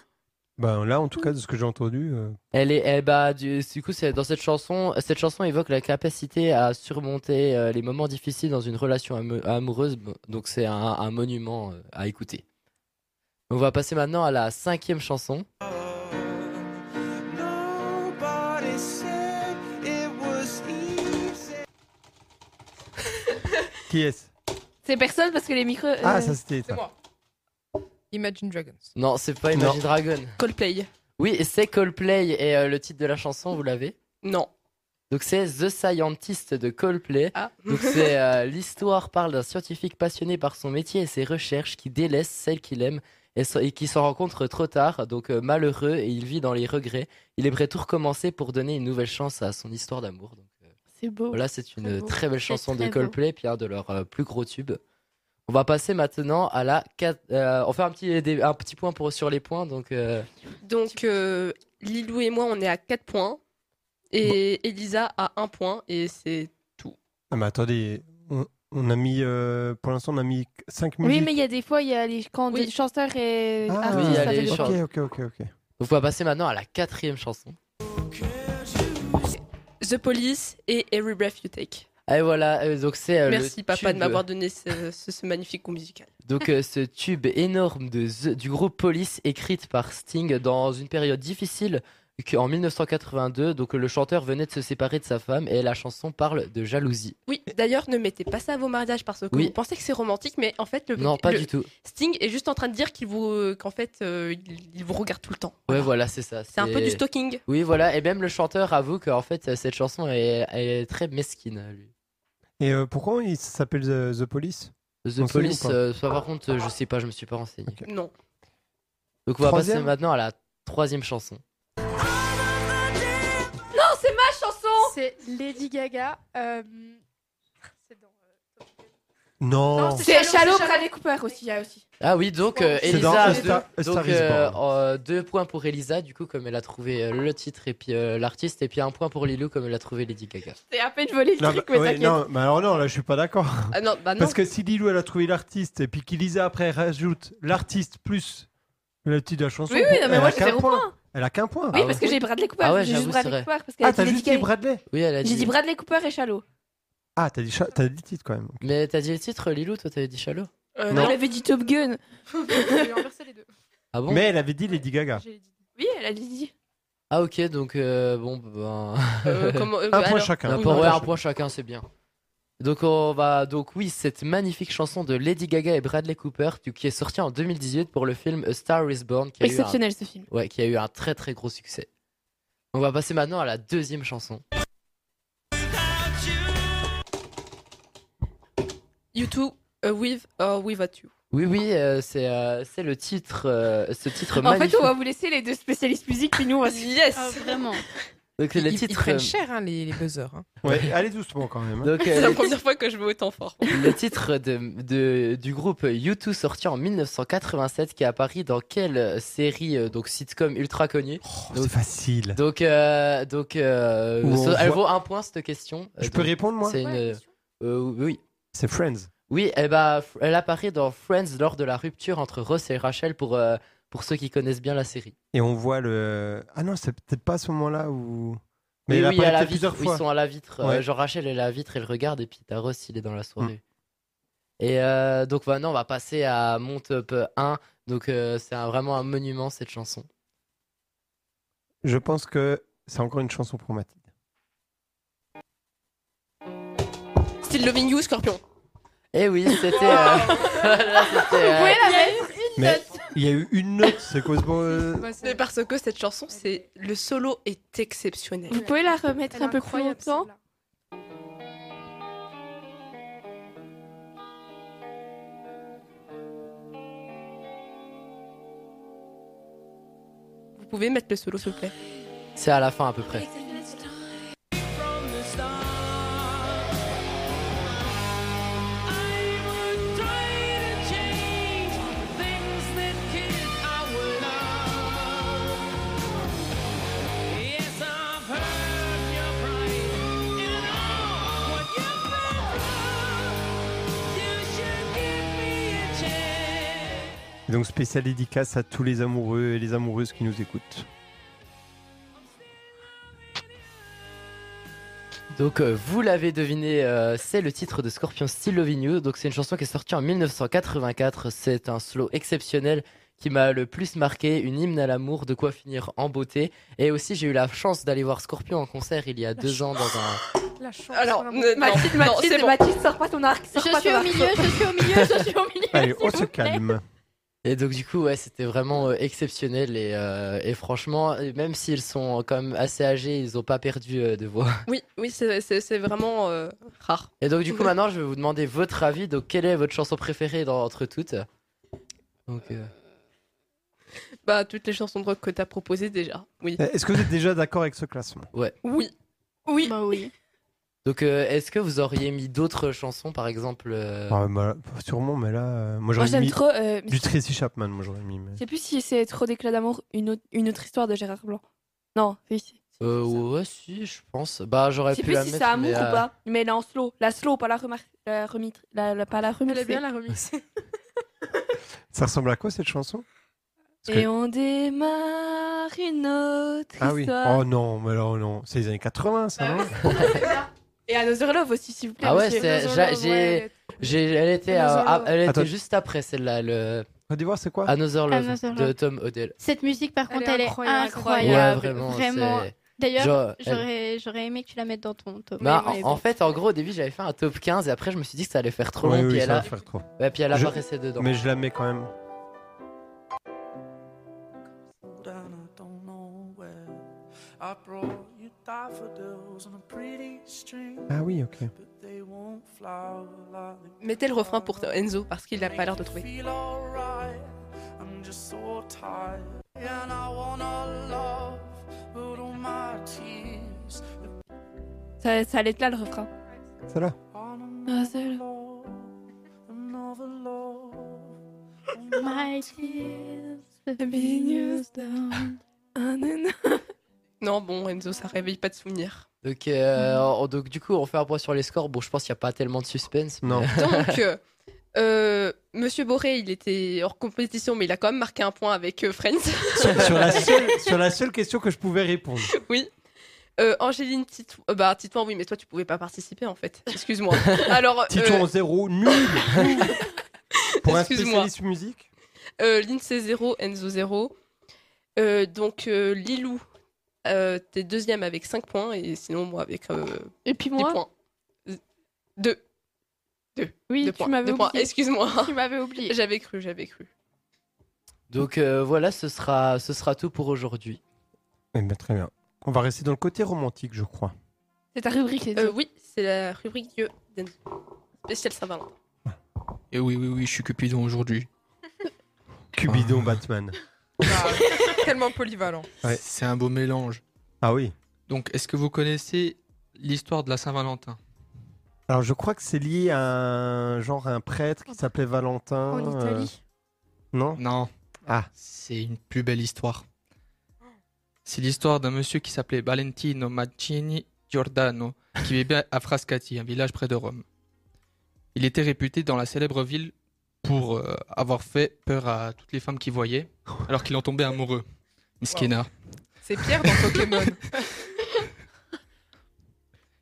Ben là, en tout cas, de ce que j'ai entendu. euh,
Elle est, eh bah, du, du coup, c'est dans cette chanson, cette chanson évoque la capacité à surmonter euh, les moments difficiles dans une relation amou- amoureuse. Bon, Donc, c'est un, un monument euh, à écouter. On va passer maintenant à la cinquième chanson.
Qui est-ce
C'est personne parce que les micros. euh,
Ah, ça c'était. ça.
C'est moi. Imagine Dragons.
Non, c'est pas Imagine
Non.
Dragon.
Coldplay.
Oui, c'est Coldplay et euh, le titre de la chanson, vous l'avez.
Non.
Donc, c'est The Scientist de Coldplay.
Ah.
*laughs*
Donc c'est euh, l'histoire parle d'un scientifique passionné par son métier et ses recherches qui délaisse celle qu'il aime et, so- et qui s'en rencontre trop tard, donc euh, malheureux et il vit dans les regrets. Il aimerait tout recommencer pour donner une nouvelle chance à son histoire d'amour. Donc euh,
C'est beau.
voilà, c'est une
Oh, Très
euh,
beau.
très belle
C'est
chanson de
très beau.
Coldplay, puis un de leurs euh, plus gros tubes. On va passer maintenant à la quat- euh, on fait un petit dé- un petit point pour sur les points donc euh,
Donc, euh, Lilou et moi, on est à 4 points. Et Elisa à 1 point. Et c'est.
Ah, mais attendez, on, on a mis. euh, pour l'instant, on a mis 5
Oui,
minutes.
mais il y a des fois, il y a les quand
Oui.
des chanteurs et
Ah,
artistes.
oui,
ça
il y a
fait
les
des-
chanteurs.
ok, ok, ok, ok.
donc on va passer maintenant à la quatrième chanson.
The Police et Every Breath You Take.
Et voilà, euh, donc c'est euh, le
Merci, papa, de
tube-
m'avoir donné ce, ce- ce magnifique coup musical.
Donc euh, ce tube énorme de The- du groupe Police écrite par Sting dans une période difficile que- en 1982, donc euh, le chanteur venait de se séparer de sa femme et la chanson parle de jalousie.
Oui, d'ailleurs, ne mettez pas ça à vos mariages parce que
Oui.
vous pensez que c'est romantique, mais en fait, le,
Non, pas
le-
du tout.
Sting est juste en train de dire qu'il vous, euh, qu'en fait, euh, il, il vous regarde tout le temps.
Ouais, voilà, c'est ça.
C'est un peu du stalking.
Oui, voilà, et même le chanteur avoue qu'en fait euh, cette chanson est, est très mesquine. Lui.
Et euh, pourquoi il s'appelle The, The Police
The
On sait ou
Police,
pas
euh, soit par contre, euh, je sais pas, je me suis pas renseigné.
Ok.
Non.
Donc on va passer
Troisième.
maintenant à la troisième chanson.
Non, c'est ma chanson
C'est Lady Gaga. euh, C'est dans. euh, Top Gun.
Non,
Non,
C'est
Shallow,
Shallow,
Shallow.
Bradley Cooper aussi, il y a aussi.
*laughs*
Ah oui, donc euh,
C'est dans
Elisa,
A
deux-
Star- A Star
donc,
is
euh,
Born.
euh, deux points pour Elisa, du coup, comme elle a trouvé euh, le titre et puis euh, l'artiste, et puis un point pour Lilou, comme elle a trouvé Lady Gaga.
C'est à peine volé le
Non,
truc,
bah,
mais
ouais,
t'inquiète.
non, mais alors non, là je suis pas d'accord.
Ah non, bah non.
Parce que si Lilou elle a trouvé l'artiste et puis qu'Elisa après rajoute l'artiste plus Le titre de la chanson.
Oui, oui, non, mais
elle
moi,
a
j'ai
qu'un
zéro
Ah, point.
point.
Elle a qu'un point.
Oui,
Ah
parce
ouais.
que j'ai Bradley Cooper.
Ah ouais,
j'ai juste
j'avoue,
Bradley
c'est vrai.
Cooper. Parce qu'elle
Ah,
a
t'as
dit
juste
Lady
dit
Gaga.
Bradley.
Oui, elle a dit.
J'ai dit Bradley Cooper et Shallow.
Ah, t'as dit, cha- t'as dit titre quand même.
Mais t'as dit le titre, Lilou, toi t'avais dit Shallow.
Euh,
Non.
non, elle avait dit Top Gun.
J'ai inversé les deux.
Ah bon
Mais elle avait dit Lady Gaga.
J'ai dit.
Oui, elle a dit.
Ah ok, donc euh, bon, ben...
Euh, comment- euh,
Un
bah
point
alors.
chacun.
Un point, ouais, un point chacun, c'est bien. Donc on va donc oui cette magnifique chanson de Lady Gaga et Bradley Cooper tu- qui est sortie en 2018 pour le film A Star Is Born qui a, eu un,
Exceptionnel ce film.
ouais, qui a eu un très très gros succès. On va passer maintenant à la deuxième chanson.
You two euh, with or without you.
Oui oui euh, c'est euh, c'est le titre euh, ce titre
En
magnifique.
fait, on va vous laisser les deux spécialistes musique, puis nous, on va se-
Yes
Ah, vraiment.
Donc c'est
Ils,
le
ils
titre
prennent
euh,
cher, hein, les, les buzzers. hein.
Ouais, allez doucement quand même. hein.
*laughs*
donc, euh,
C'est la
le-
première fois que je vais autant fort.
le titre de, de- du groupe U2 sorti en 1987 qui est apparu dans quelle série euh, donc sitcom ultra connue
Oh,
Donc-
c'est facile.
Donc, euh, donc euh,
Ou on
ça- elle
voit-
vaut un point cette question. Euh,
Je
donc,
peux répondre moi
C'est une.
Ouais, la question.
euh, oui.
C'est Friends.
Oui, elle, va- elle apparaît dans Friends lors de la rupture entre Ross et Rachel pour, euh, pour ceux qui connaissent bien la série.
Et on voit le. Ah non, c'est peut-être pas à ce moment-là où. il
Oui, oui, à
apparaît peut-être
la vitre,
plusieurs
ils
fois.
sont à la vitre.
Ouais. Mm.
Euh, genre Rachel est à la vitre, elle regarde et puis t'as Ross, il est dans la soirée. Et euh, donc maintenant, on va passer à mon top 1. Donc euh, c'est un- vraiment un monument cette chanson.
Je pense que c'est encore une chanson pour Mathilde.
Still loving you, Scorpion.
Et oui, c'était. euh, *laughs* voilà, c'était, euh,
Vous pouvez la mettre
Mais il y a eu une note, c'est quasiment. euh,
*laughs*
Bah, c'est-
Mais parce que cette chanson, c'est le solo est exceptionnel.
Vous pouvez la remettre
Elle est
un peu plus
incroyable,
longtemps
celle-là.
Vous pouvez mettre le solo, s'il vous plaît.
c'est à la fin à peu près.
Et Donc spécial dédicace à tous les amoureux et les amoureuses qui nous écoutent.
Donc euh, vous l'avez deviné, euh, c'est le titre de Scorpion Still Loving You. Donc c'est une chanson qui est sortie en 1984. C'est un slow exceptionnel qui m'a le plus marqué, une hymne à l'amour, de quoi finir en beauté. Et aussi j'ai eu la chance d'aller voir Scorpion en concert il y a deux ans dans un.
La chance.
Alors,
vraiment.
ne- non,
Mathilde,
non,
Mathilde,
c'est bon.
Mathilde, sors pas ton arc.
Je
Sors pas
suis
ton
au
arc.
milieu, je suis au milieu, je suis au milieu.
*laughs* Allez, on
s'il
se
vous plaît.
calme.
Et donc du coup ouais c'était vraiment euh, exceptionnel et, euh, et franchement et même s'ils sont quand même assez âgés ils ont pas perdu euh, de voix.
Oui, oui, c'est- c'est c'est vraiment euh, rare.
Et donc du coup
Ouais.
maintenant je vais vous demander votre avis. Donc quelle est votre chanson préférée dans- entre toutes Donc euh,
Bah, toutes les chansons de rock que t'as proposées déjà. Oui.
Euh, Est-ce que vous êtes déjà d'accord avec ce classement
Oui.
Oui. Bah oui.
Donc, euh, est-ce que vous auriez mis d'autres chansons, par exemple euh,
Ah, bah, Sûrement, mais là, euh, moi
Moi,
j'aurais
j'aime
mis
trop. euh,
du Tracy Chapman, moi j'aurais mis. mais-
Je sais plus si c'est Trop d'éclats d'amour, une autre, une autre histoire de Gérard Blanc. Non, oui. si.
euh, Ouais, si, je pense. Bah,
Je
j'aurais
sais
pu
plus
la
si c'est
mettre.
amour
mais,
ou
euh,
pas, mais elle est en slow. La slow, pas la remarque. La remit- la, la- pas la
Elle
remixée.
est bien la remix.
Ça ressemble à quoi cette chanson Parce
Et
que-
on démarre une autre
Ah oui.
histoire.
Oh non, mais là, oh non, c'est les années 80, ça non
Et Another Love aussi, s'il vous plaît.
Ah ouais,
monsieur.
c'est- j'a- j'ai- j'ai- elle était, euh,
Another
ah,
Love.
elle était
Attends.
juste après celle-là, le
On va voir, c'est quoi
Another Love
Another
de
Love.
Tom Odell.
Cette musique, par
Elle
contre,
est
elle est
incroyable.
incroyable.
Ouais,
Incroyable.
vraiment.
Vraiment.
c'est-
D'ailleurs,
Genre, elle-
j'aurais j'aurais aimé que tu la mettes dans ton top.
Bah,
Mais
en, en
bon.
fait, en gros, au début, j'avais fait un top 15 et après, je me suis dit que ça allait faire trop
Oui,
long.
oui,
puis,
ça
elle
va
a...
faire trop.
ouais, puis elle
Je-
apparaissait dedans.
Mais je la mets quand même.
down, I don't know where. I brought you daffodils on a pretty string,
Ah oui, ok.
but they won't flower like they
Mettez le refrain pour Enzo parce qu'il a pas l'air de trouver.
Feel alright, I'm just so tired. And I wanna love, but all my tears
Ça, ça allait être là le refrain.
Celle-là.
on
Ah,
another
celle-là.
love, another love.
My tears have been used
*laughs*
down.
Non, bon, Enzo, ça réveille pas de souvenirs.
Donc, euh, en- donc, du coup, on fait un point sur les scores. Bon, je pense qu'il n'y a pas tellement de suspense. mais-
Non.
Donc, euh, euh, Monsieur Boré, il était hors compétition, mais il a quand même marqué un point avec euh, Friends.
*laughs* sur, la
*laughs*
seule, sur la seule question que je pouvais répondre.
Oui. Euh, Angéline Titouan, euh, bah Titouan, oui, mais toi tu pouvais pas participer en fait. Excuse-moi. Alors, euh,
Titouan zéro, nul Pour un
Excuse-moi.
spécialiste musique
euh, Lindsay 0, Enzo 0. Euh, donc euh, Lilou, euh, t'es deuxième avec 5 points et sinon moi avec euh,
Et puis
10
moi
points. 2. 2.
Oui, tu m'avais oublié.
Excuse-moi. *laughs*
Tu m'avais oublié.
J'avais cru, j'avais cru.
Donc euh, voilà, ce sera, ce sera tout pour aujourd'hui.
Eh ben, Très bien. On va rester dans le côté romantique, je crois.
C'est ta rubrique, euh, Oui, c'est la rubrique Dieu. Spécial Saint-Valentin.
Et oui, oui, oui, je suis Cupidon aujourd'hui. Ah.
Cupidon, Batman.
Tellement polyvalent.
C'est un beau mélange.
Ah oui.
Donc, est-ce que vous connaissez l'histoire de la Saint-Valentin
Alors, je crois que c'est lié à un genre à un prêtre qui s'appelait Valentin.
En
euh,
Italie.
Non
Non.
Ah.
C'est une plus belle histoire. C'est l'histoire d'un monsieur qui s'appelait Valentino Mancini Giordano, qui vivait à Frascati, un village près de Rome. Il était réputé dans la célèbre ville pour euh, avoir fait peur à toutes les femmes qu'il voyait, alors qu'il en tombait amoureux. Miskina.
C'est Pierre dans Pokémon.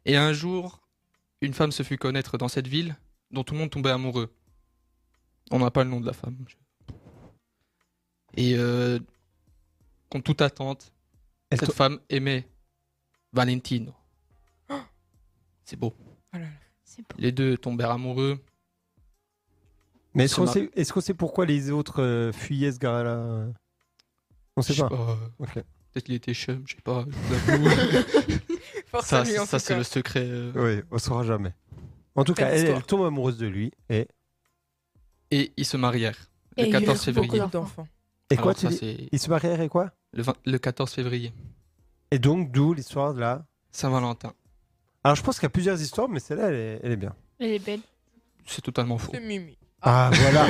Et un jour, une femme se fut connaître dans cette ville dont tout le monde tombait amoureux. On n'a pas le nom de la femme. Et euh, contre toute attente, cette femme aimait Valentino. *gasps*
Oh.
C'est beau.
Oh là là.
Les deux tombèrent amoureux.
Mais est-ce
Se
qu'on
mar-
sait, est-ce qu'on sait pourquoi les autres euh, fuyaient ce gars-là On sait
Je sais
pas.
pas. euh,
Ok.
Peut-être qu'il était chum, je sais pas. je vous avoue.
Force
ça,
à lui, en
ça,
tout
c'est
cas.
le secret. euh.
Oui, on saura jamais. En tout
Belle
cas, elle,
histoire.
elle tombe amoureuse de lui. Et,
et ils se marièrent
Et
le
ils
14
eurent beaucoup
février.
d'enfants.
et quoi
Ah, Alors
tu
ça,
dis
c'est
Ils se marièrent et quoi
le, 20 le 14 février.
Et donc, d'où l'histoire de la.
Saint-Valentin.
Alors, je pense qu'il y a plusieurs histoires, mais celle-là, elle est, elle est bien.
Elle est belle.
C'est totalement faux.
C'est Mimi.
Ah,
*laughs*
voilà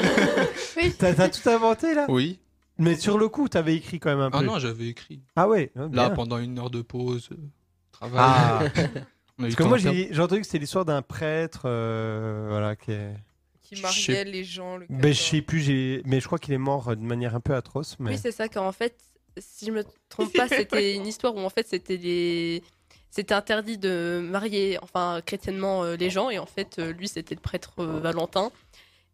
Oui.
T'as t'as tout inventé là
Oui.
Mais sur le coup, t'avais écrit quand même un
Ah
peu.
non, j'avais écrit.
Ah ouais, ouais,
Là,
bien.
pendant une heure de pause, euh, travail. *laughs*
Ah.
On a eu le
Parce que
temps
moi,
de faire-
j'ai j'ai entendu que c'était l'histoire d'un prêtre. euh, voilà, qui est.
Qui mariait les gens. le
Ben, je sais plus, j'ai- mais je crois qu'il est mort euh, de manière un peu atroce. Mais...
Oui, c'est ça, car en fait, si je me *laughs* trompe pas, c'était une histoire où en fait c'était les. C'était interdit de marier, enfin, chrétiennement, euh, les gens. Et en fait, euh, lui, c'était le prêtre euh, Valentin.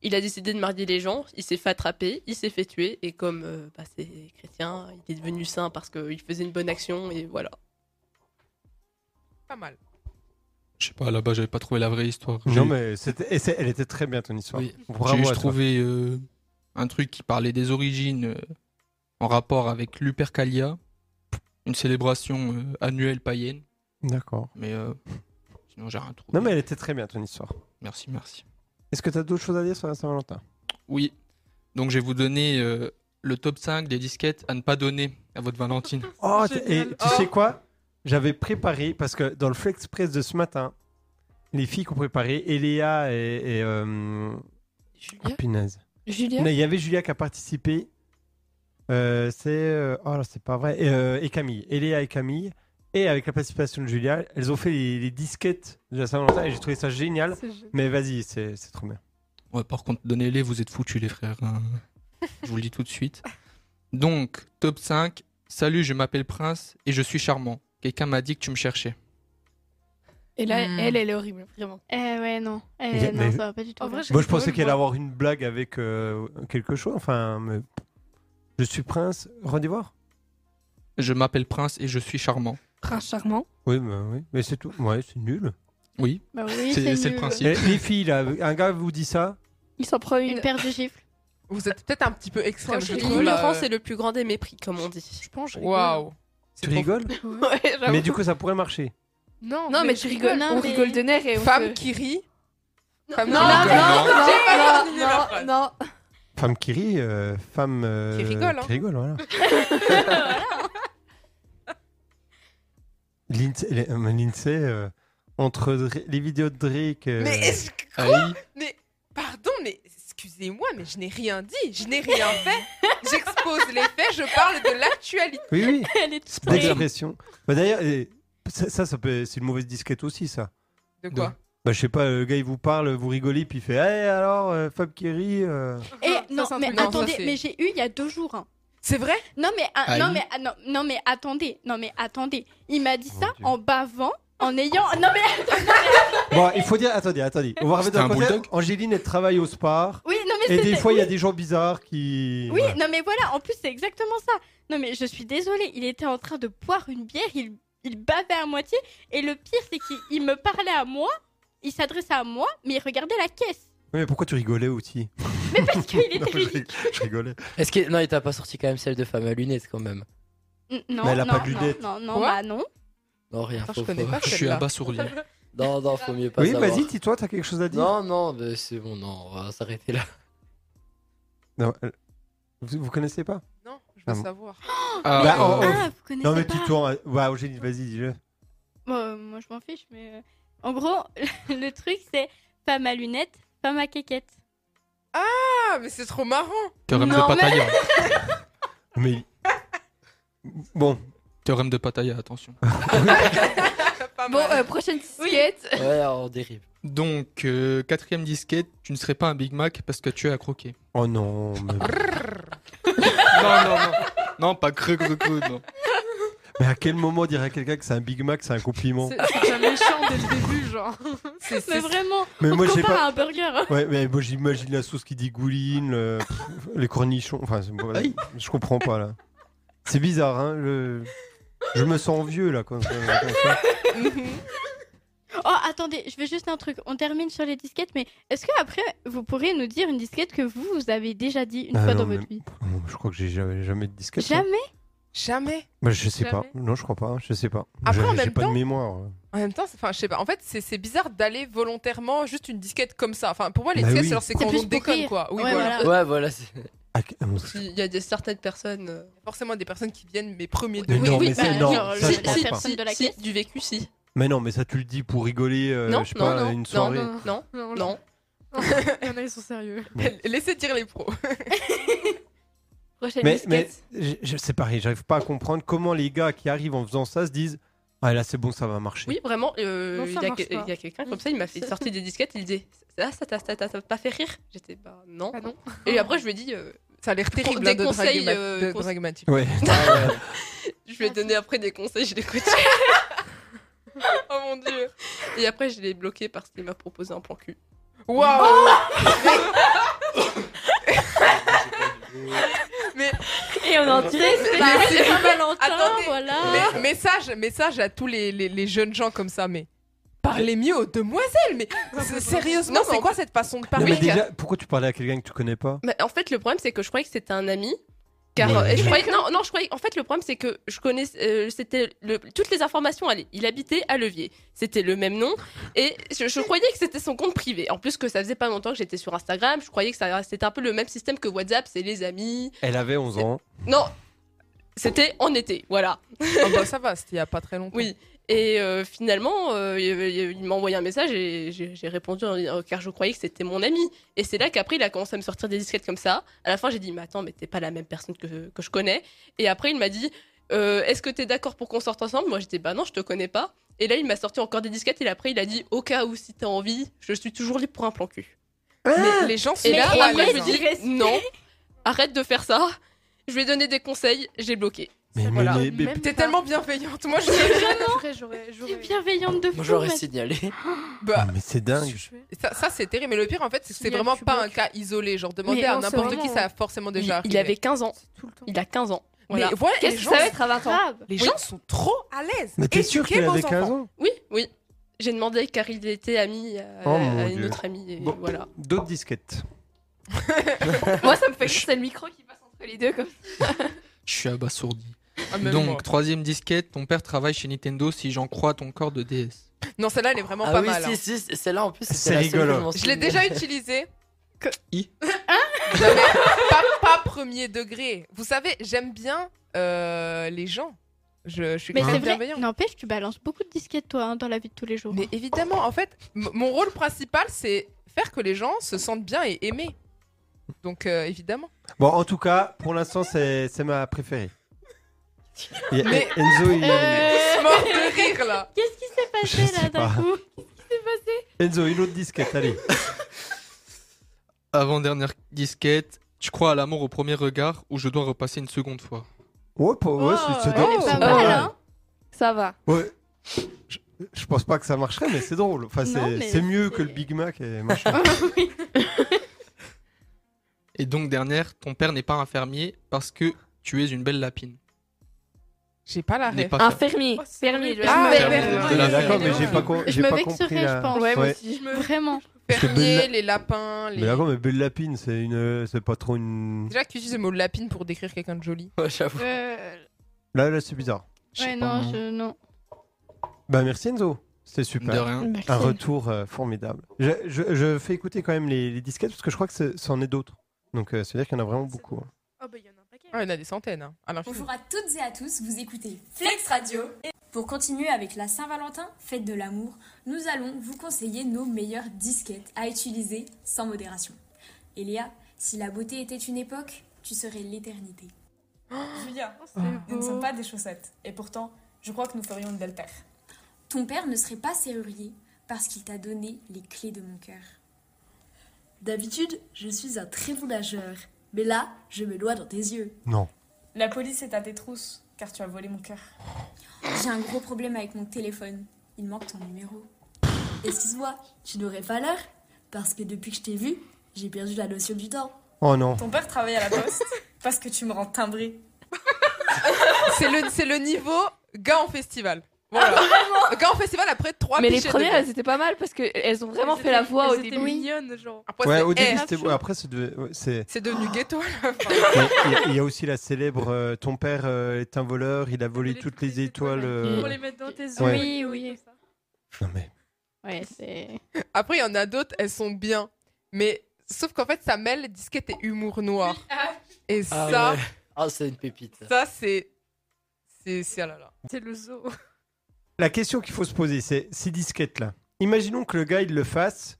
Il a décidé de marier les gens. Il s'est fait attraper, il s'est fait tuer. Et comme euh, bah, c'est chrétien, il est devenu saint parce qu'il faisait une bonne action. Et voilà.
Pas mal.
Je sais pas, là-bas, j'avais pas trouvé la vraie histoire.
Non,
J'ai-
mais c'était- et c'est- elle était très bien ton histoire.
Oui.
Bravo
J'ai
à
juste
toi.
trouvé euh, un truc qui parlait des origines euh, en rapport avec Lupercalia, une célébration euh, annuelle païenne.
D'accord.
Mais euh, sinon, j'ai rien trouvé.
Non, mais elle était très bien ton histoire.
Merci, merci.
Est-ce que t'as d'autres choses à dire sur la Saint-Valentin
Oui. Donc, je vais vous donner euh, le top 5 des disquettes à ne pas donner à votre Valentine.
Oh, t- et tu sais quoi J'avais préparé, parce que dans le Flex Press de ce matin, les filles qui ont préparé, Eléa et. et, euh, oh, punaise.
Julia
Non, Il y avait Julia qui a participé. Euh, c'est. euh, oh là, c'est pas vrai. Et, euh, et Camille. Eléa et Camille. Et avec la participation de Julia, elles ont fait les, les disquettes de la Saint-Valentin et j'ai trouvé ça génial.
C'est génial.
Mais vas-y, c'est c'est trop bien.
Ouais, par contre, donnez-les, vous êtes foutus, les frères. hein. je vous le dis tout de suite. Donc, top 5. Salut, je m'appelle Prince et je suis charmant. Quelqu'un m'a dit que tu me cherchais.
Et là,
Hmm.
elle, elle est horrible, vraiment.
Eh ouais, non. Eh
Mais-
non,
mais-
ça va pas du tout.
En vrai,
Moi, je pensais qu'elle allait avoir une blague avec euh, quelque chose. Enfin, mais- je suis prince. Rendez voir.
Je m'appelle Prince et je suis charmant.
Prince charmant.
Oui, bah oui. Mais c'est tout. Ouais, c'est nul.
Oui.
Bah oui,
C'est-
c'est
c'est le
nul.
principe.
Eh, les filles, là, un gars vous dit ça.
Il s'en prend une.
Une paire de gifles.
Vous êtes peut-être un petit peu extrême, je trouve. là,
L'ignorance
euh.
c'est le plus grand des mépris, comme on dit. Je
pense
Waouh.
Tu rigoles Mais du coup, ça pourrait marcher.
Non,
Non, mais, tu rigoles.
Non,
on
mais-
rigole de nerfs et on
Femme
se-
qui rit.
Femme
Non,
qui
non,
rigole.
non, non, j'ai pas
non,
terminé ma phrase.
non, non.
Femme qui rit, euh, femme. euh,
Qui rigole, hein.
Qui rigole,
*laughs*
voilà. Lindsay, les- euh, Lindsay, euh, entre Dra- les vidéos de Drake. euh,
Mais est-ce que-
Aïe.
Mais pardon, mais excusez-moi, mais je n'ai rien dit, je n'ai rien fait. J'expose les faits, je parle de l'actualité.
Oui, oui.
Elle est
D'expression. Bah, D'ailleurs, eh, ça, ça, ça peut- c'est une mauvaise disquette aussi, ça.
De quoi
Bah, je sais pas, le gars il vous parle, vous rigolez, puis il fait Hey, alors, euh, Fab Kerry. euh,
Et Eh, non,
c'est un
mais
truc- non, ça,
attendez,
c'est-
mais j'ai eu il y a deux jours. hein.
C'est vrai
Non mais ah,
Aïe.
non mais ah, non, non, mais attendez, non mais attendez. Il m'a dit ça en bavant, en ayant non mais
Bon, il faut dire, attendez, attendez. On va remettre dans le
C'était un
contexte. Angéline, elle travaille au spa.
oui non mais
et des
c'était-
fois, il y a
oui.
des gens bizarres qui.
Oui,
Voilà.
non mais voilà, en plus c'est exactement ça. Non mais je suis désolée, il était en train de boire une bière, il, il bavait à moitié, et le pire c'est qu'il il me parlait à moi, il s'adressait à moi, mais il regardait la caisse.
Oui, mais pourquoi tu rigolais aussi *laughs*
Mais parce qu'il était
Non, je rig- je rigolais.
Est-ce que non, il t'a pas sorti quand même celle de femme à lunettes quand même
N- Non,
Mais elle a
non,
pas de lunettes.
non, non, non,
Quoi
bah non.
Non, rien.
Attends,
faut-
je connais
faut-
pas
je suis
celle-là.
abasourdi. *laughs*
Bah,
Non, non, faut mieux pas.
Oui,
savoir.
vas-y, dis-toi, t'as quelque chose à dire
Non, non, mais c'est bon, non, on va
*laughs*
s'arrêter là.
Non, elle- vous, vous connaissez pas
Non, je
veux
savoir.
oh.
Ah, bah,
euh,
en off.
Ah, vous connaissez
non, mais
pas.
tu tournes. Ouais, Angéline, vas-y, dis-le.
Bon, euh, moi je m'en fiche, mais euh, en gros, *laughs* le truc c'est femme à lunettes, femme à caquette.
Ah, mais c'est trop marrant.
*laughs*
Théorème de Pattaya.
Mais. Bon.
Théorème de Pattaya, attention.
Bon, euh, prochaine disquette.
Ouais, on dérive.
Donc, euh, quatrième disquette, tu ne serais pas un Big Mac parce que tu es à croquer.
Oh non. mais-
non, non, non. Non, pas creux, creux, creux, non.
Mais à quel moment dire à quelqu'un que c'est un Big Mac, c'est un compliment
C'est déjà méchant dès le début, genre.
Mais vraiment,
Mais
on
moi,
te
j'ai
compare
pas-
à un burger.
Ouais, mais moi j'imagine la sauce qui dit gouline, le- pff, les cornichons. Enfin, c'est- voilà. je comprends pas là. C'est bizarre, hein. le- Je me sens vieux là. Quand, quand ça.
Oh, attendez, je veux juste un truc. On termine sur les disquettes, mais est-ce que après vous pourriez nous dire une disquette que vous, vous avez déjà dit une
Ah
fois
non,
dans
mais-
votre vie
Non, Je crois que j'ai jamais, jamais de disquette.
Jamais
hein.
Jamais.
Bah, je sais
Jamais.
pas. Non, je crois pas. hein, Je sais pas.
Après,
J'ai-
en
j'ai
même
pas
temps-
de mémoire.
En même temps, c'est- enfin, je sais pas. En fait, c'est c'est bizarre d'aller volontairement juste une disquête comme ça. Enfin, pour moi, les
Bah
disquettes,
oui.
c'est genre, c'est
C'est
quand
plus
on
pour
déconne,
rire.
quoi. Oui,
Ouais,
voilà.
Ouais, voilà. c'est-
Ah, euh,
Il y a certaines personnes.
euh,
Forcément, des personnes qui viennent mes premiers
Mais
degrés.
non,
bah,
mais c'est- non, ça, je pense
si,
pas.
si, si, du vécu, si.
Mais non, mais ça tu le dis pour rigoler, euh,
non,
je sais
non,
pas,
non,
une soirée.
non, non, non, non.
Il y en a, ils sont sérieux.
*laughs* Laissez dire les pros.
Prochaine
Mais, mais
disquette.
je- je- c'est pareil, j'arrive pas à comprendre comment les gars qui arrivent en faisant ça se disent Ah là, c'est bon, ça va marcher.
*laughs* Oui, vraiment, euh,
Non, ça
il y a,
marche
que-
pas. Mm.
il y a quelqu'un comme ça, il m'a
*laughs*
fait sortir des disquettes, il disait Ah, ça t'a ça t'a- ça t'a pas fait rire J'étais Bah non.
Ah non.
Et après, je lui ai dit euh,
Ça a l'air
Pro-
terrible
des
hein, de
conseils,
drague-
euh,
de
conse-
drague match.
Ouais.
Je
Ah,
lui ai donné après des conseils,
*laughs*
je l'ai coaché.
oh mon dieu.
Et après, je l'ai bloqué parce qu'il m'a proposé un plan cul. Oh,
Waouh Mais
Et
*laughs*
on en dirait, c'est
Bah,
Mais oui,
c'est
mais-
pas Valentin,
Attendez,
voilà.
mais- message, message à tous les, les- les jeunes gens comme ça, mais parlez mieux aux demoiselles, *laughs* mais s- sérieusement,
Non, mais
c'est
en
quoi cette façon de
Non,
parler
mais déjà, pourquoi tu parlais à quelqu'un que tu connais pas
Mais en fait, le problème, c'est que je croyais que c'était un ami. Car
Ouais.
euh, je croyais, non, non, je croyais. En fait, le problème, c'est que je connais. euh, c'était le- toutes les informations. allez, il habitait à Levier. C'était le même nom. Et je, je croyais que c'était son compte privé. En plus, que ça faisait pas longtemps que j'étais sur Instagram. Je croyais que ça- c'était un peu le même système que WhatsApp. C'est les amis.
Elle avait 11 ans.
Non, c'était en été. Voilà.
Ah bah ça va, c'était il y a pas très longtemps.
Oui. Et euh, finalement, euh, il, il m'a envoyé un message et j'ai j'ai répondu en- euh, car je croyais que c'était mon ami. Et c'est là qu'après, il a commencé à me sortir des disquettes comme ça. À la fin, j'ai dit, mais attends, mais t'es pas la même personne que, que je connais. Et après, il m'a dit, Euh, est-ce que t'es d'accord pour qu'on sorte ensemble Moi, j'étais, bah non, je te connais pas. Et là, il m'a sorti encore des disquettes et après, il a dit, au cas où si t'as envie, je suis toujours libre pour un plan cul.
Ah.
Mais les gens sont
Et là,
trop à
après, je
l'aise,
me
hein.
dis, non, arrête de faire ça. Je lui ai donné des conseils, j'ai bloqué.
Mais, mais-
Voilà.
mais- mais-
T'es tellement bienveillante, moi je
Vraiment J'aurais. j'aurais-
bienveillante de fou.
Euh,
Moi, *laughs* j'aurais
mais-
signalé.
Bah,
mais c'est dingue.
ça, ça, c'est terrible, mais le pire en fait, c'est que c'est
Signal,
vraiment
tu
pas
bloques.
un cas isolé. Genre, demander
Mais
à
non, c'est
n'importe qui,
vraiment-
ça a forcément
Il,
déjà arrivé.
il avait 15 ans.
Tout le temps.
Il a 15 ans.
Mais
Voilà.
voilà, les
Qu'est-ce que
gens,
ça va être à 20 ans
Grave.
les
Oui.
gens sont trop à l'aise.
Mais t'es sûr
Éduquez
qu'elle
vos
avait
enfants.
15 ans
Oui, oui. J'ai demandé car il était ami à,
Oh
à
mon
une
Dieu.
autre amie. Et
Bon,
voilà.
D'autres disquettes.
Moi, ça me fait rire, c'est le micro qui passe entre les deux comme ça.
Je suis abasourdi.
Ah, mais moi.
Donc, troisième disquette, ton père travaille chez Nintendo si j'en crois ton corps de DS.
Non, celle-là, elle est vraiment
Ah
pas
oui,
mal.
si,
hein.
si, c'est- celle-là en plus.
C'est
c'était la seule que
rigolo.
je m'en
Je l'ai
souvenais.
déjà utilisée.
Que-
I.
Non, mais pas, pas premier degré. Vous savez, j'aime bien euh, les gens. Je, je suis
Mais
quelqu'un
c'est
de
vrai,
bienveillant.
n'empêche, tu balances beaucoup de disquettes, toi, hein, dans la vie de tous les jours.
Mais évidemment, en fait, m- mon rôle principal, c'est faire que les gens se sentent bien et aimés. Donc, euh, évidemment.
Bon, en tout cas, pour l'instant, c'est c'est ma préférée. Il y a-
Mais-
Enzo, il.
Euh,
Je suis mort de rire, là.
Qu'est-ce qui s'est
*laughs* Je
passé
sais
là d'un
pas.
coup
Enzo, une autre disquette, allez.
Avant-dernière disquette. Tu crois à l'amour au premier regard ou je dois repasser une seconde fois
Ouais, pas- ouais, c'est- c'est
elle
drôle.
est pas
c'est
mal,
drôle.
hein. Ça va.
Ouais. Je, je pense pas que ça marcherait, mais c'est drôle. Enfin,
Non,
c'est
mais
c'est mieux que le Big Mac et machin.
Et donc, dernière, ton père n'est pas un fermier parce que tu es une belle lapine.
J'ai pas la
N'est
ref.
pas
Un
fermier.
fermier. fermier, le
Ah,
fermier.
fermier.
Oui, D'accord, mais j'ai pas, com- j'ai
me
pas compris
vexerais,
la...
je pense.
Ouais, moi
Ouais.
aussi.
Je me... *laughs* Vraiment.
Parce que
Fermier,
Bella-
les lapins, les...
Mais d'accord, mais Belle Lapine, c'est une, euh, c'est pas trop une.
Déjà que tu utilises le mot lapine pour décrire quelqu'un de joli.
*laughs* Ouais, j'avoue.
Euh,
Là, là, c'est bizarre.
ouais, non, je... non.
Bah merci Enzo, c'était super.
De rien.
Merci.
Un retour euh, formidable. Je, je- je fais écouter quand même les, les disquettes parce que je crois que c'est- c'en est d'autres. Donc euh, ça veut dire qu'il y en a vraiment beaucoup. hein.
Oh, bah, il y en a un paquet.
Ah, il y en a des centaines. Hein. à l'infini.
*laughs*
Bonjour à toutes et à tous, vous écoutez Flex Radio. Et pour continuer avec la Saint-Valentin, fête de l'amour, nous allons vous conseiller nos meilleures disquettes à utiliser sans modération. Eléa, si la beauté était une époque, tu serais *gasps* l'éternité. Julien,
nous ne sommes
pas des chaussettes. Et pourtant, je crois que nous ferions une belle paire. Ton père ne serait pas serrurier parce qu'il t'a donné les clés de mon cœur.
D'habitude, je suis un très bon nageur. Mais là, je me noie dans tes yeux.
Non.
La police est à tes trousses, car tu as volé mon cœur. J'ai un gros problème avec mon téléphone. Il manque ton numéro.
Excuse-moi, tu n'aurais pas l'heure Parce que depuis que je t'ai vu, j'ai perdu la notion du temps.
Oh non.
Ton père travaille à la poste parce que tu me rends timbré.
c'est le, c'est le niveau gars en festival. Voilà. gars en festival après trois
Mais les
pichets de
premières,
bière.
elles étaient pas mal parce qu'elles ont vraiment
Elles
fait la
étaient-
voix au
elles étaient
début.
mignonnes,
genre.
Après,
ouais,
c'est
au début,
R.
c'était. ouais, après, c'est Oh. devenu- ouais, c'est.
C'est devenu ghetto à la fin.
*laughs* Mais Il y a- il y, a aussi la célèbre euh, Ton père euh, est un voleur, il a volé toutes les étoiles. euh,
Pour les mettre dans tes yeux.
Ouais.
Oui, oui.
Ouais, c'est.
Après, il y en a d'autres, elles sont bien. Mais sauf qu'en fait, ça mêle disquette et humour noir. Et
Ah
ça,
ouais. Ah, c'est une pépite.
ça c'est. C'est. c'est- ah là là.
C'est le zoo.
La question qu'il faut se poser, c'est ces disquettes-là. Imaginons que le gars, il le fasse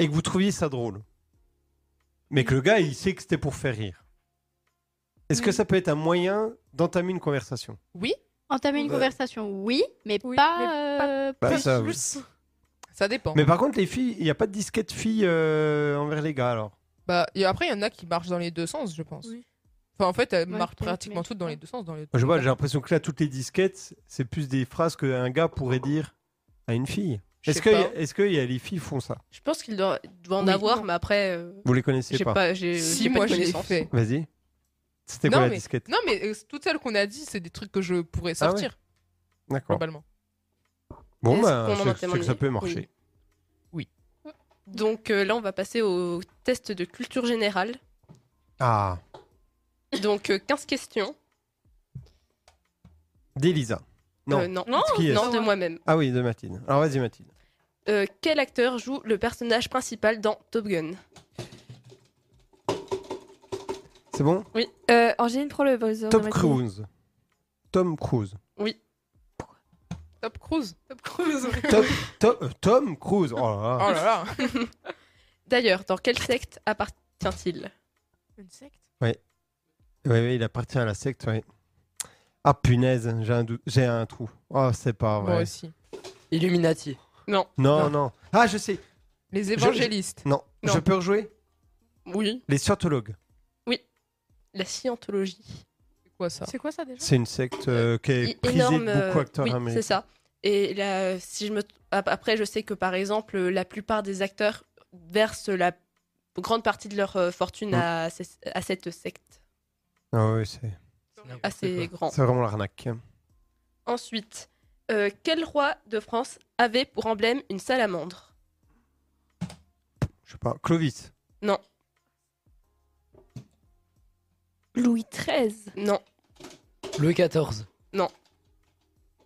et que vous trouviez ça drôle. Mais que le gars, il sait que c'était pour faire rire. Est-ce que ça peut être un moyen d'entamer une conversation
Oui
Entamer une
Bah.
conversation, oui, mais pas. euh,
Bah,
pas
ça, oui.
plus.
Ça dépend.
Mais par contre, les filles, il n'y a pas de disquette fille euh, envers les gars, alors.
Bah, et après, il y en a qui marchent dans les deux sens, je pense. Enfin, en fait, elles
Ouais,
marchent
peut-être,
pratiquement
mais-
toutes dans les deux sens. Dans les...
Je sais pas, j'ai l'impression que là, toutes les disquettes, c'est plus des phrases qu'un gars pourrait dire à une fille.
Je
Est-ce
sais
que,
pas.
est-ce que y a les filles font ça
Je pense qu'il doit, doit en
Oui.
avoir, mais après. euh,
Vous les connaissez
j'ai
pas
pas j'ai
Si,
j'ai pas
moi,
de
je l'ai
connaissance.
fait.
Vas-y. C'était quoi
non,
la
mais...
disquette
non, mais euh, toutes celles qu'on a dit, c'est des trucs que je pourrais
Ah ouais.
sortir,
D'accord.
globalement.
Bon,
bah, Est-ce
bah,
qu'on en a
c'est- c'est que ça
terminé
peut marcher.
Oui. Donc euh, là, on va passer au test de culture générale.
Ah,
Donc euh, 15 questions.
d'Elisa. Non.
Euh, non.
De qui est-ce
Non, de moi-même.
Ah oui, de Mathilde. Alors vas-y, Mathilde.
Euh, quel acteur joue le personnage principal dans Top Gun
C'est bon
Oui.
Euh, Angéline prend le buzzer.
Tom
de Mathilde.
Cruise. Tom Cruise.
Top Cruise.
Top Cruise.
Top- Tom, euh, Tom Cruise. Oh là là.
Oh là là.
D'ailleurs, dans quelle secte appartient-il
Une secte
Oui, oui, il appartient à la secte, oui. Ah punaise, j'ai un, dou- j'ai un trou. Oh, c'est pas vrai.
Moi aussi.
Illuminati.
Non.
Non,
Non.
non. Ah, je sais.
Les
Je- je-
évangélistes.
Non.
Non.
Je peux rejouer
Oui.
Les scientologues.
La scientologie.
C'est quoi ça
C'est quoi ça déjà
C'est une secte euh, qui
Et
est prisée
énorme.
de beaucoup
euh,
d'acteurs
oui,
américains.
c'est ça. Et là, si je me ap- après, je sais que par exemple, la plupart des acteurs versent la grande partie de leur euh, fortune
Mm.
à, ces- à cette secte,
Ah oui, c'est
à ces grands.
c'est vraiment l'arnaque.
Ensuite, euh, quel roi de France avait pour emblème une salamandre
Je sais pas. Clovis.
Louis XIII.
Non,
Louis XIV.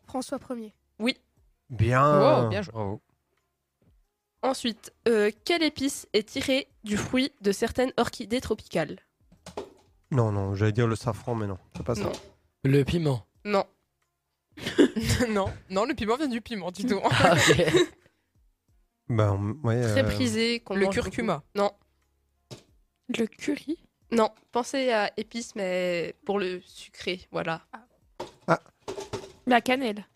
François 1er.
oui.
Bien. Oh.
Wow, bien joué.
Bravo.
Ensuite, euh, quelle épice est tirée du fruit de certaines orchidées tropicales
Non, non, j'allais dire le safran, mais non, c'est pas ça.
Non.
Le piment.
*laughs*
Non.
non, non, le piment vient du piment, du
*laughs*
tout.
Ah, ok.
Bah, on- ouais,
Très
euh,
prisé. qu'on
le
mange
curcuma.
beaucoup. Non,
Le curry.
non. Pensez à épices, mais pour le sucré, voilà.
La cannelle.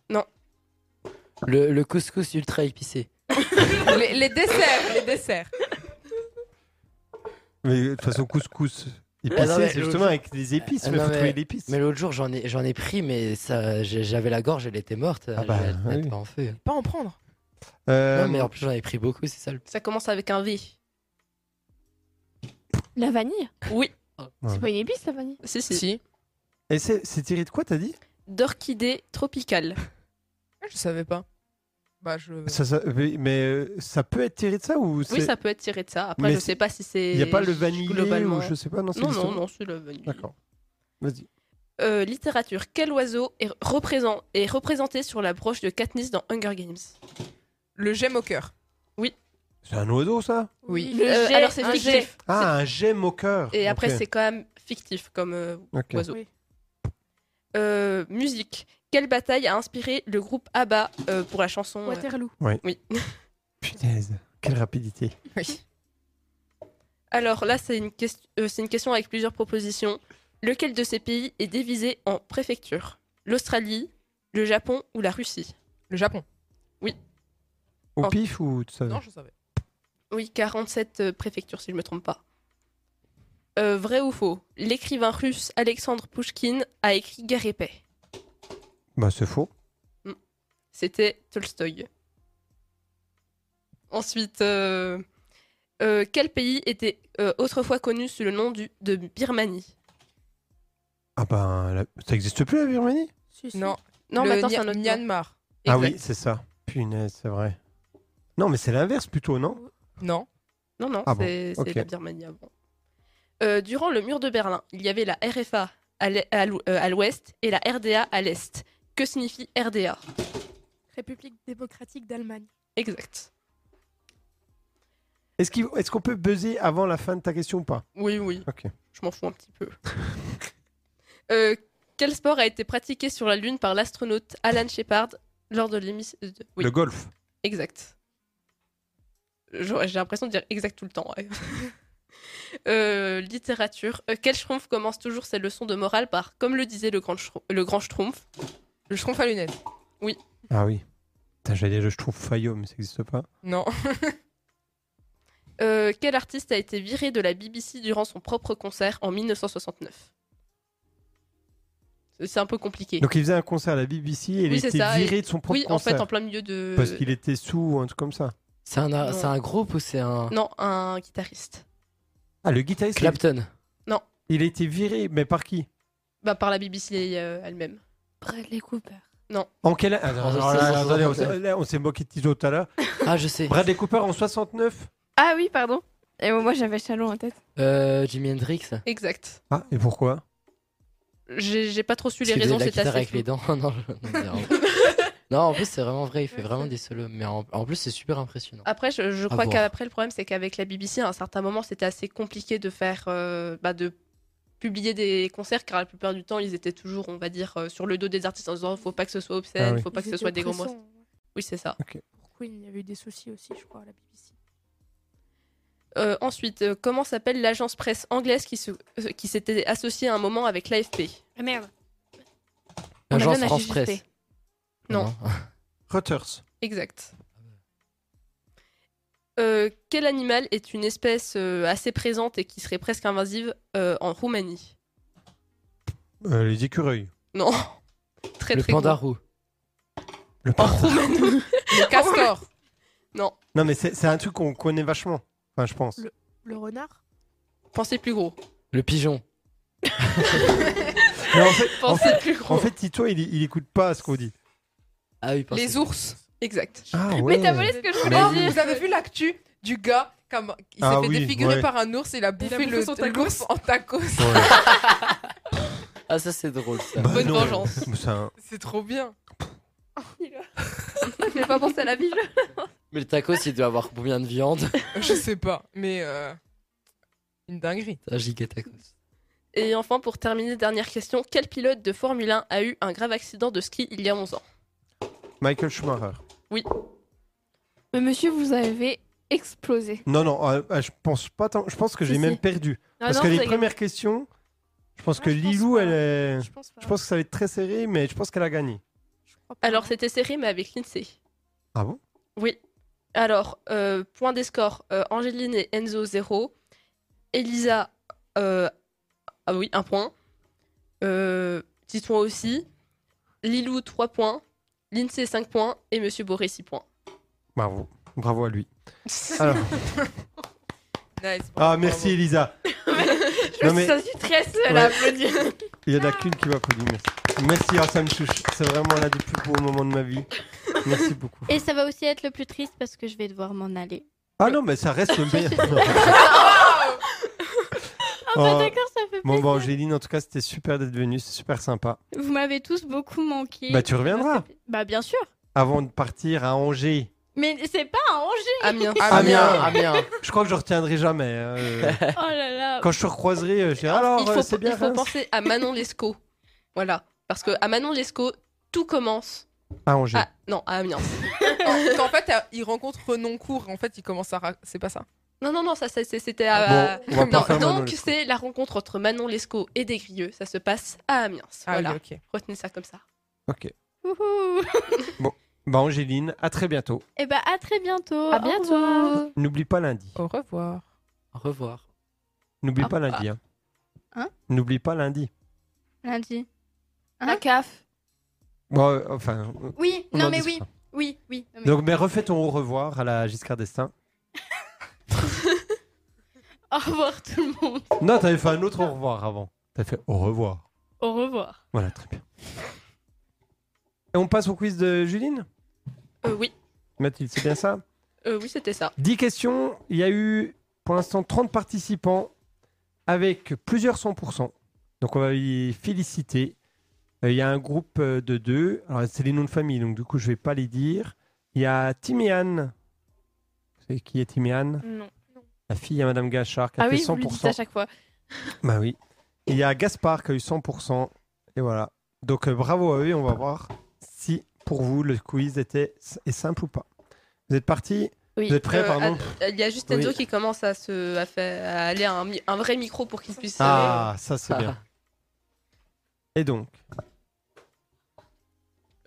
Le, le couscous ultra épicé.
les, les desserts, les desserts.
Mais de toute façon, couscous. Épicé,
Ah non, mais
c'est
l'autre
justement
jour-
avec des épices,
Ah
mais
non,
faut trouver l'épice.
Mais l'autre jour, j'en ai, j'en ai pris, mais ça, j'ai- j'avais la gorge, elle était morte.
Ah bah,
elle elle était
oui.
pas en feu.
Pas en prendre.
Euh,
Non, mais en plus, j'en ai pris beaucoup, c'est ça le
Ça commence avec un V.
La vanille
Oui.
Ouais.
C'est pas une épice, la vanille
Si, si.
Et c'est c'est tiré de quoi, t'as dit
D'orchidée tropicale.
Ah, Je savais pas. Bah, je.
Euh.
ça, ça- oui, Mais euh, ça peut être tiré de ça ou
Oui,
c'est-
ça peut être tiré de ça. Après,
Mais
je
c'est-
sais pas si c'est.
Il n'y a pas le vanillé
globalement.
ou je sais pas, non c'est
Non,
justement-
non, non, c'est le vanillé.
D'accord. Vas-y.
Euh, littérature. Quel oiseau est, représent- est représenté sur la broche de Katniss dans Hunger Games
Le gemme au cœur.
C'est un oiseau, ça
Oui.
Le Euh, jet, alors, c'est un fictif. jet.
Ah, un gemme au cœur.
Et après,
Ok.
c'est quand même fictif comme euh,
Ok.
oiseau. Euh, musique. Quelle bataille a inspiré le groupe ABBA euh, pour la chanson euh,
Waterloo.
Ouais.
Oui.
Punaise, quelle rapidité.
Oui.
Alors là, c'est une, quest- euh, c'est une question avec plusieurs propositions. Lequel de ces pays est divisé en préfectures L'Australie, le Japon ou la Russie
Le Japon.
Oui.
Au
Oh.
pif ou tu savais
Non, je savais.
Oui, 47 euh, préfectures, si je ne me trompe pas. Euh, vrai ou faux L'écrivain russe Alexandre Pouchkine a écrit Guerre et paix.
Bah, c'est faux.
C'était Tolstoï. Ensuite, euh, euh, quel pays était euh, autrefois connu sous le nom du- de Birmanie
Ah, ben, la- ça n'existe plus la Birmanie
Non.
Non,
Le
maintenant, c'est
Nya-
un autre nom.
Myanmar.
Ah oui, c'est ça. Punaise, c'est vrai. Non, mais c'est l'inverse plutôt, non
Non.
Non, non,
Ah bon,
c'est c'est
ok.
la Birmanie avant. Euh, durant le mur de Berlin, il y avait la RFA à l'e- à l'ou- euh, à l'ouest et la RDA à l'est. Que signifie RDA
République démocratique d'Allemagne.
Exact.
Est-ce qu'il- est-ce qu'on peut buzzer avant la fin de ta question ou pas
Oui, oui,
Ok.
je m'en fous un petit peu. *laughs* Euh, quel sport a été pratiqué sur la Lune par l'astronaute Alan Shepard lors de l'émission de- oui,
Le golf.
Exact. J'aurais- J'ai l'impression de dire exact tout le temps. ouais. *laughs* Euh, littérature. Euh, quel schtroumpf commence toujours ses leçons de morale par, comme le disait le grand, Schrou- le grand schtroumpf
Le schtroumpf à lunettes.
Oui,
Ah oui. Putain, j'allais dire, je trouve Fayot, mais ça n'existe pas.
*laughs*
Non.
Euh, quel artiste a été viré de la BBC durant son propre concert en 1969 C'est- C'est un peu compliqué.
Donc il faisait un concert à la BBC et il
Oui, c'est
était
ça,
viré
et-
de son propre
oui, en
concert.
fait, en euh, plein milieu de-
Parce qu'il était sous ou un truc comme ça.
C'est un,
Non. c'est un
groupe ou c'est un.
Non, un guitariste.
Ah, le guitariste.
Clapton.
Non,
Il a été viré, mais par qui
bah, par la BBC euh, elle-même.
Bradley Cooper.
Non.
En quelle année Attends,
Ah,
alors
c'est
là,
ça, ça,
attendez,
ça,
on
ça.
s'est- là, on s'est moqué de Tizo tout à l'heure.
Ah, je sais.
Bradley Cooper en 69
Ah oui, pardon. Et moi, j'avais Chalon en tête.
Euh, Jimi Hendrix.
Exact.
Ah, et pourquoi
J'ai j'ai pas trop su
Parce
les
qu'il faisait
raisons,
de la
c'est
guitare
assez
avec
flou.
les dents. *laughs* non, non, non, non.
*laughs*
Non, en plus, c'est vraiment vrai. Il fait vraiment des solos. Mais en, en plus, c'est super impressionnant.
Après, je, je
À
crois
voir.
qu'après, le problème, c'est qu'avec la BBC, à un certain moment, c'était assez compliqué de faire. euh, bah, de publier des concerts, car la plupart du temps, ils étaient toujours, on va dire, euh, sur le dos des artistes en disant faut pas que ce soit obscène,
Ah oui.
faut pas
Ils
que ce
étaient
soit des gros
oppressants,
mots. Oui, c'est ça.
Pour Queen, il y avait eu des soucis aussi, je crois, à la BBC.
Euh, ensuite, euh, comment s'appelle l'agence presse anglaise qui se- euh, qui s'était associée à un moment avec l'AFP
Ah merde.
L'agence
On a
France
donné à
Presse.
JJP.
Non.
Reuters.
Exact. Euh, quel animal est une espèce euh, assez présente et qui serait presque invasive euh, en Roumanie
Euh, les écureuils.
Non. *laughs* Très
le
très
panda
gros.
roux.
Le panda.
*laughs* Le castor. non,
Non, mais c'est c'est un truc qu'on connaît vachement. Enfin, je pense.
Le, le renard
*laughs* pensez plus gros.
Le pigeon.
Mais en fait, en
Pensez
fait,
plus gros.
en fait, Tito, il, il écoute pas ce qu'on dit.
Ah oui, pensez-
Les ours.
Exact.
Ah ouais.
Mais t'as volé ce que je
Mais
voulais
oui.
dire.
Vous avez vu l'actu du gars comme il s'est
Ah
fait
oui,
défigurer
ouais.
par un ours, il a bouffé,
bouffé
le
son
tacos
tacos.
en tacos.
Ah, ça, c'est drôle. Ça.
Bah
Bonne
non.
vengeance.
Mais c'est un-
C'est trop bien.
Je n'ai pas pensé à la ville.
Mais le tacos, il doit avoir combien de viande
*laughs*
Je sais pas, mais euh, une dinguerie.
Un giga tacos.
Et enfin, pour terminer, dernière question. Quel pilote de Formule 1 a eu un grave accident de ski il y a 11 ans
Michael Schumacher.
Mais monsieur, vous avez explosé.
Non, non, euh, euh, je pense pas tant. Je pense que j'ai
Si,
même
si.
perdu.
Ah
Parce
non,
que
vous
les
avez-
premières questions, je pense
Ah,
que
je pense
Lilou,
pas.
elle est.
Je pense pas.
Je pense que ça va être très serré, mais je pense qu'elle a gagné.
Je crois pas.
Alors, c'était serré, mais avec l'INSEE.
Ah bon
E. Oui. Alors, euh, point des scores, euh, Angéline et Enzo 0, Elisa, euh, ah oui, 1 point, euh, Titouan aussi, Lilou 3 points, Lindsay 5 E, points et Monsieur Boré 6 points.
Bravo. Bravo à
*laughs*
lui. Alors, ah, merci
*laughs*
Elisa.
Je
Non,
me
mais-
suis sentie très seule
Ouais.
à applaudir.
Il y en a qu'une qui m'applaudit, merci. Merci, ah, ça me touche. C'est vraiment l'un des plus beaux moments de ma vie. Merci beaucoup.
Et ça va aussi être le plus triste parce que je vais devoir m'en aller.
Ah non, mais ça reste le
*laughs*
meilleur. *laughs*
Ah,
bah
Oh.
Ah,
bah,
d'accord, ça fait
Bon, bon, Angéline, en tout cas, c'était super d'être venue, c'est super sympa.
Vous m'avez tous beaucoup manqué.
Bah, tu reviendras
Bah, bien sûr.
avant de partir à Angers.
Mais c'est pas un Angers.
*laughs*
Amiens.
Ah,
Ah,
euh,
Je crois que je retiendrai jamais. euh.
*laughs*
Oh là là.
Quand je te recroiserai, euh, je dirai alors,
Oh,
il
euh,
faut,
c'est bien.
il faut
Reims
penser à Manon Lescaut. Voilà. Parce que à Manon Lescaut, tout commence.
À Angers.
à- Non, à Amiens.
Quand- quand en fait, euh, il rencontre Renoncourt, en fait, il commence à. ra- C'est pas ça.
Non, non, non, ça, ça, c'est- c'était
Ah,
à.
euh,
Bon, on va pas
Non,
faire Manon
donc,
Lescaut.
c'est la rencontre entre Manon Lescaut et Desgrieux. Ça se passe à Amiens.
Ah oui,
Voilà.
ok.
Retenez ça comme ça.
Ok. Bon, bah, Angéline, à très bientôt.
Et bah, à très bientôt.
À
Au
bientôt.
revoir.
N'oublie pas lundi.
Au revoir.
Au revoir.
N'oublie
Oh. Ah,
pas lundi. hein.
Hein
N'oublie pas lundi.
Lundi.
La CAF.
Bon, euh, enfin. euh,
Oui,
on
non,
en
mais oui.
discutera.
Oui, oui. non, mais-
Donc, mais refais ton au revoir à la Giscard d'Estaing.
*laughs* Au revoir tout le monde.
Non, t'avais fait un autre au revoir avant. T'as fait au revoir.
Au revoir.
Voilà, très bien. Et on passe au quiz de Juline
Euh, oui,
Mathilde, c'est bien ça
Euh, oui c'était ça.
10 questions. Il y a eu pour l'instant 30 participants avec plusieurs 100%. Donc on va les féliciter. Euh, Il y a un groupe euh, de deux. Alors c'est les noms de famille, donc du coup je vais pas les dire. Il y a Tim et Anne. Vous savez qui est Tim et Anne
Non.
La fille à Madame Gachard qui a
Ah
fait
oui, vous
100%.
le dites à chaque fois.
*laughs* Bah oui. Il y a Gaspard qui a eu 100%. Et voilà. Donc euh, bravo à eux. On va voir si pour vous le quiz était est simple ou pas. Vous êtes partis
Oui.
Vous êtes prêts,
Euh,
pardon
att- Il y a juste Enzo
Oui.
qui commence à, se, à, faire, à aller à un, mi- un vrai micro pour qu'il puisse.
Ah, ça c'est bien. *laughs* Et donc,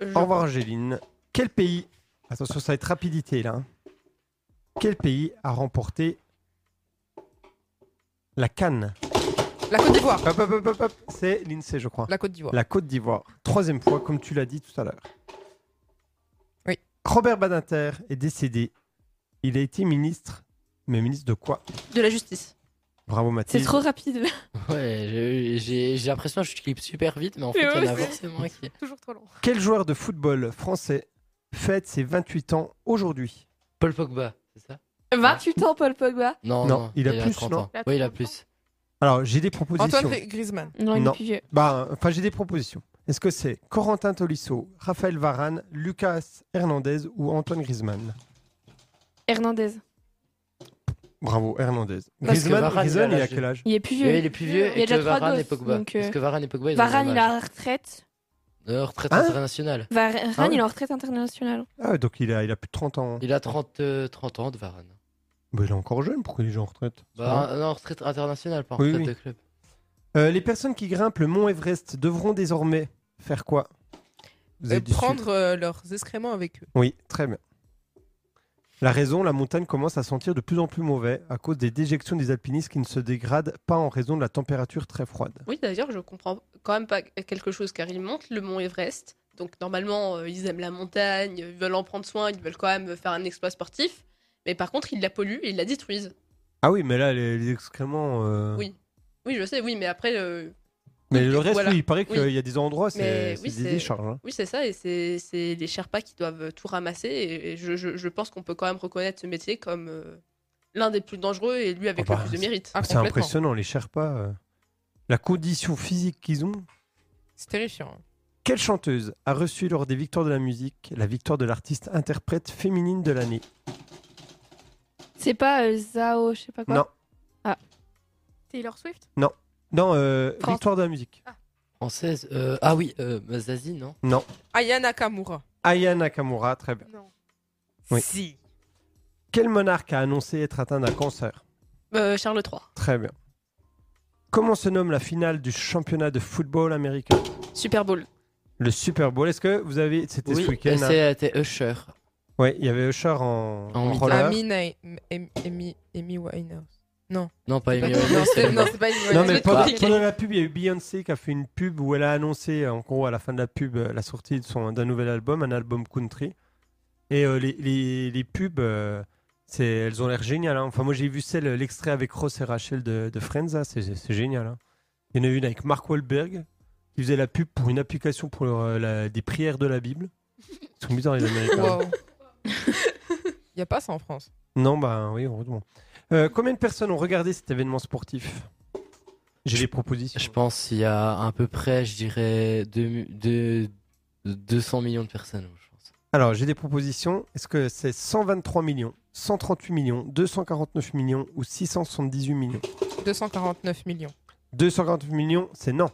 euh, je-
au revoir Angéline. Quel pays, attention ça va être rapidité là, hein. quel pays a remporté la Cannes
La Côte d'Ivoire.
Hop, hop, hop, hop, hop. C'est l'INSEE E, je crois.
La Côte d'Ivoire.
La Côte d'Ivoire. Troisième fois comme tu l'as dit tout à l'heure.
Oui.
Robert Badinter est décédé. Il a été ministre, mais ministre de quoi
De la justice.
Bravo Mathilde.
rapide là.
Ouais, j'ai- j'ai j'ai l'impression que je clip super vite, mais en fait,
Mais
il y en a
ouais, c'est-
forcément qui.
Toujours trop long.
Quel joueur de football français fête ses 28 ans aujourd'hui
Paul Pogba, c'est ça
28 ans, Paul Pogba.
Non,
Non, il a plus,
30
non
ans. Oui, il a plus.
Alors, j'ai des propositions.
Antoine Gri- Griezmann.
Bah, enfin, j'ai des propositions. Est-ce que c'est Corentin Tolisso, Raphaël Varane, Lucas Hernandez ou Antoine Griezmann
Hernandez.
Bravo, Hernandez.
Parce que
Griezmann,
Varane,
Griezmann,
il
il
a
a
l'âge.
quel âge
Il est plus vieux.
Ouais, il est plus vieux
Il y a
et que
déjà trois
Varane et
doses,
Pogba.
donc, euh,
Parce que Varane et Pogba, ils ont le
Varane,
même
il a
âge.
la retraite.
Euh, retraite
Hein
internationale.
Varane,
Ah ouais.
il est en retraite internationale.
Ah, donc il a, il a plus de 30 ans.
Il a 30, euh, 30 ans de Varane.
Bah, il est encore jeune, pourquoi il est en retraite C'est pas
Bah,
grave.
non, retraite internationale, pas en
Ah Oui,
retraite
oui.
de club.
Euh, Les personnes qui grimpent le mont Everest devront désormais faire quoi Vous
Euh,
êtes déçus
prendre euh, leurs excréments avec eux.
Oui, très bien. La raison, la montagne commence à sentir de plus en plus mauvais à cause des déjections des alpinistes qui ne se dégradent pas en raison de la température très froide.
Oui, d'ailleurs, je comprends quand même pas quelque chose car ils montent le mont Everest. Donc, normalement, euh, ils aiment la montagne, ils veulent en prendre soin, ils veulent quand même faire un exploit sportif. Mais par contre, ils la polluent et ils la détruisent.
Ah oui, mais là, les, les excréments. euh,
Oui. Oui, je sais, oui, mais après. euh,
Mais le reste,
voilà.
oui, il paraît
Oui.
qu'il y a des endroits, c'est
Mais
c'est
oui,
des
c'est-
décharges. hein.
Oui, c'est ça, et c'est c'est les Sherpas qui doivent tout ramasser. Et, et je, je- je pense qu'on peut quand même reconnaître ce métier comme euh, l'un des plus dangereux et lui avec
Oh bah,
le plus de mérite.
Ah,
C'est impressionnant, les Sherpas. euh, La condition physique qu'ils ont.
C'est terrifiant. hein.
Quelle chanteuse a reçu lors des victoires de la musique la victoire de l'artiste interprète féminine de l'année
C'est pas euh, Zao, je sais pas quoi.
Non,
Ah.
Taylor Swift Ah.
non, non, euh,
France.
victoire de la musique.
Française euh, Ah oui, euh, Zazie, non
Non.
Aya Nakamura.
Aya Nakamura, très bien. Oui.
Si.
Quel monarque a annoncé être atteint d'un cancer
Euh, Charles III.
Très bien. Comment se nomme la finale du championnat de football américain
Super Bowl.
Le Super Bowl. Est-ce que vous avez. C'était
Oui,
ce week-end.
et
hein.
c'était Usher.
Ouais, il y avait Usher en, en roller.
Amy, Ni- Amy, Amy- Amy Winehouse. Non.
Non, pas
C'est
Amy
Non,
Winehouse,
c'est
elle.
non, c'est pas Amy Winehouse.
Non,
Ah,
mais pendant,
compliqué.
pendant la pub, il y a eu Beyoncé qui a fait une pub où elle a annoncé, en gros, à la fin de la pub, euh, la sortie de son- d'un nouvel album, un album country. Et euh, les, les- les pubs, euh, c'est, elles ont l'air géniales. hein. Enfin, moi, j'ai vu celle, l'extrait avec Ross et Rachel de, de Friends, là, c'est, c'est génial. hein. Il y en a une avec Mark Wahlberg qui faisait la pub pour une application pour leur- la- des prières de la Bible. Ils sont bizarres, les Américains.
Wow. *laughs* Il n'y a pas ça en France.
Non, bah oui, heureusement. Euh, combien de personnes ont regardé cet événement sportif J'ai les propositions.
Je pense qu'il y a à peu près, je dirais, deux mi- deux- 200 millions de personnes. je pense.
Alors, j'ai des propositions. Est-ce que c'est 123 millions, 138 millions, 249 millions ou 678 millions
249 millions.
249 millions, c'est non.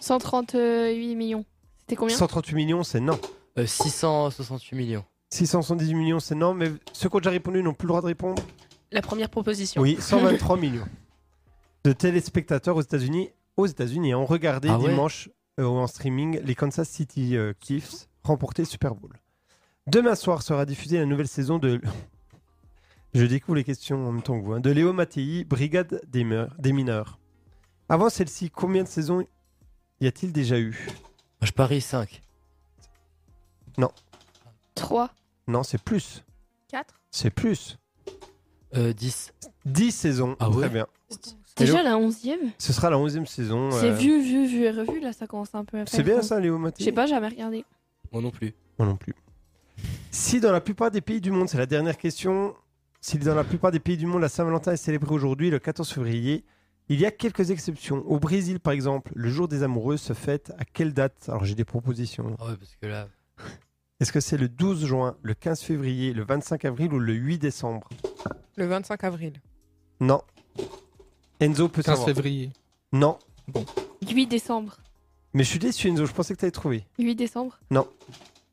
138 millions. C'était combien
138 millions, c'est non.
Euh, 668 millions.
678 millions, c'est non, mais ceux qui ont déjà répondu n'ont plus le droit de répondre
La première proposition.
*laughs*
Oui, 123 millions de téléspectateurs aux États-Unis. Aux États-Unis, hein, ont regardé
Ah ouais
dimanche euh, en streaming les Kansas City euh, Chiefs remporter le Super Bowl. Demain soir sera diffusée la nouvelle saison de. *laughs* Je découvre les questions en même temps que vous. hein, de Léo Mattei, Brigade des, meurs- des mineurs. Avant celle-ci, combien de saisons y a-t-il déjà eu
Je parie 5.
Non,
3.
non, c'est plus.
4.
C'est plus.
10.
10 saisons.
Ah
Très bien.
Déjà
Hello.
la 11e
Ce sera la 11e saison.
C'est
euh,
vu, vu, vu et revu, là ça commence un peu à
C'est
faire,
bien
euh,
ça, Léo Mattei
Je sais pas, jamais regardé.
Moi non plus.
Moi non plus. Si dans la plupart des pays du monde, c'est la dernière question, si dans la plupart des pays du monde, la Saint-Valentin est célébrée aujourd'hui, le 14 février, il y a quelques exceptions. Au Brésil, par exemple, le jour des amoureux se fête à quelle date Alors j'ai des propositions.
Ah ouais, parce que là.
Est-ce que c'est le 12 juin, le 15 février, le 25 avril ou le 8 décembre
Le 25 avril.
Non. Enzo peut
15
savoir.
février.
Non.
8 décembre.
Mais je suis déçu, Enzo, je pensais que tu avais trouvé.
8 décembre
Non.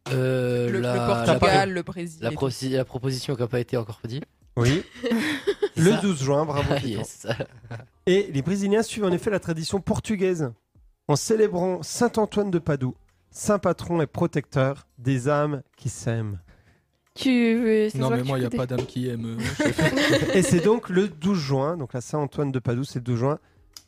Euh,
Le-
la-
le
la
Portugal,
pro-
le Brésil
La,
et
pro- la proposition qui n'a pas été encore dite. *laughs*
Oui. le 12 juin, bravo.
Ah,
Tito.
*laughs* yes.
Et les Brésiliens suivent en effet la tradition portugaise. En célébrant Saint Antoine de Padoue, Saint patron et protecteur des âmes qui s'aiment.
Tu veux.
Non, mais moi, il n'y a pas d'âme qui aime. euh,
et c'est donc le 12 juin, donc la Saint Antoine de Padoue, c'est le 12 juin.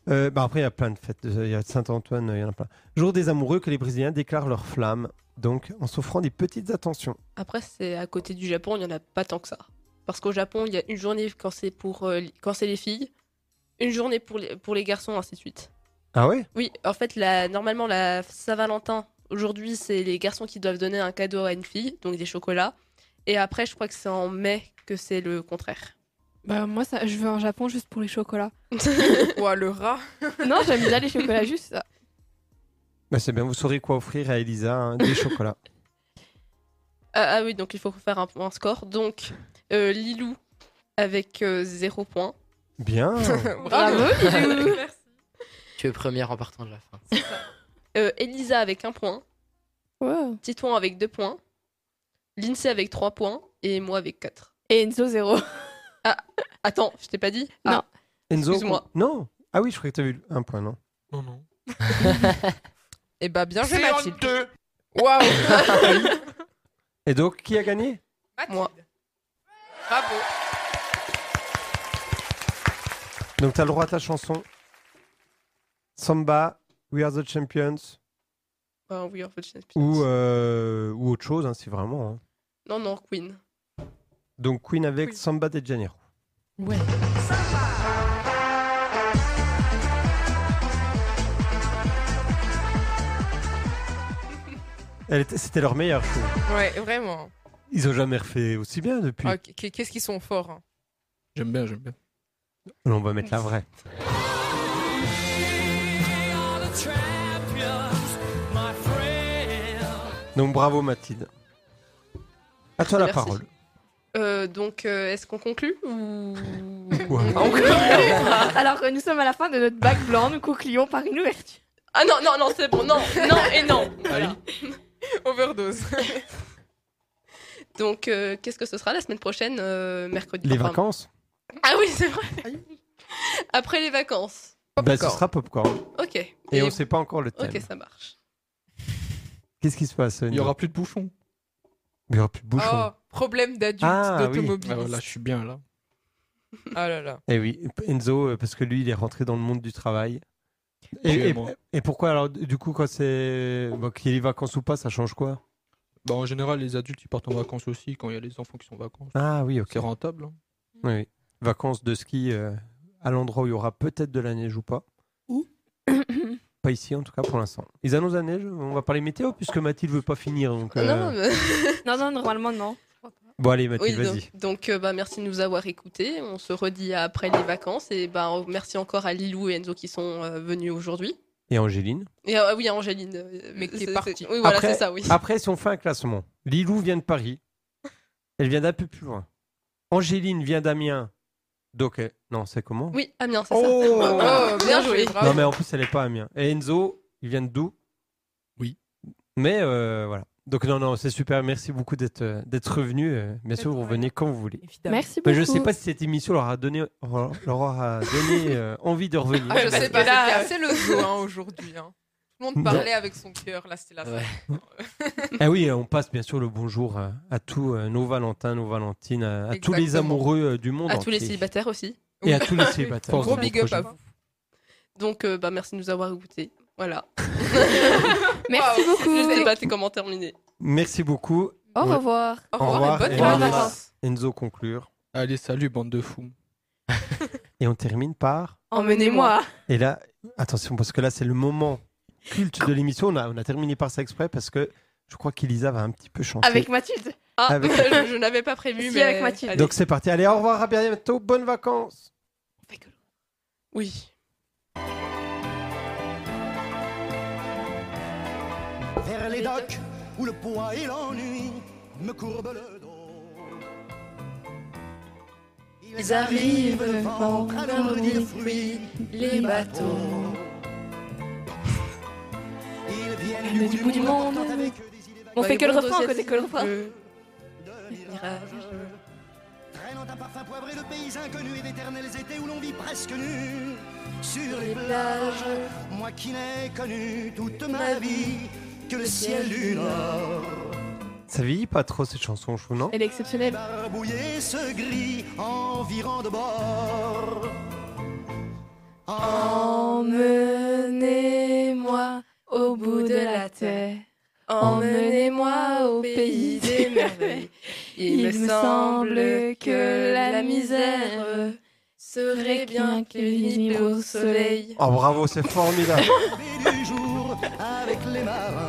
Euh, bah après, il y a plein de fêtes. Il y a Saint Antoine, il y en a plein. Jour des amoureux que les Brésiliens déclarent leur flamme, donc en s'offrant des petites attentions.
Après, c'est à côté du Japon, il n'y en a pas tant que ça. Parce qu'au Japon, il y a une journée quand c'est pour euh, les- quand c'est les filles, une journée pour les, pour les garçons, ainsi de suite.
Ah ouais
Oui, en fait, la, normalement, la Saint-Valentin, aujourd'hui, c'est les garçons qui doivent donner un cadeau à une fille, donc des chocolats. Et après, je crois que c'est en mai que c'est le contraire.
Bah, moi, ça, je veux un Japon juste pour les chocolats.
Ouah, le
*laughs*
rat.
non, j'aime bien les chocolats juste. *laughs* ça.
Bah, c'est bien, vous saurez quoi offrir à Elisa hein, des chocolats.
Ah, ah oui, donc il faut faire un, un score. Donc, euh, Lilou avec 0 point.
Bien. *laughs*
*laughs*
Ah, bah
tu es première en partant de la fin.
Euh, Elisa avec un point. Titouan avec deux points. Lindsay avec trois points. Et moi avec quatre.
Et Enzo *laughs* zéro.
Ah, attends, je t'ai pas dit Ah.
Non.
Enzo
Excuse-moi.
Non Ah oui, je croyais que tu avais eu un point, non
Non, non.
Et bah, bien joué,
C'est en
Mathilde.
deux.
Waouh.
Et donc, qui a gagné
Moi. Bravo.
Donc t'as le droit à ta chanson. Samba, We Are the Champions,
Ah oui, en fait, je-
ou, euh, ou autre chose, hein, c'est vraiment. hein.
Non, non, Queen.
Donc Queen avec Samba de Janeiro.
Ouais.
Elle était- C'était leur meilleur show.
Ouais, vraiment.
Ils ont jamais refait aussi bien depuis.
Ah, qu- Qu'est-ce qu'ils sont forts. hein.
J'aime bien, j'aime bien.
On va mettre la vraie. Donc bravo Mathilde. À toi la
Merci.
parole.
Euh, donc, euh, est-ce qu'on conclut ou...
Ouais.
Alors, euh, nous sommes à la fin de notre bac blanc, nous concluons par une ouverture.
Ah non, non, non, c'est bon, non, non et non.
*laughs*
*laughs*
Overdose.
donc, euh, qu'est-ce que ce sera la semaine prochaine, euh, mercredi
Les
enfin,
vacances
Ah oui, c'est vrai. Après les vacances.
Ben, Ce sera popcorn.
Ok.
Et, on sait pas encore le thème.
Ok, ça marche.
Qu'est-ce qui se passe Il
y aura plus de bouffons.
Il y aura plus de bouchon.
Oh, problème d'adulte
Ah, oui.
d'automobile.
Ah, voilà,
je suis bien là.
Ah là là.
Et Eh oui, Enzo, euh, parce que lui, il est rentré dans le monde du travail. Et,
Oui,
et-
moi.
et pourquoi alors, du coup, quand c'est bon, qu'il y ait les vacances ou pas, ça change quoi
Bah, en général, les adultes ils partent en vacances aussi quand il y a les enfants qui sont en vacances.
Ah oui, ok.
C'est rentable. hein.
Oui, oui. Vacances de ski euh, à l'endroit où il y aura peut-être de la neige ou pas. *coughs* Pas ici en tout cas pour l'instant. Ils annoncent la neige. On va parler météo puisque Mathilde veut pas finir. Donc, euh,
Ah Non, mais-
non, non, normalement, non.
Bon allez
Oui,
Mathilde, vas-y.
donc, donc, euh, bah, merci de nous avoir écoutés. On se redit après les vacances. Et bah, on- merci encore à Lilou et Enzo qui sont euh, venus aujourd'hui.
Et Angéline.
Et euh, oui, à Angéline. euh,
Mais qui est
c'est-
partie.
c'est- Oui, voilà,
après,
c'est ça, oui.
après, si on fait un classement, Lilou vient de Paris. Elle vient d'un peu plus loin. Angéline vient d'Amiens. Donc euh, non, c'est comment
Oui, Amiens, c'est
Oh.
ça.
Oh,
bien joué.
Non mais en plus elle est pas Amiens. Et Enzo, il vient de d'où Oui. Mais euh, voilà. Donc non non, c'est super. Merci beaucoup d'être euh, d'être revenu. euh, Bien sûr, vous revenez quand vous voulez.
Merci
Mais Bah, je
beaucoup.
sais pas si cette émission leur a donné leur aura donné euh, envie
*laughs*
de revenir.
Ah, je sais pas, c'était assez le zoo hein, aujourd'hui. hein. Tout le monde
Non.
parlait avec son cœur, là c'était la
Ouais.
fin.
Ah oui, on passe bien sûr le bonjour euh, à tous euh, nos Valentins, nos Valentines, euh, à, tous les
Exactement.
amoureux euh, du monde.
À tous les
entier.
célibataires aussi.
Et à tous les célibataires.
Gros big up à vous.
Donc, euh, bah, merci de nous avoir écoutés. Voilà.
Merci
Wow,
beaucoup.
Je sais pas t'es comment terminer.
Merci beaucoup.
Au
Ouais.
revoir.
Au
Au revoir et
revoir.
bonnes
Et
vacances.
on laisse Enzo conclure.
Allez, salut, bande de fous.
Et on termine par.
Emmenez-moi.
Et là, attention, parce que là, c'est le moment culte de l'émission. On a, on a terminé par ça exprès parce que je crois qu'Elisa va un petit peu chanter.
Avec Mathilde.
Ah,
Avec-
*laughs* je, je n'avais pas prévu,
Si,
mais.
avec Mathilde.
allez.
Donc c'est parti. Allez, au revoir, à bientôt. Bonnes vacances.
Oui.
vers les docks où le poids et l'ennui me courbent le dos.
Ils arrivent, le vent
à
leur dit
les
le
fruits,
fruit, les bateaux.
Ils
Mais
viennent
du bout du monde.
On
Bah,
fait que le refrain, on
que
connaît que le refrain.
Traînant un parfum poivré de pays inconnus et d'éternels étés où l'on vit presque nu sur les
Les
plages.
plages.
Moi qui n'ai connu toute ma vie que le ciel du nord.
Ça vieillit pas trop cette chanson, je trouve, non
Elle est exceptionnelle.
Barbouillé ce gris environ de bord.
Emmenez-moi au bout de la terre. Emmenez-moi au pays des merveilles. Il me semble que la misère serait bien cueillie au soleil.
Oh bravo, c'est Ah, formidable.
du jour avec les marins.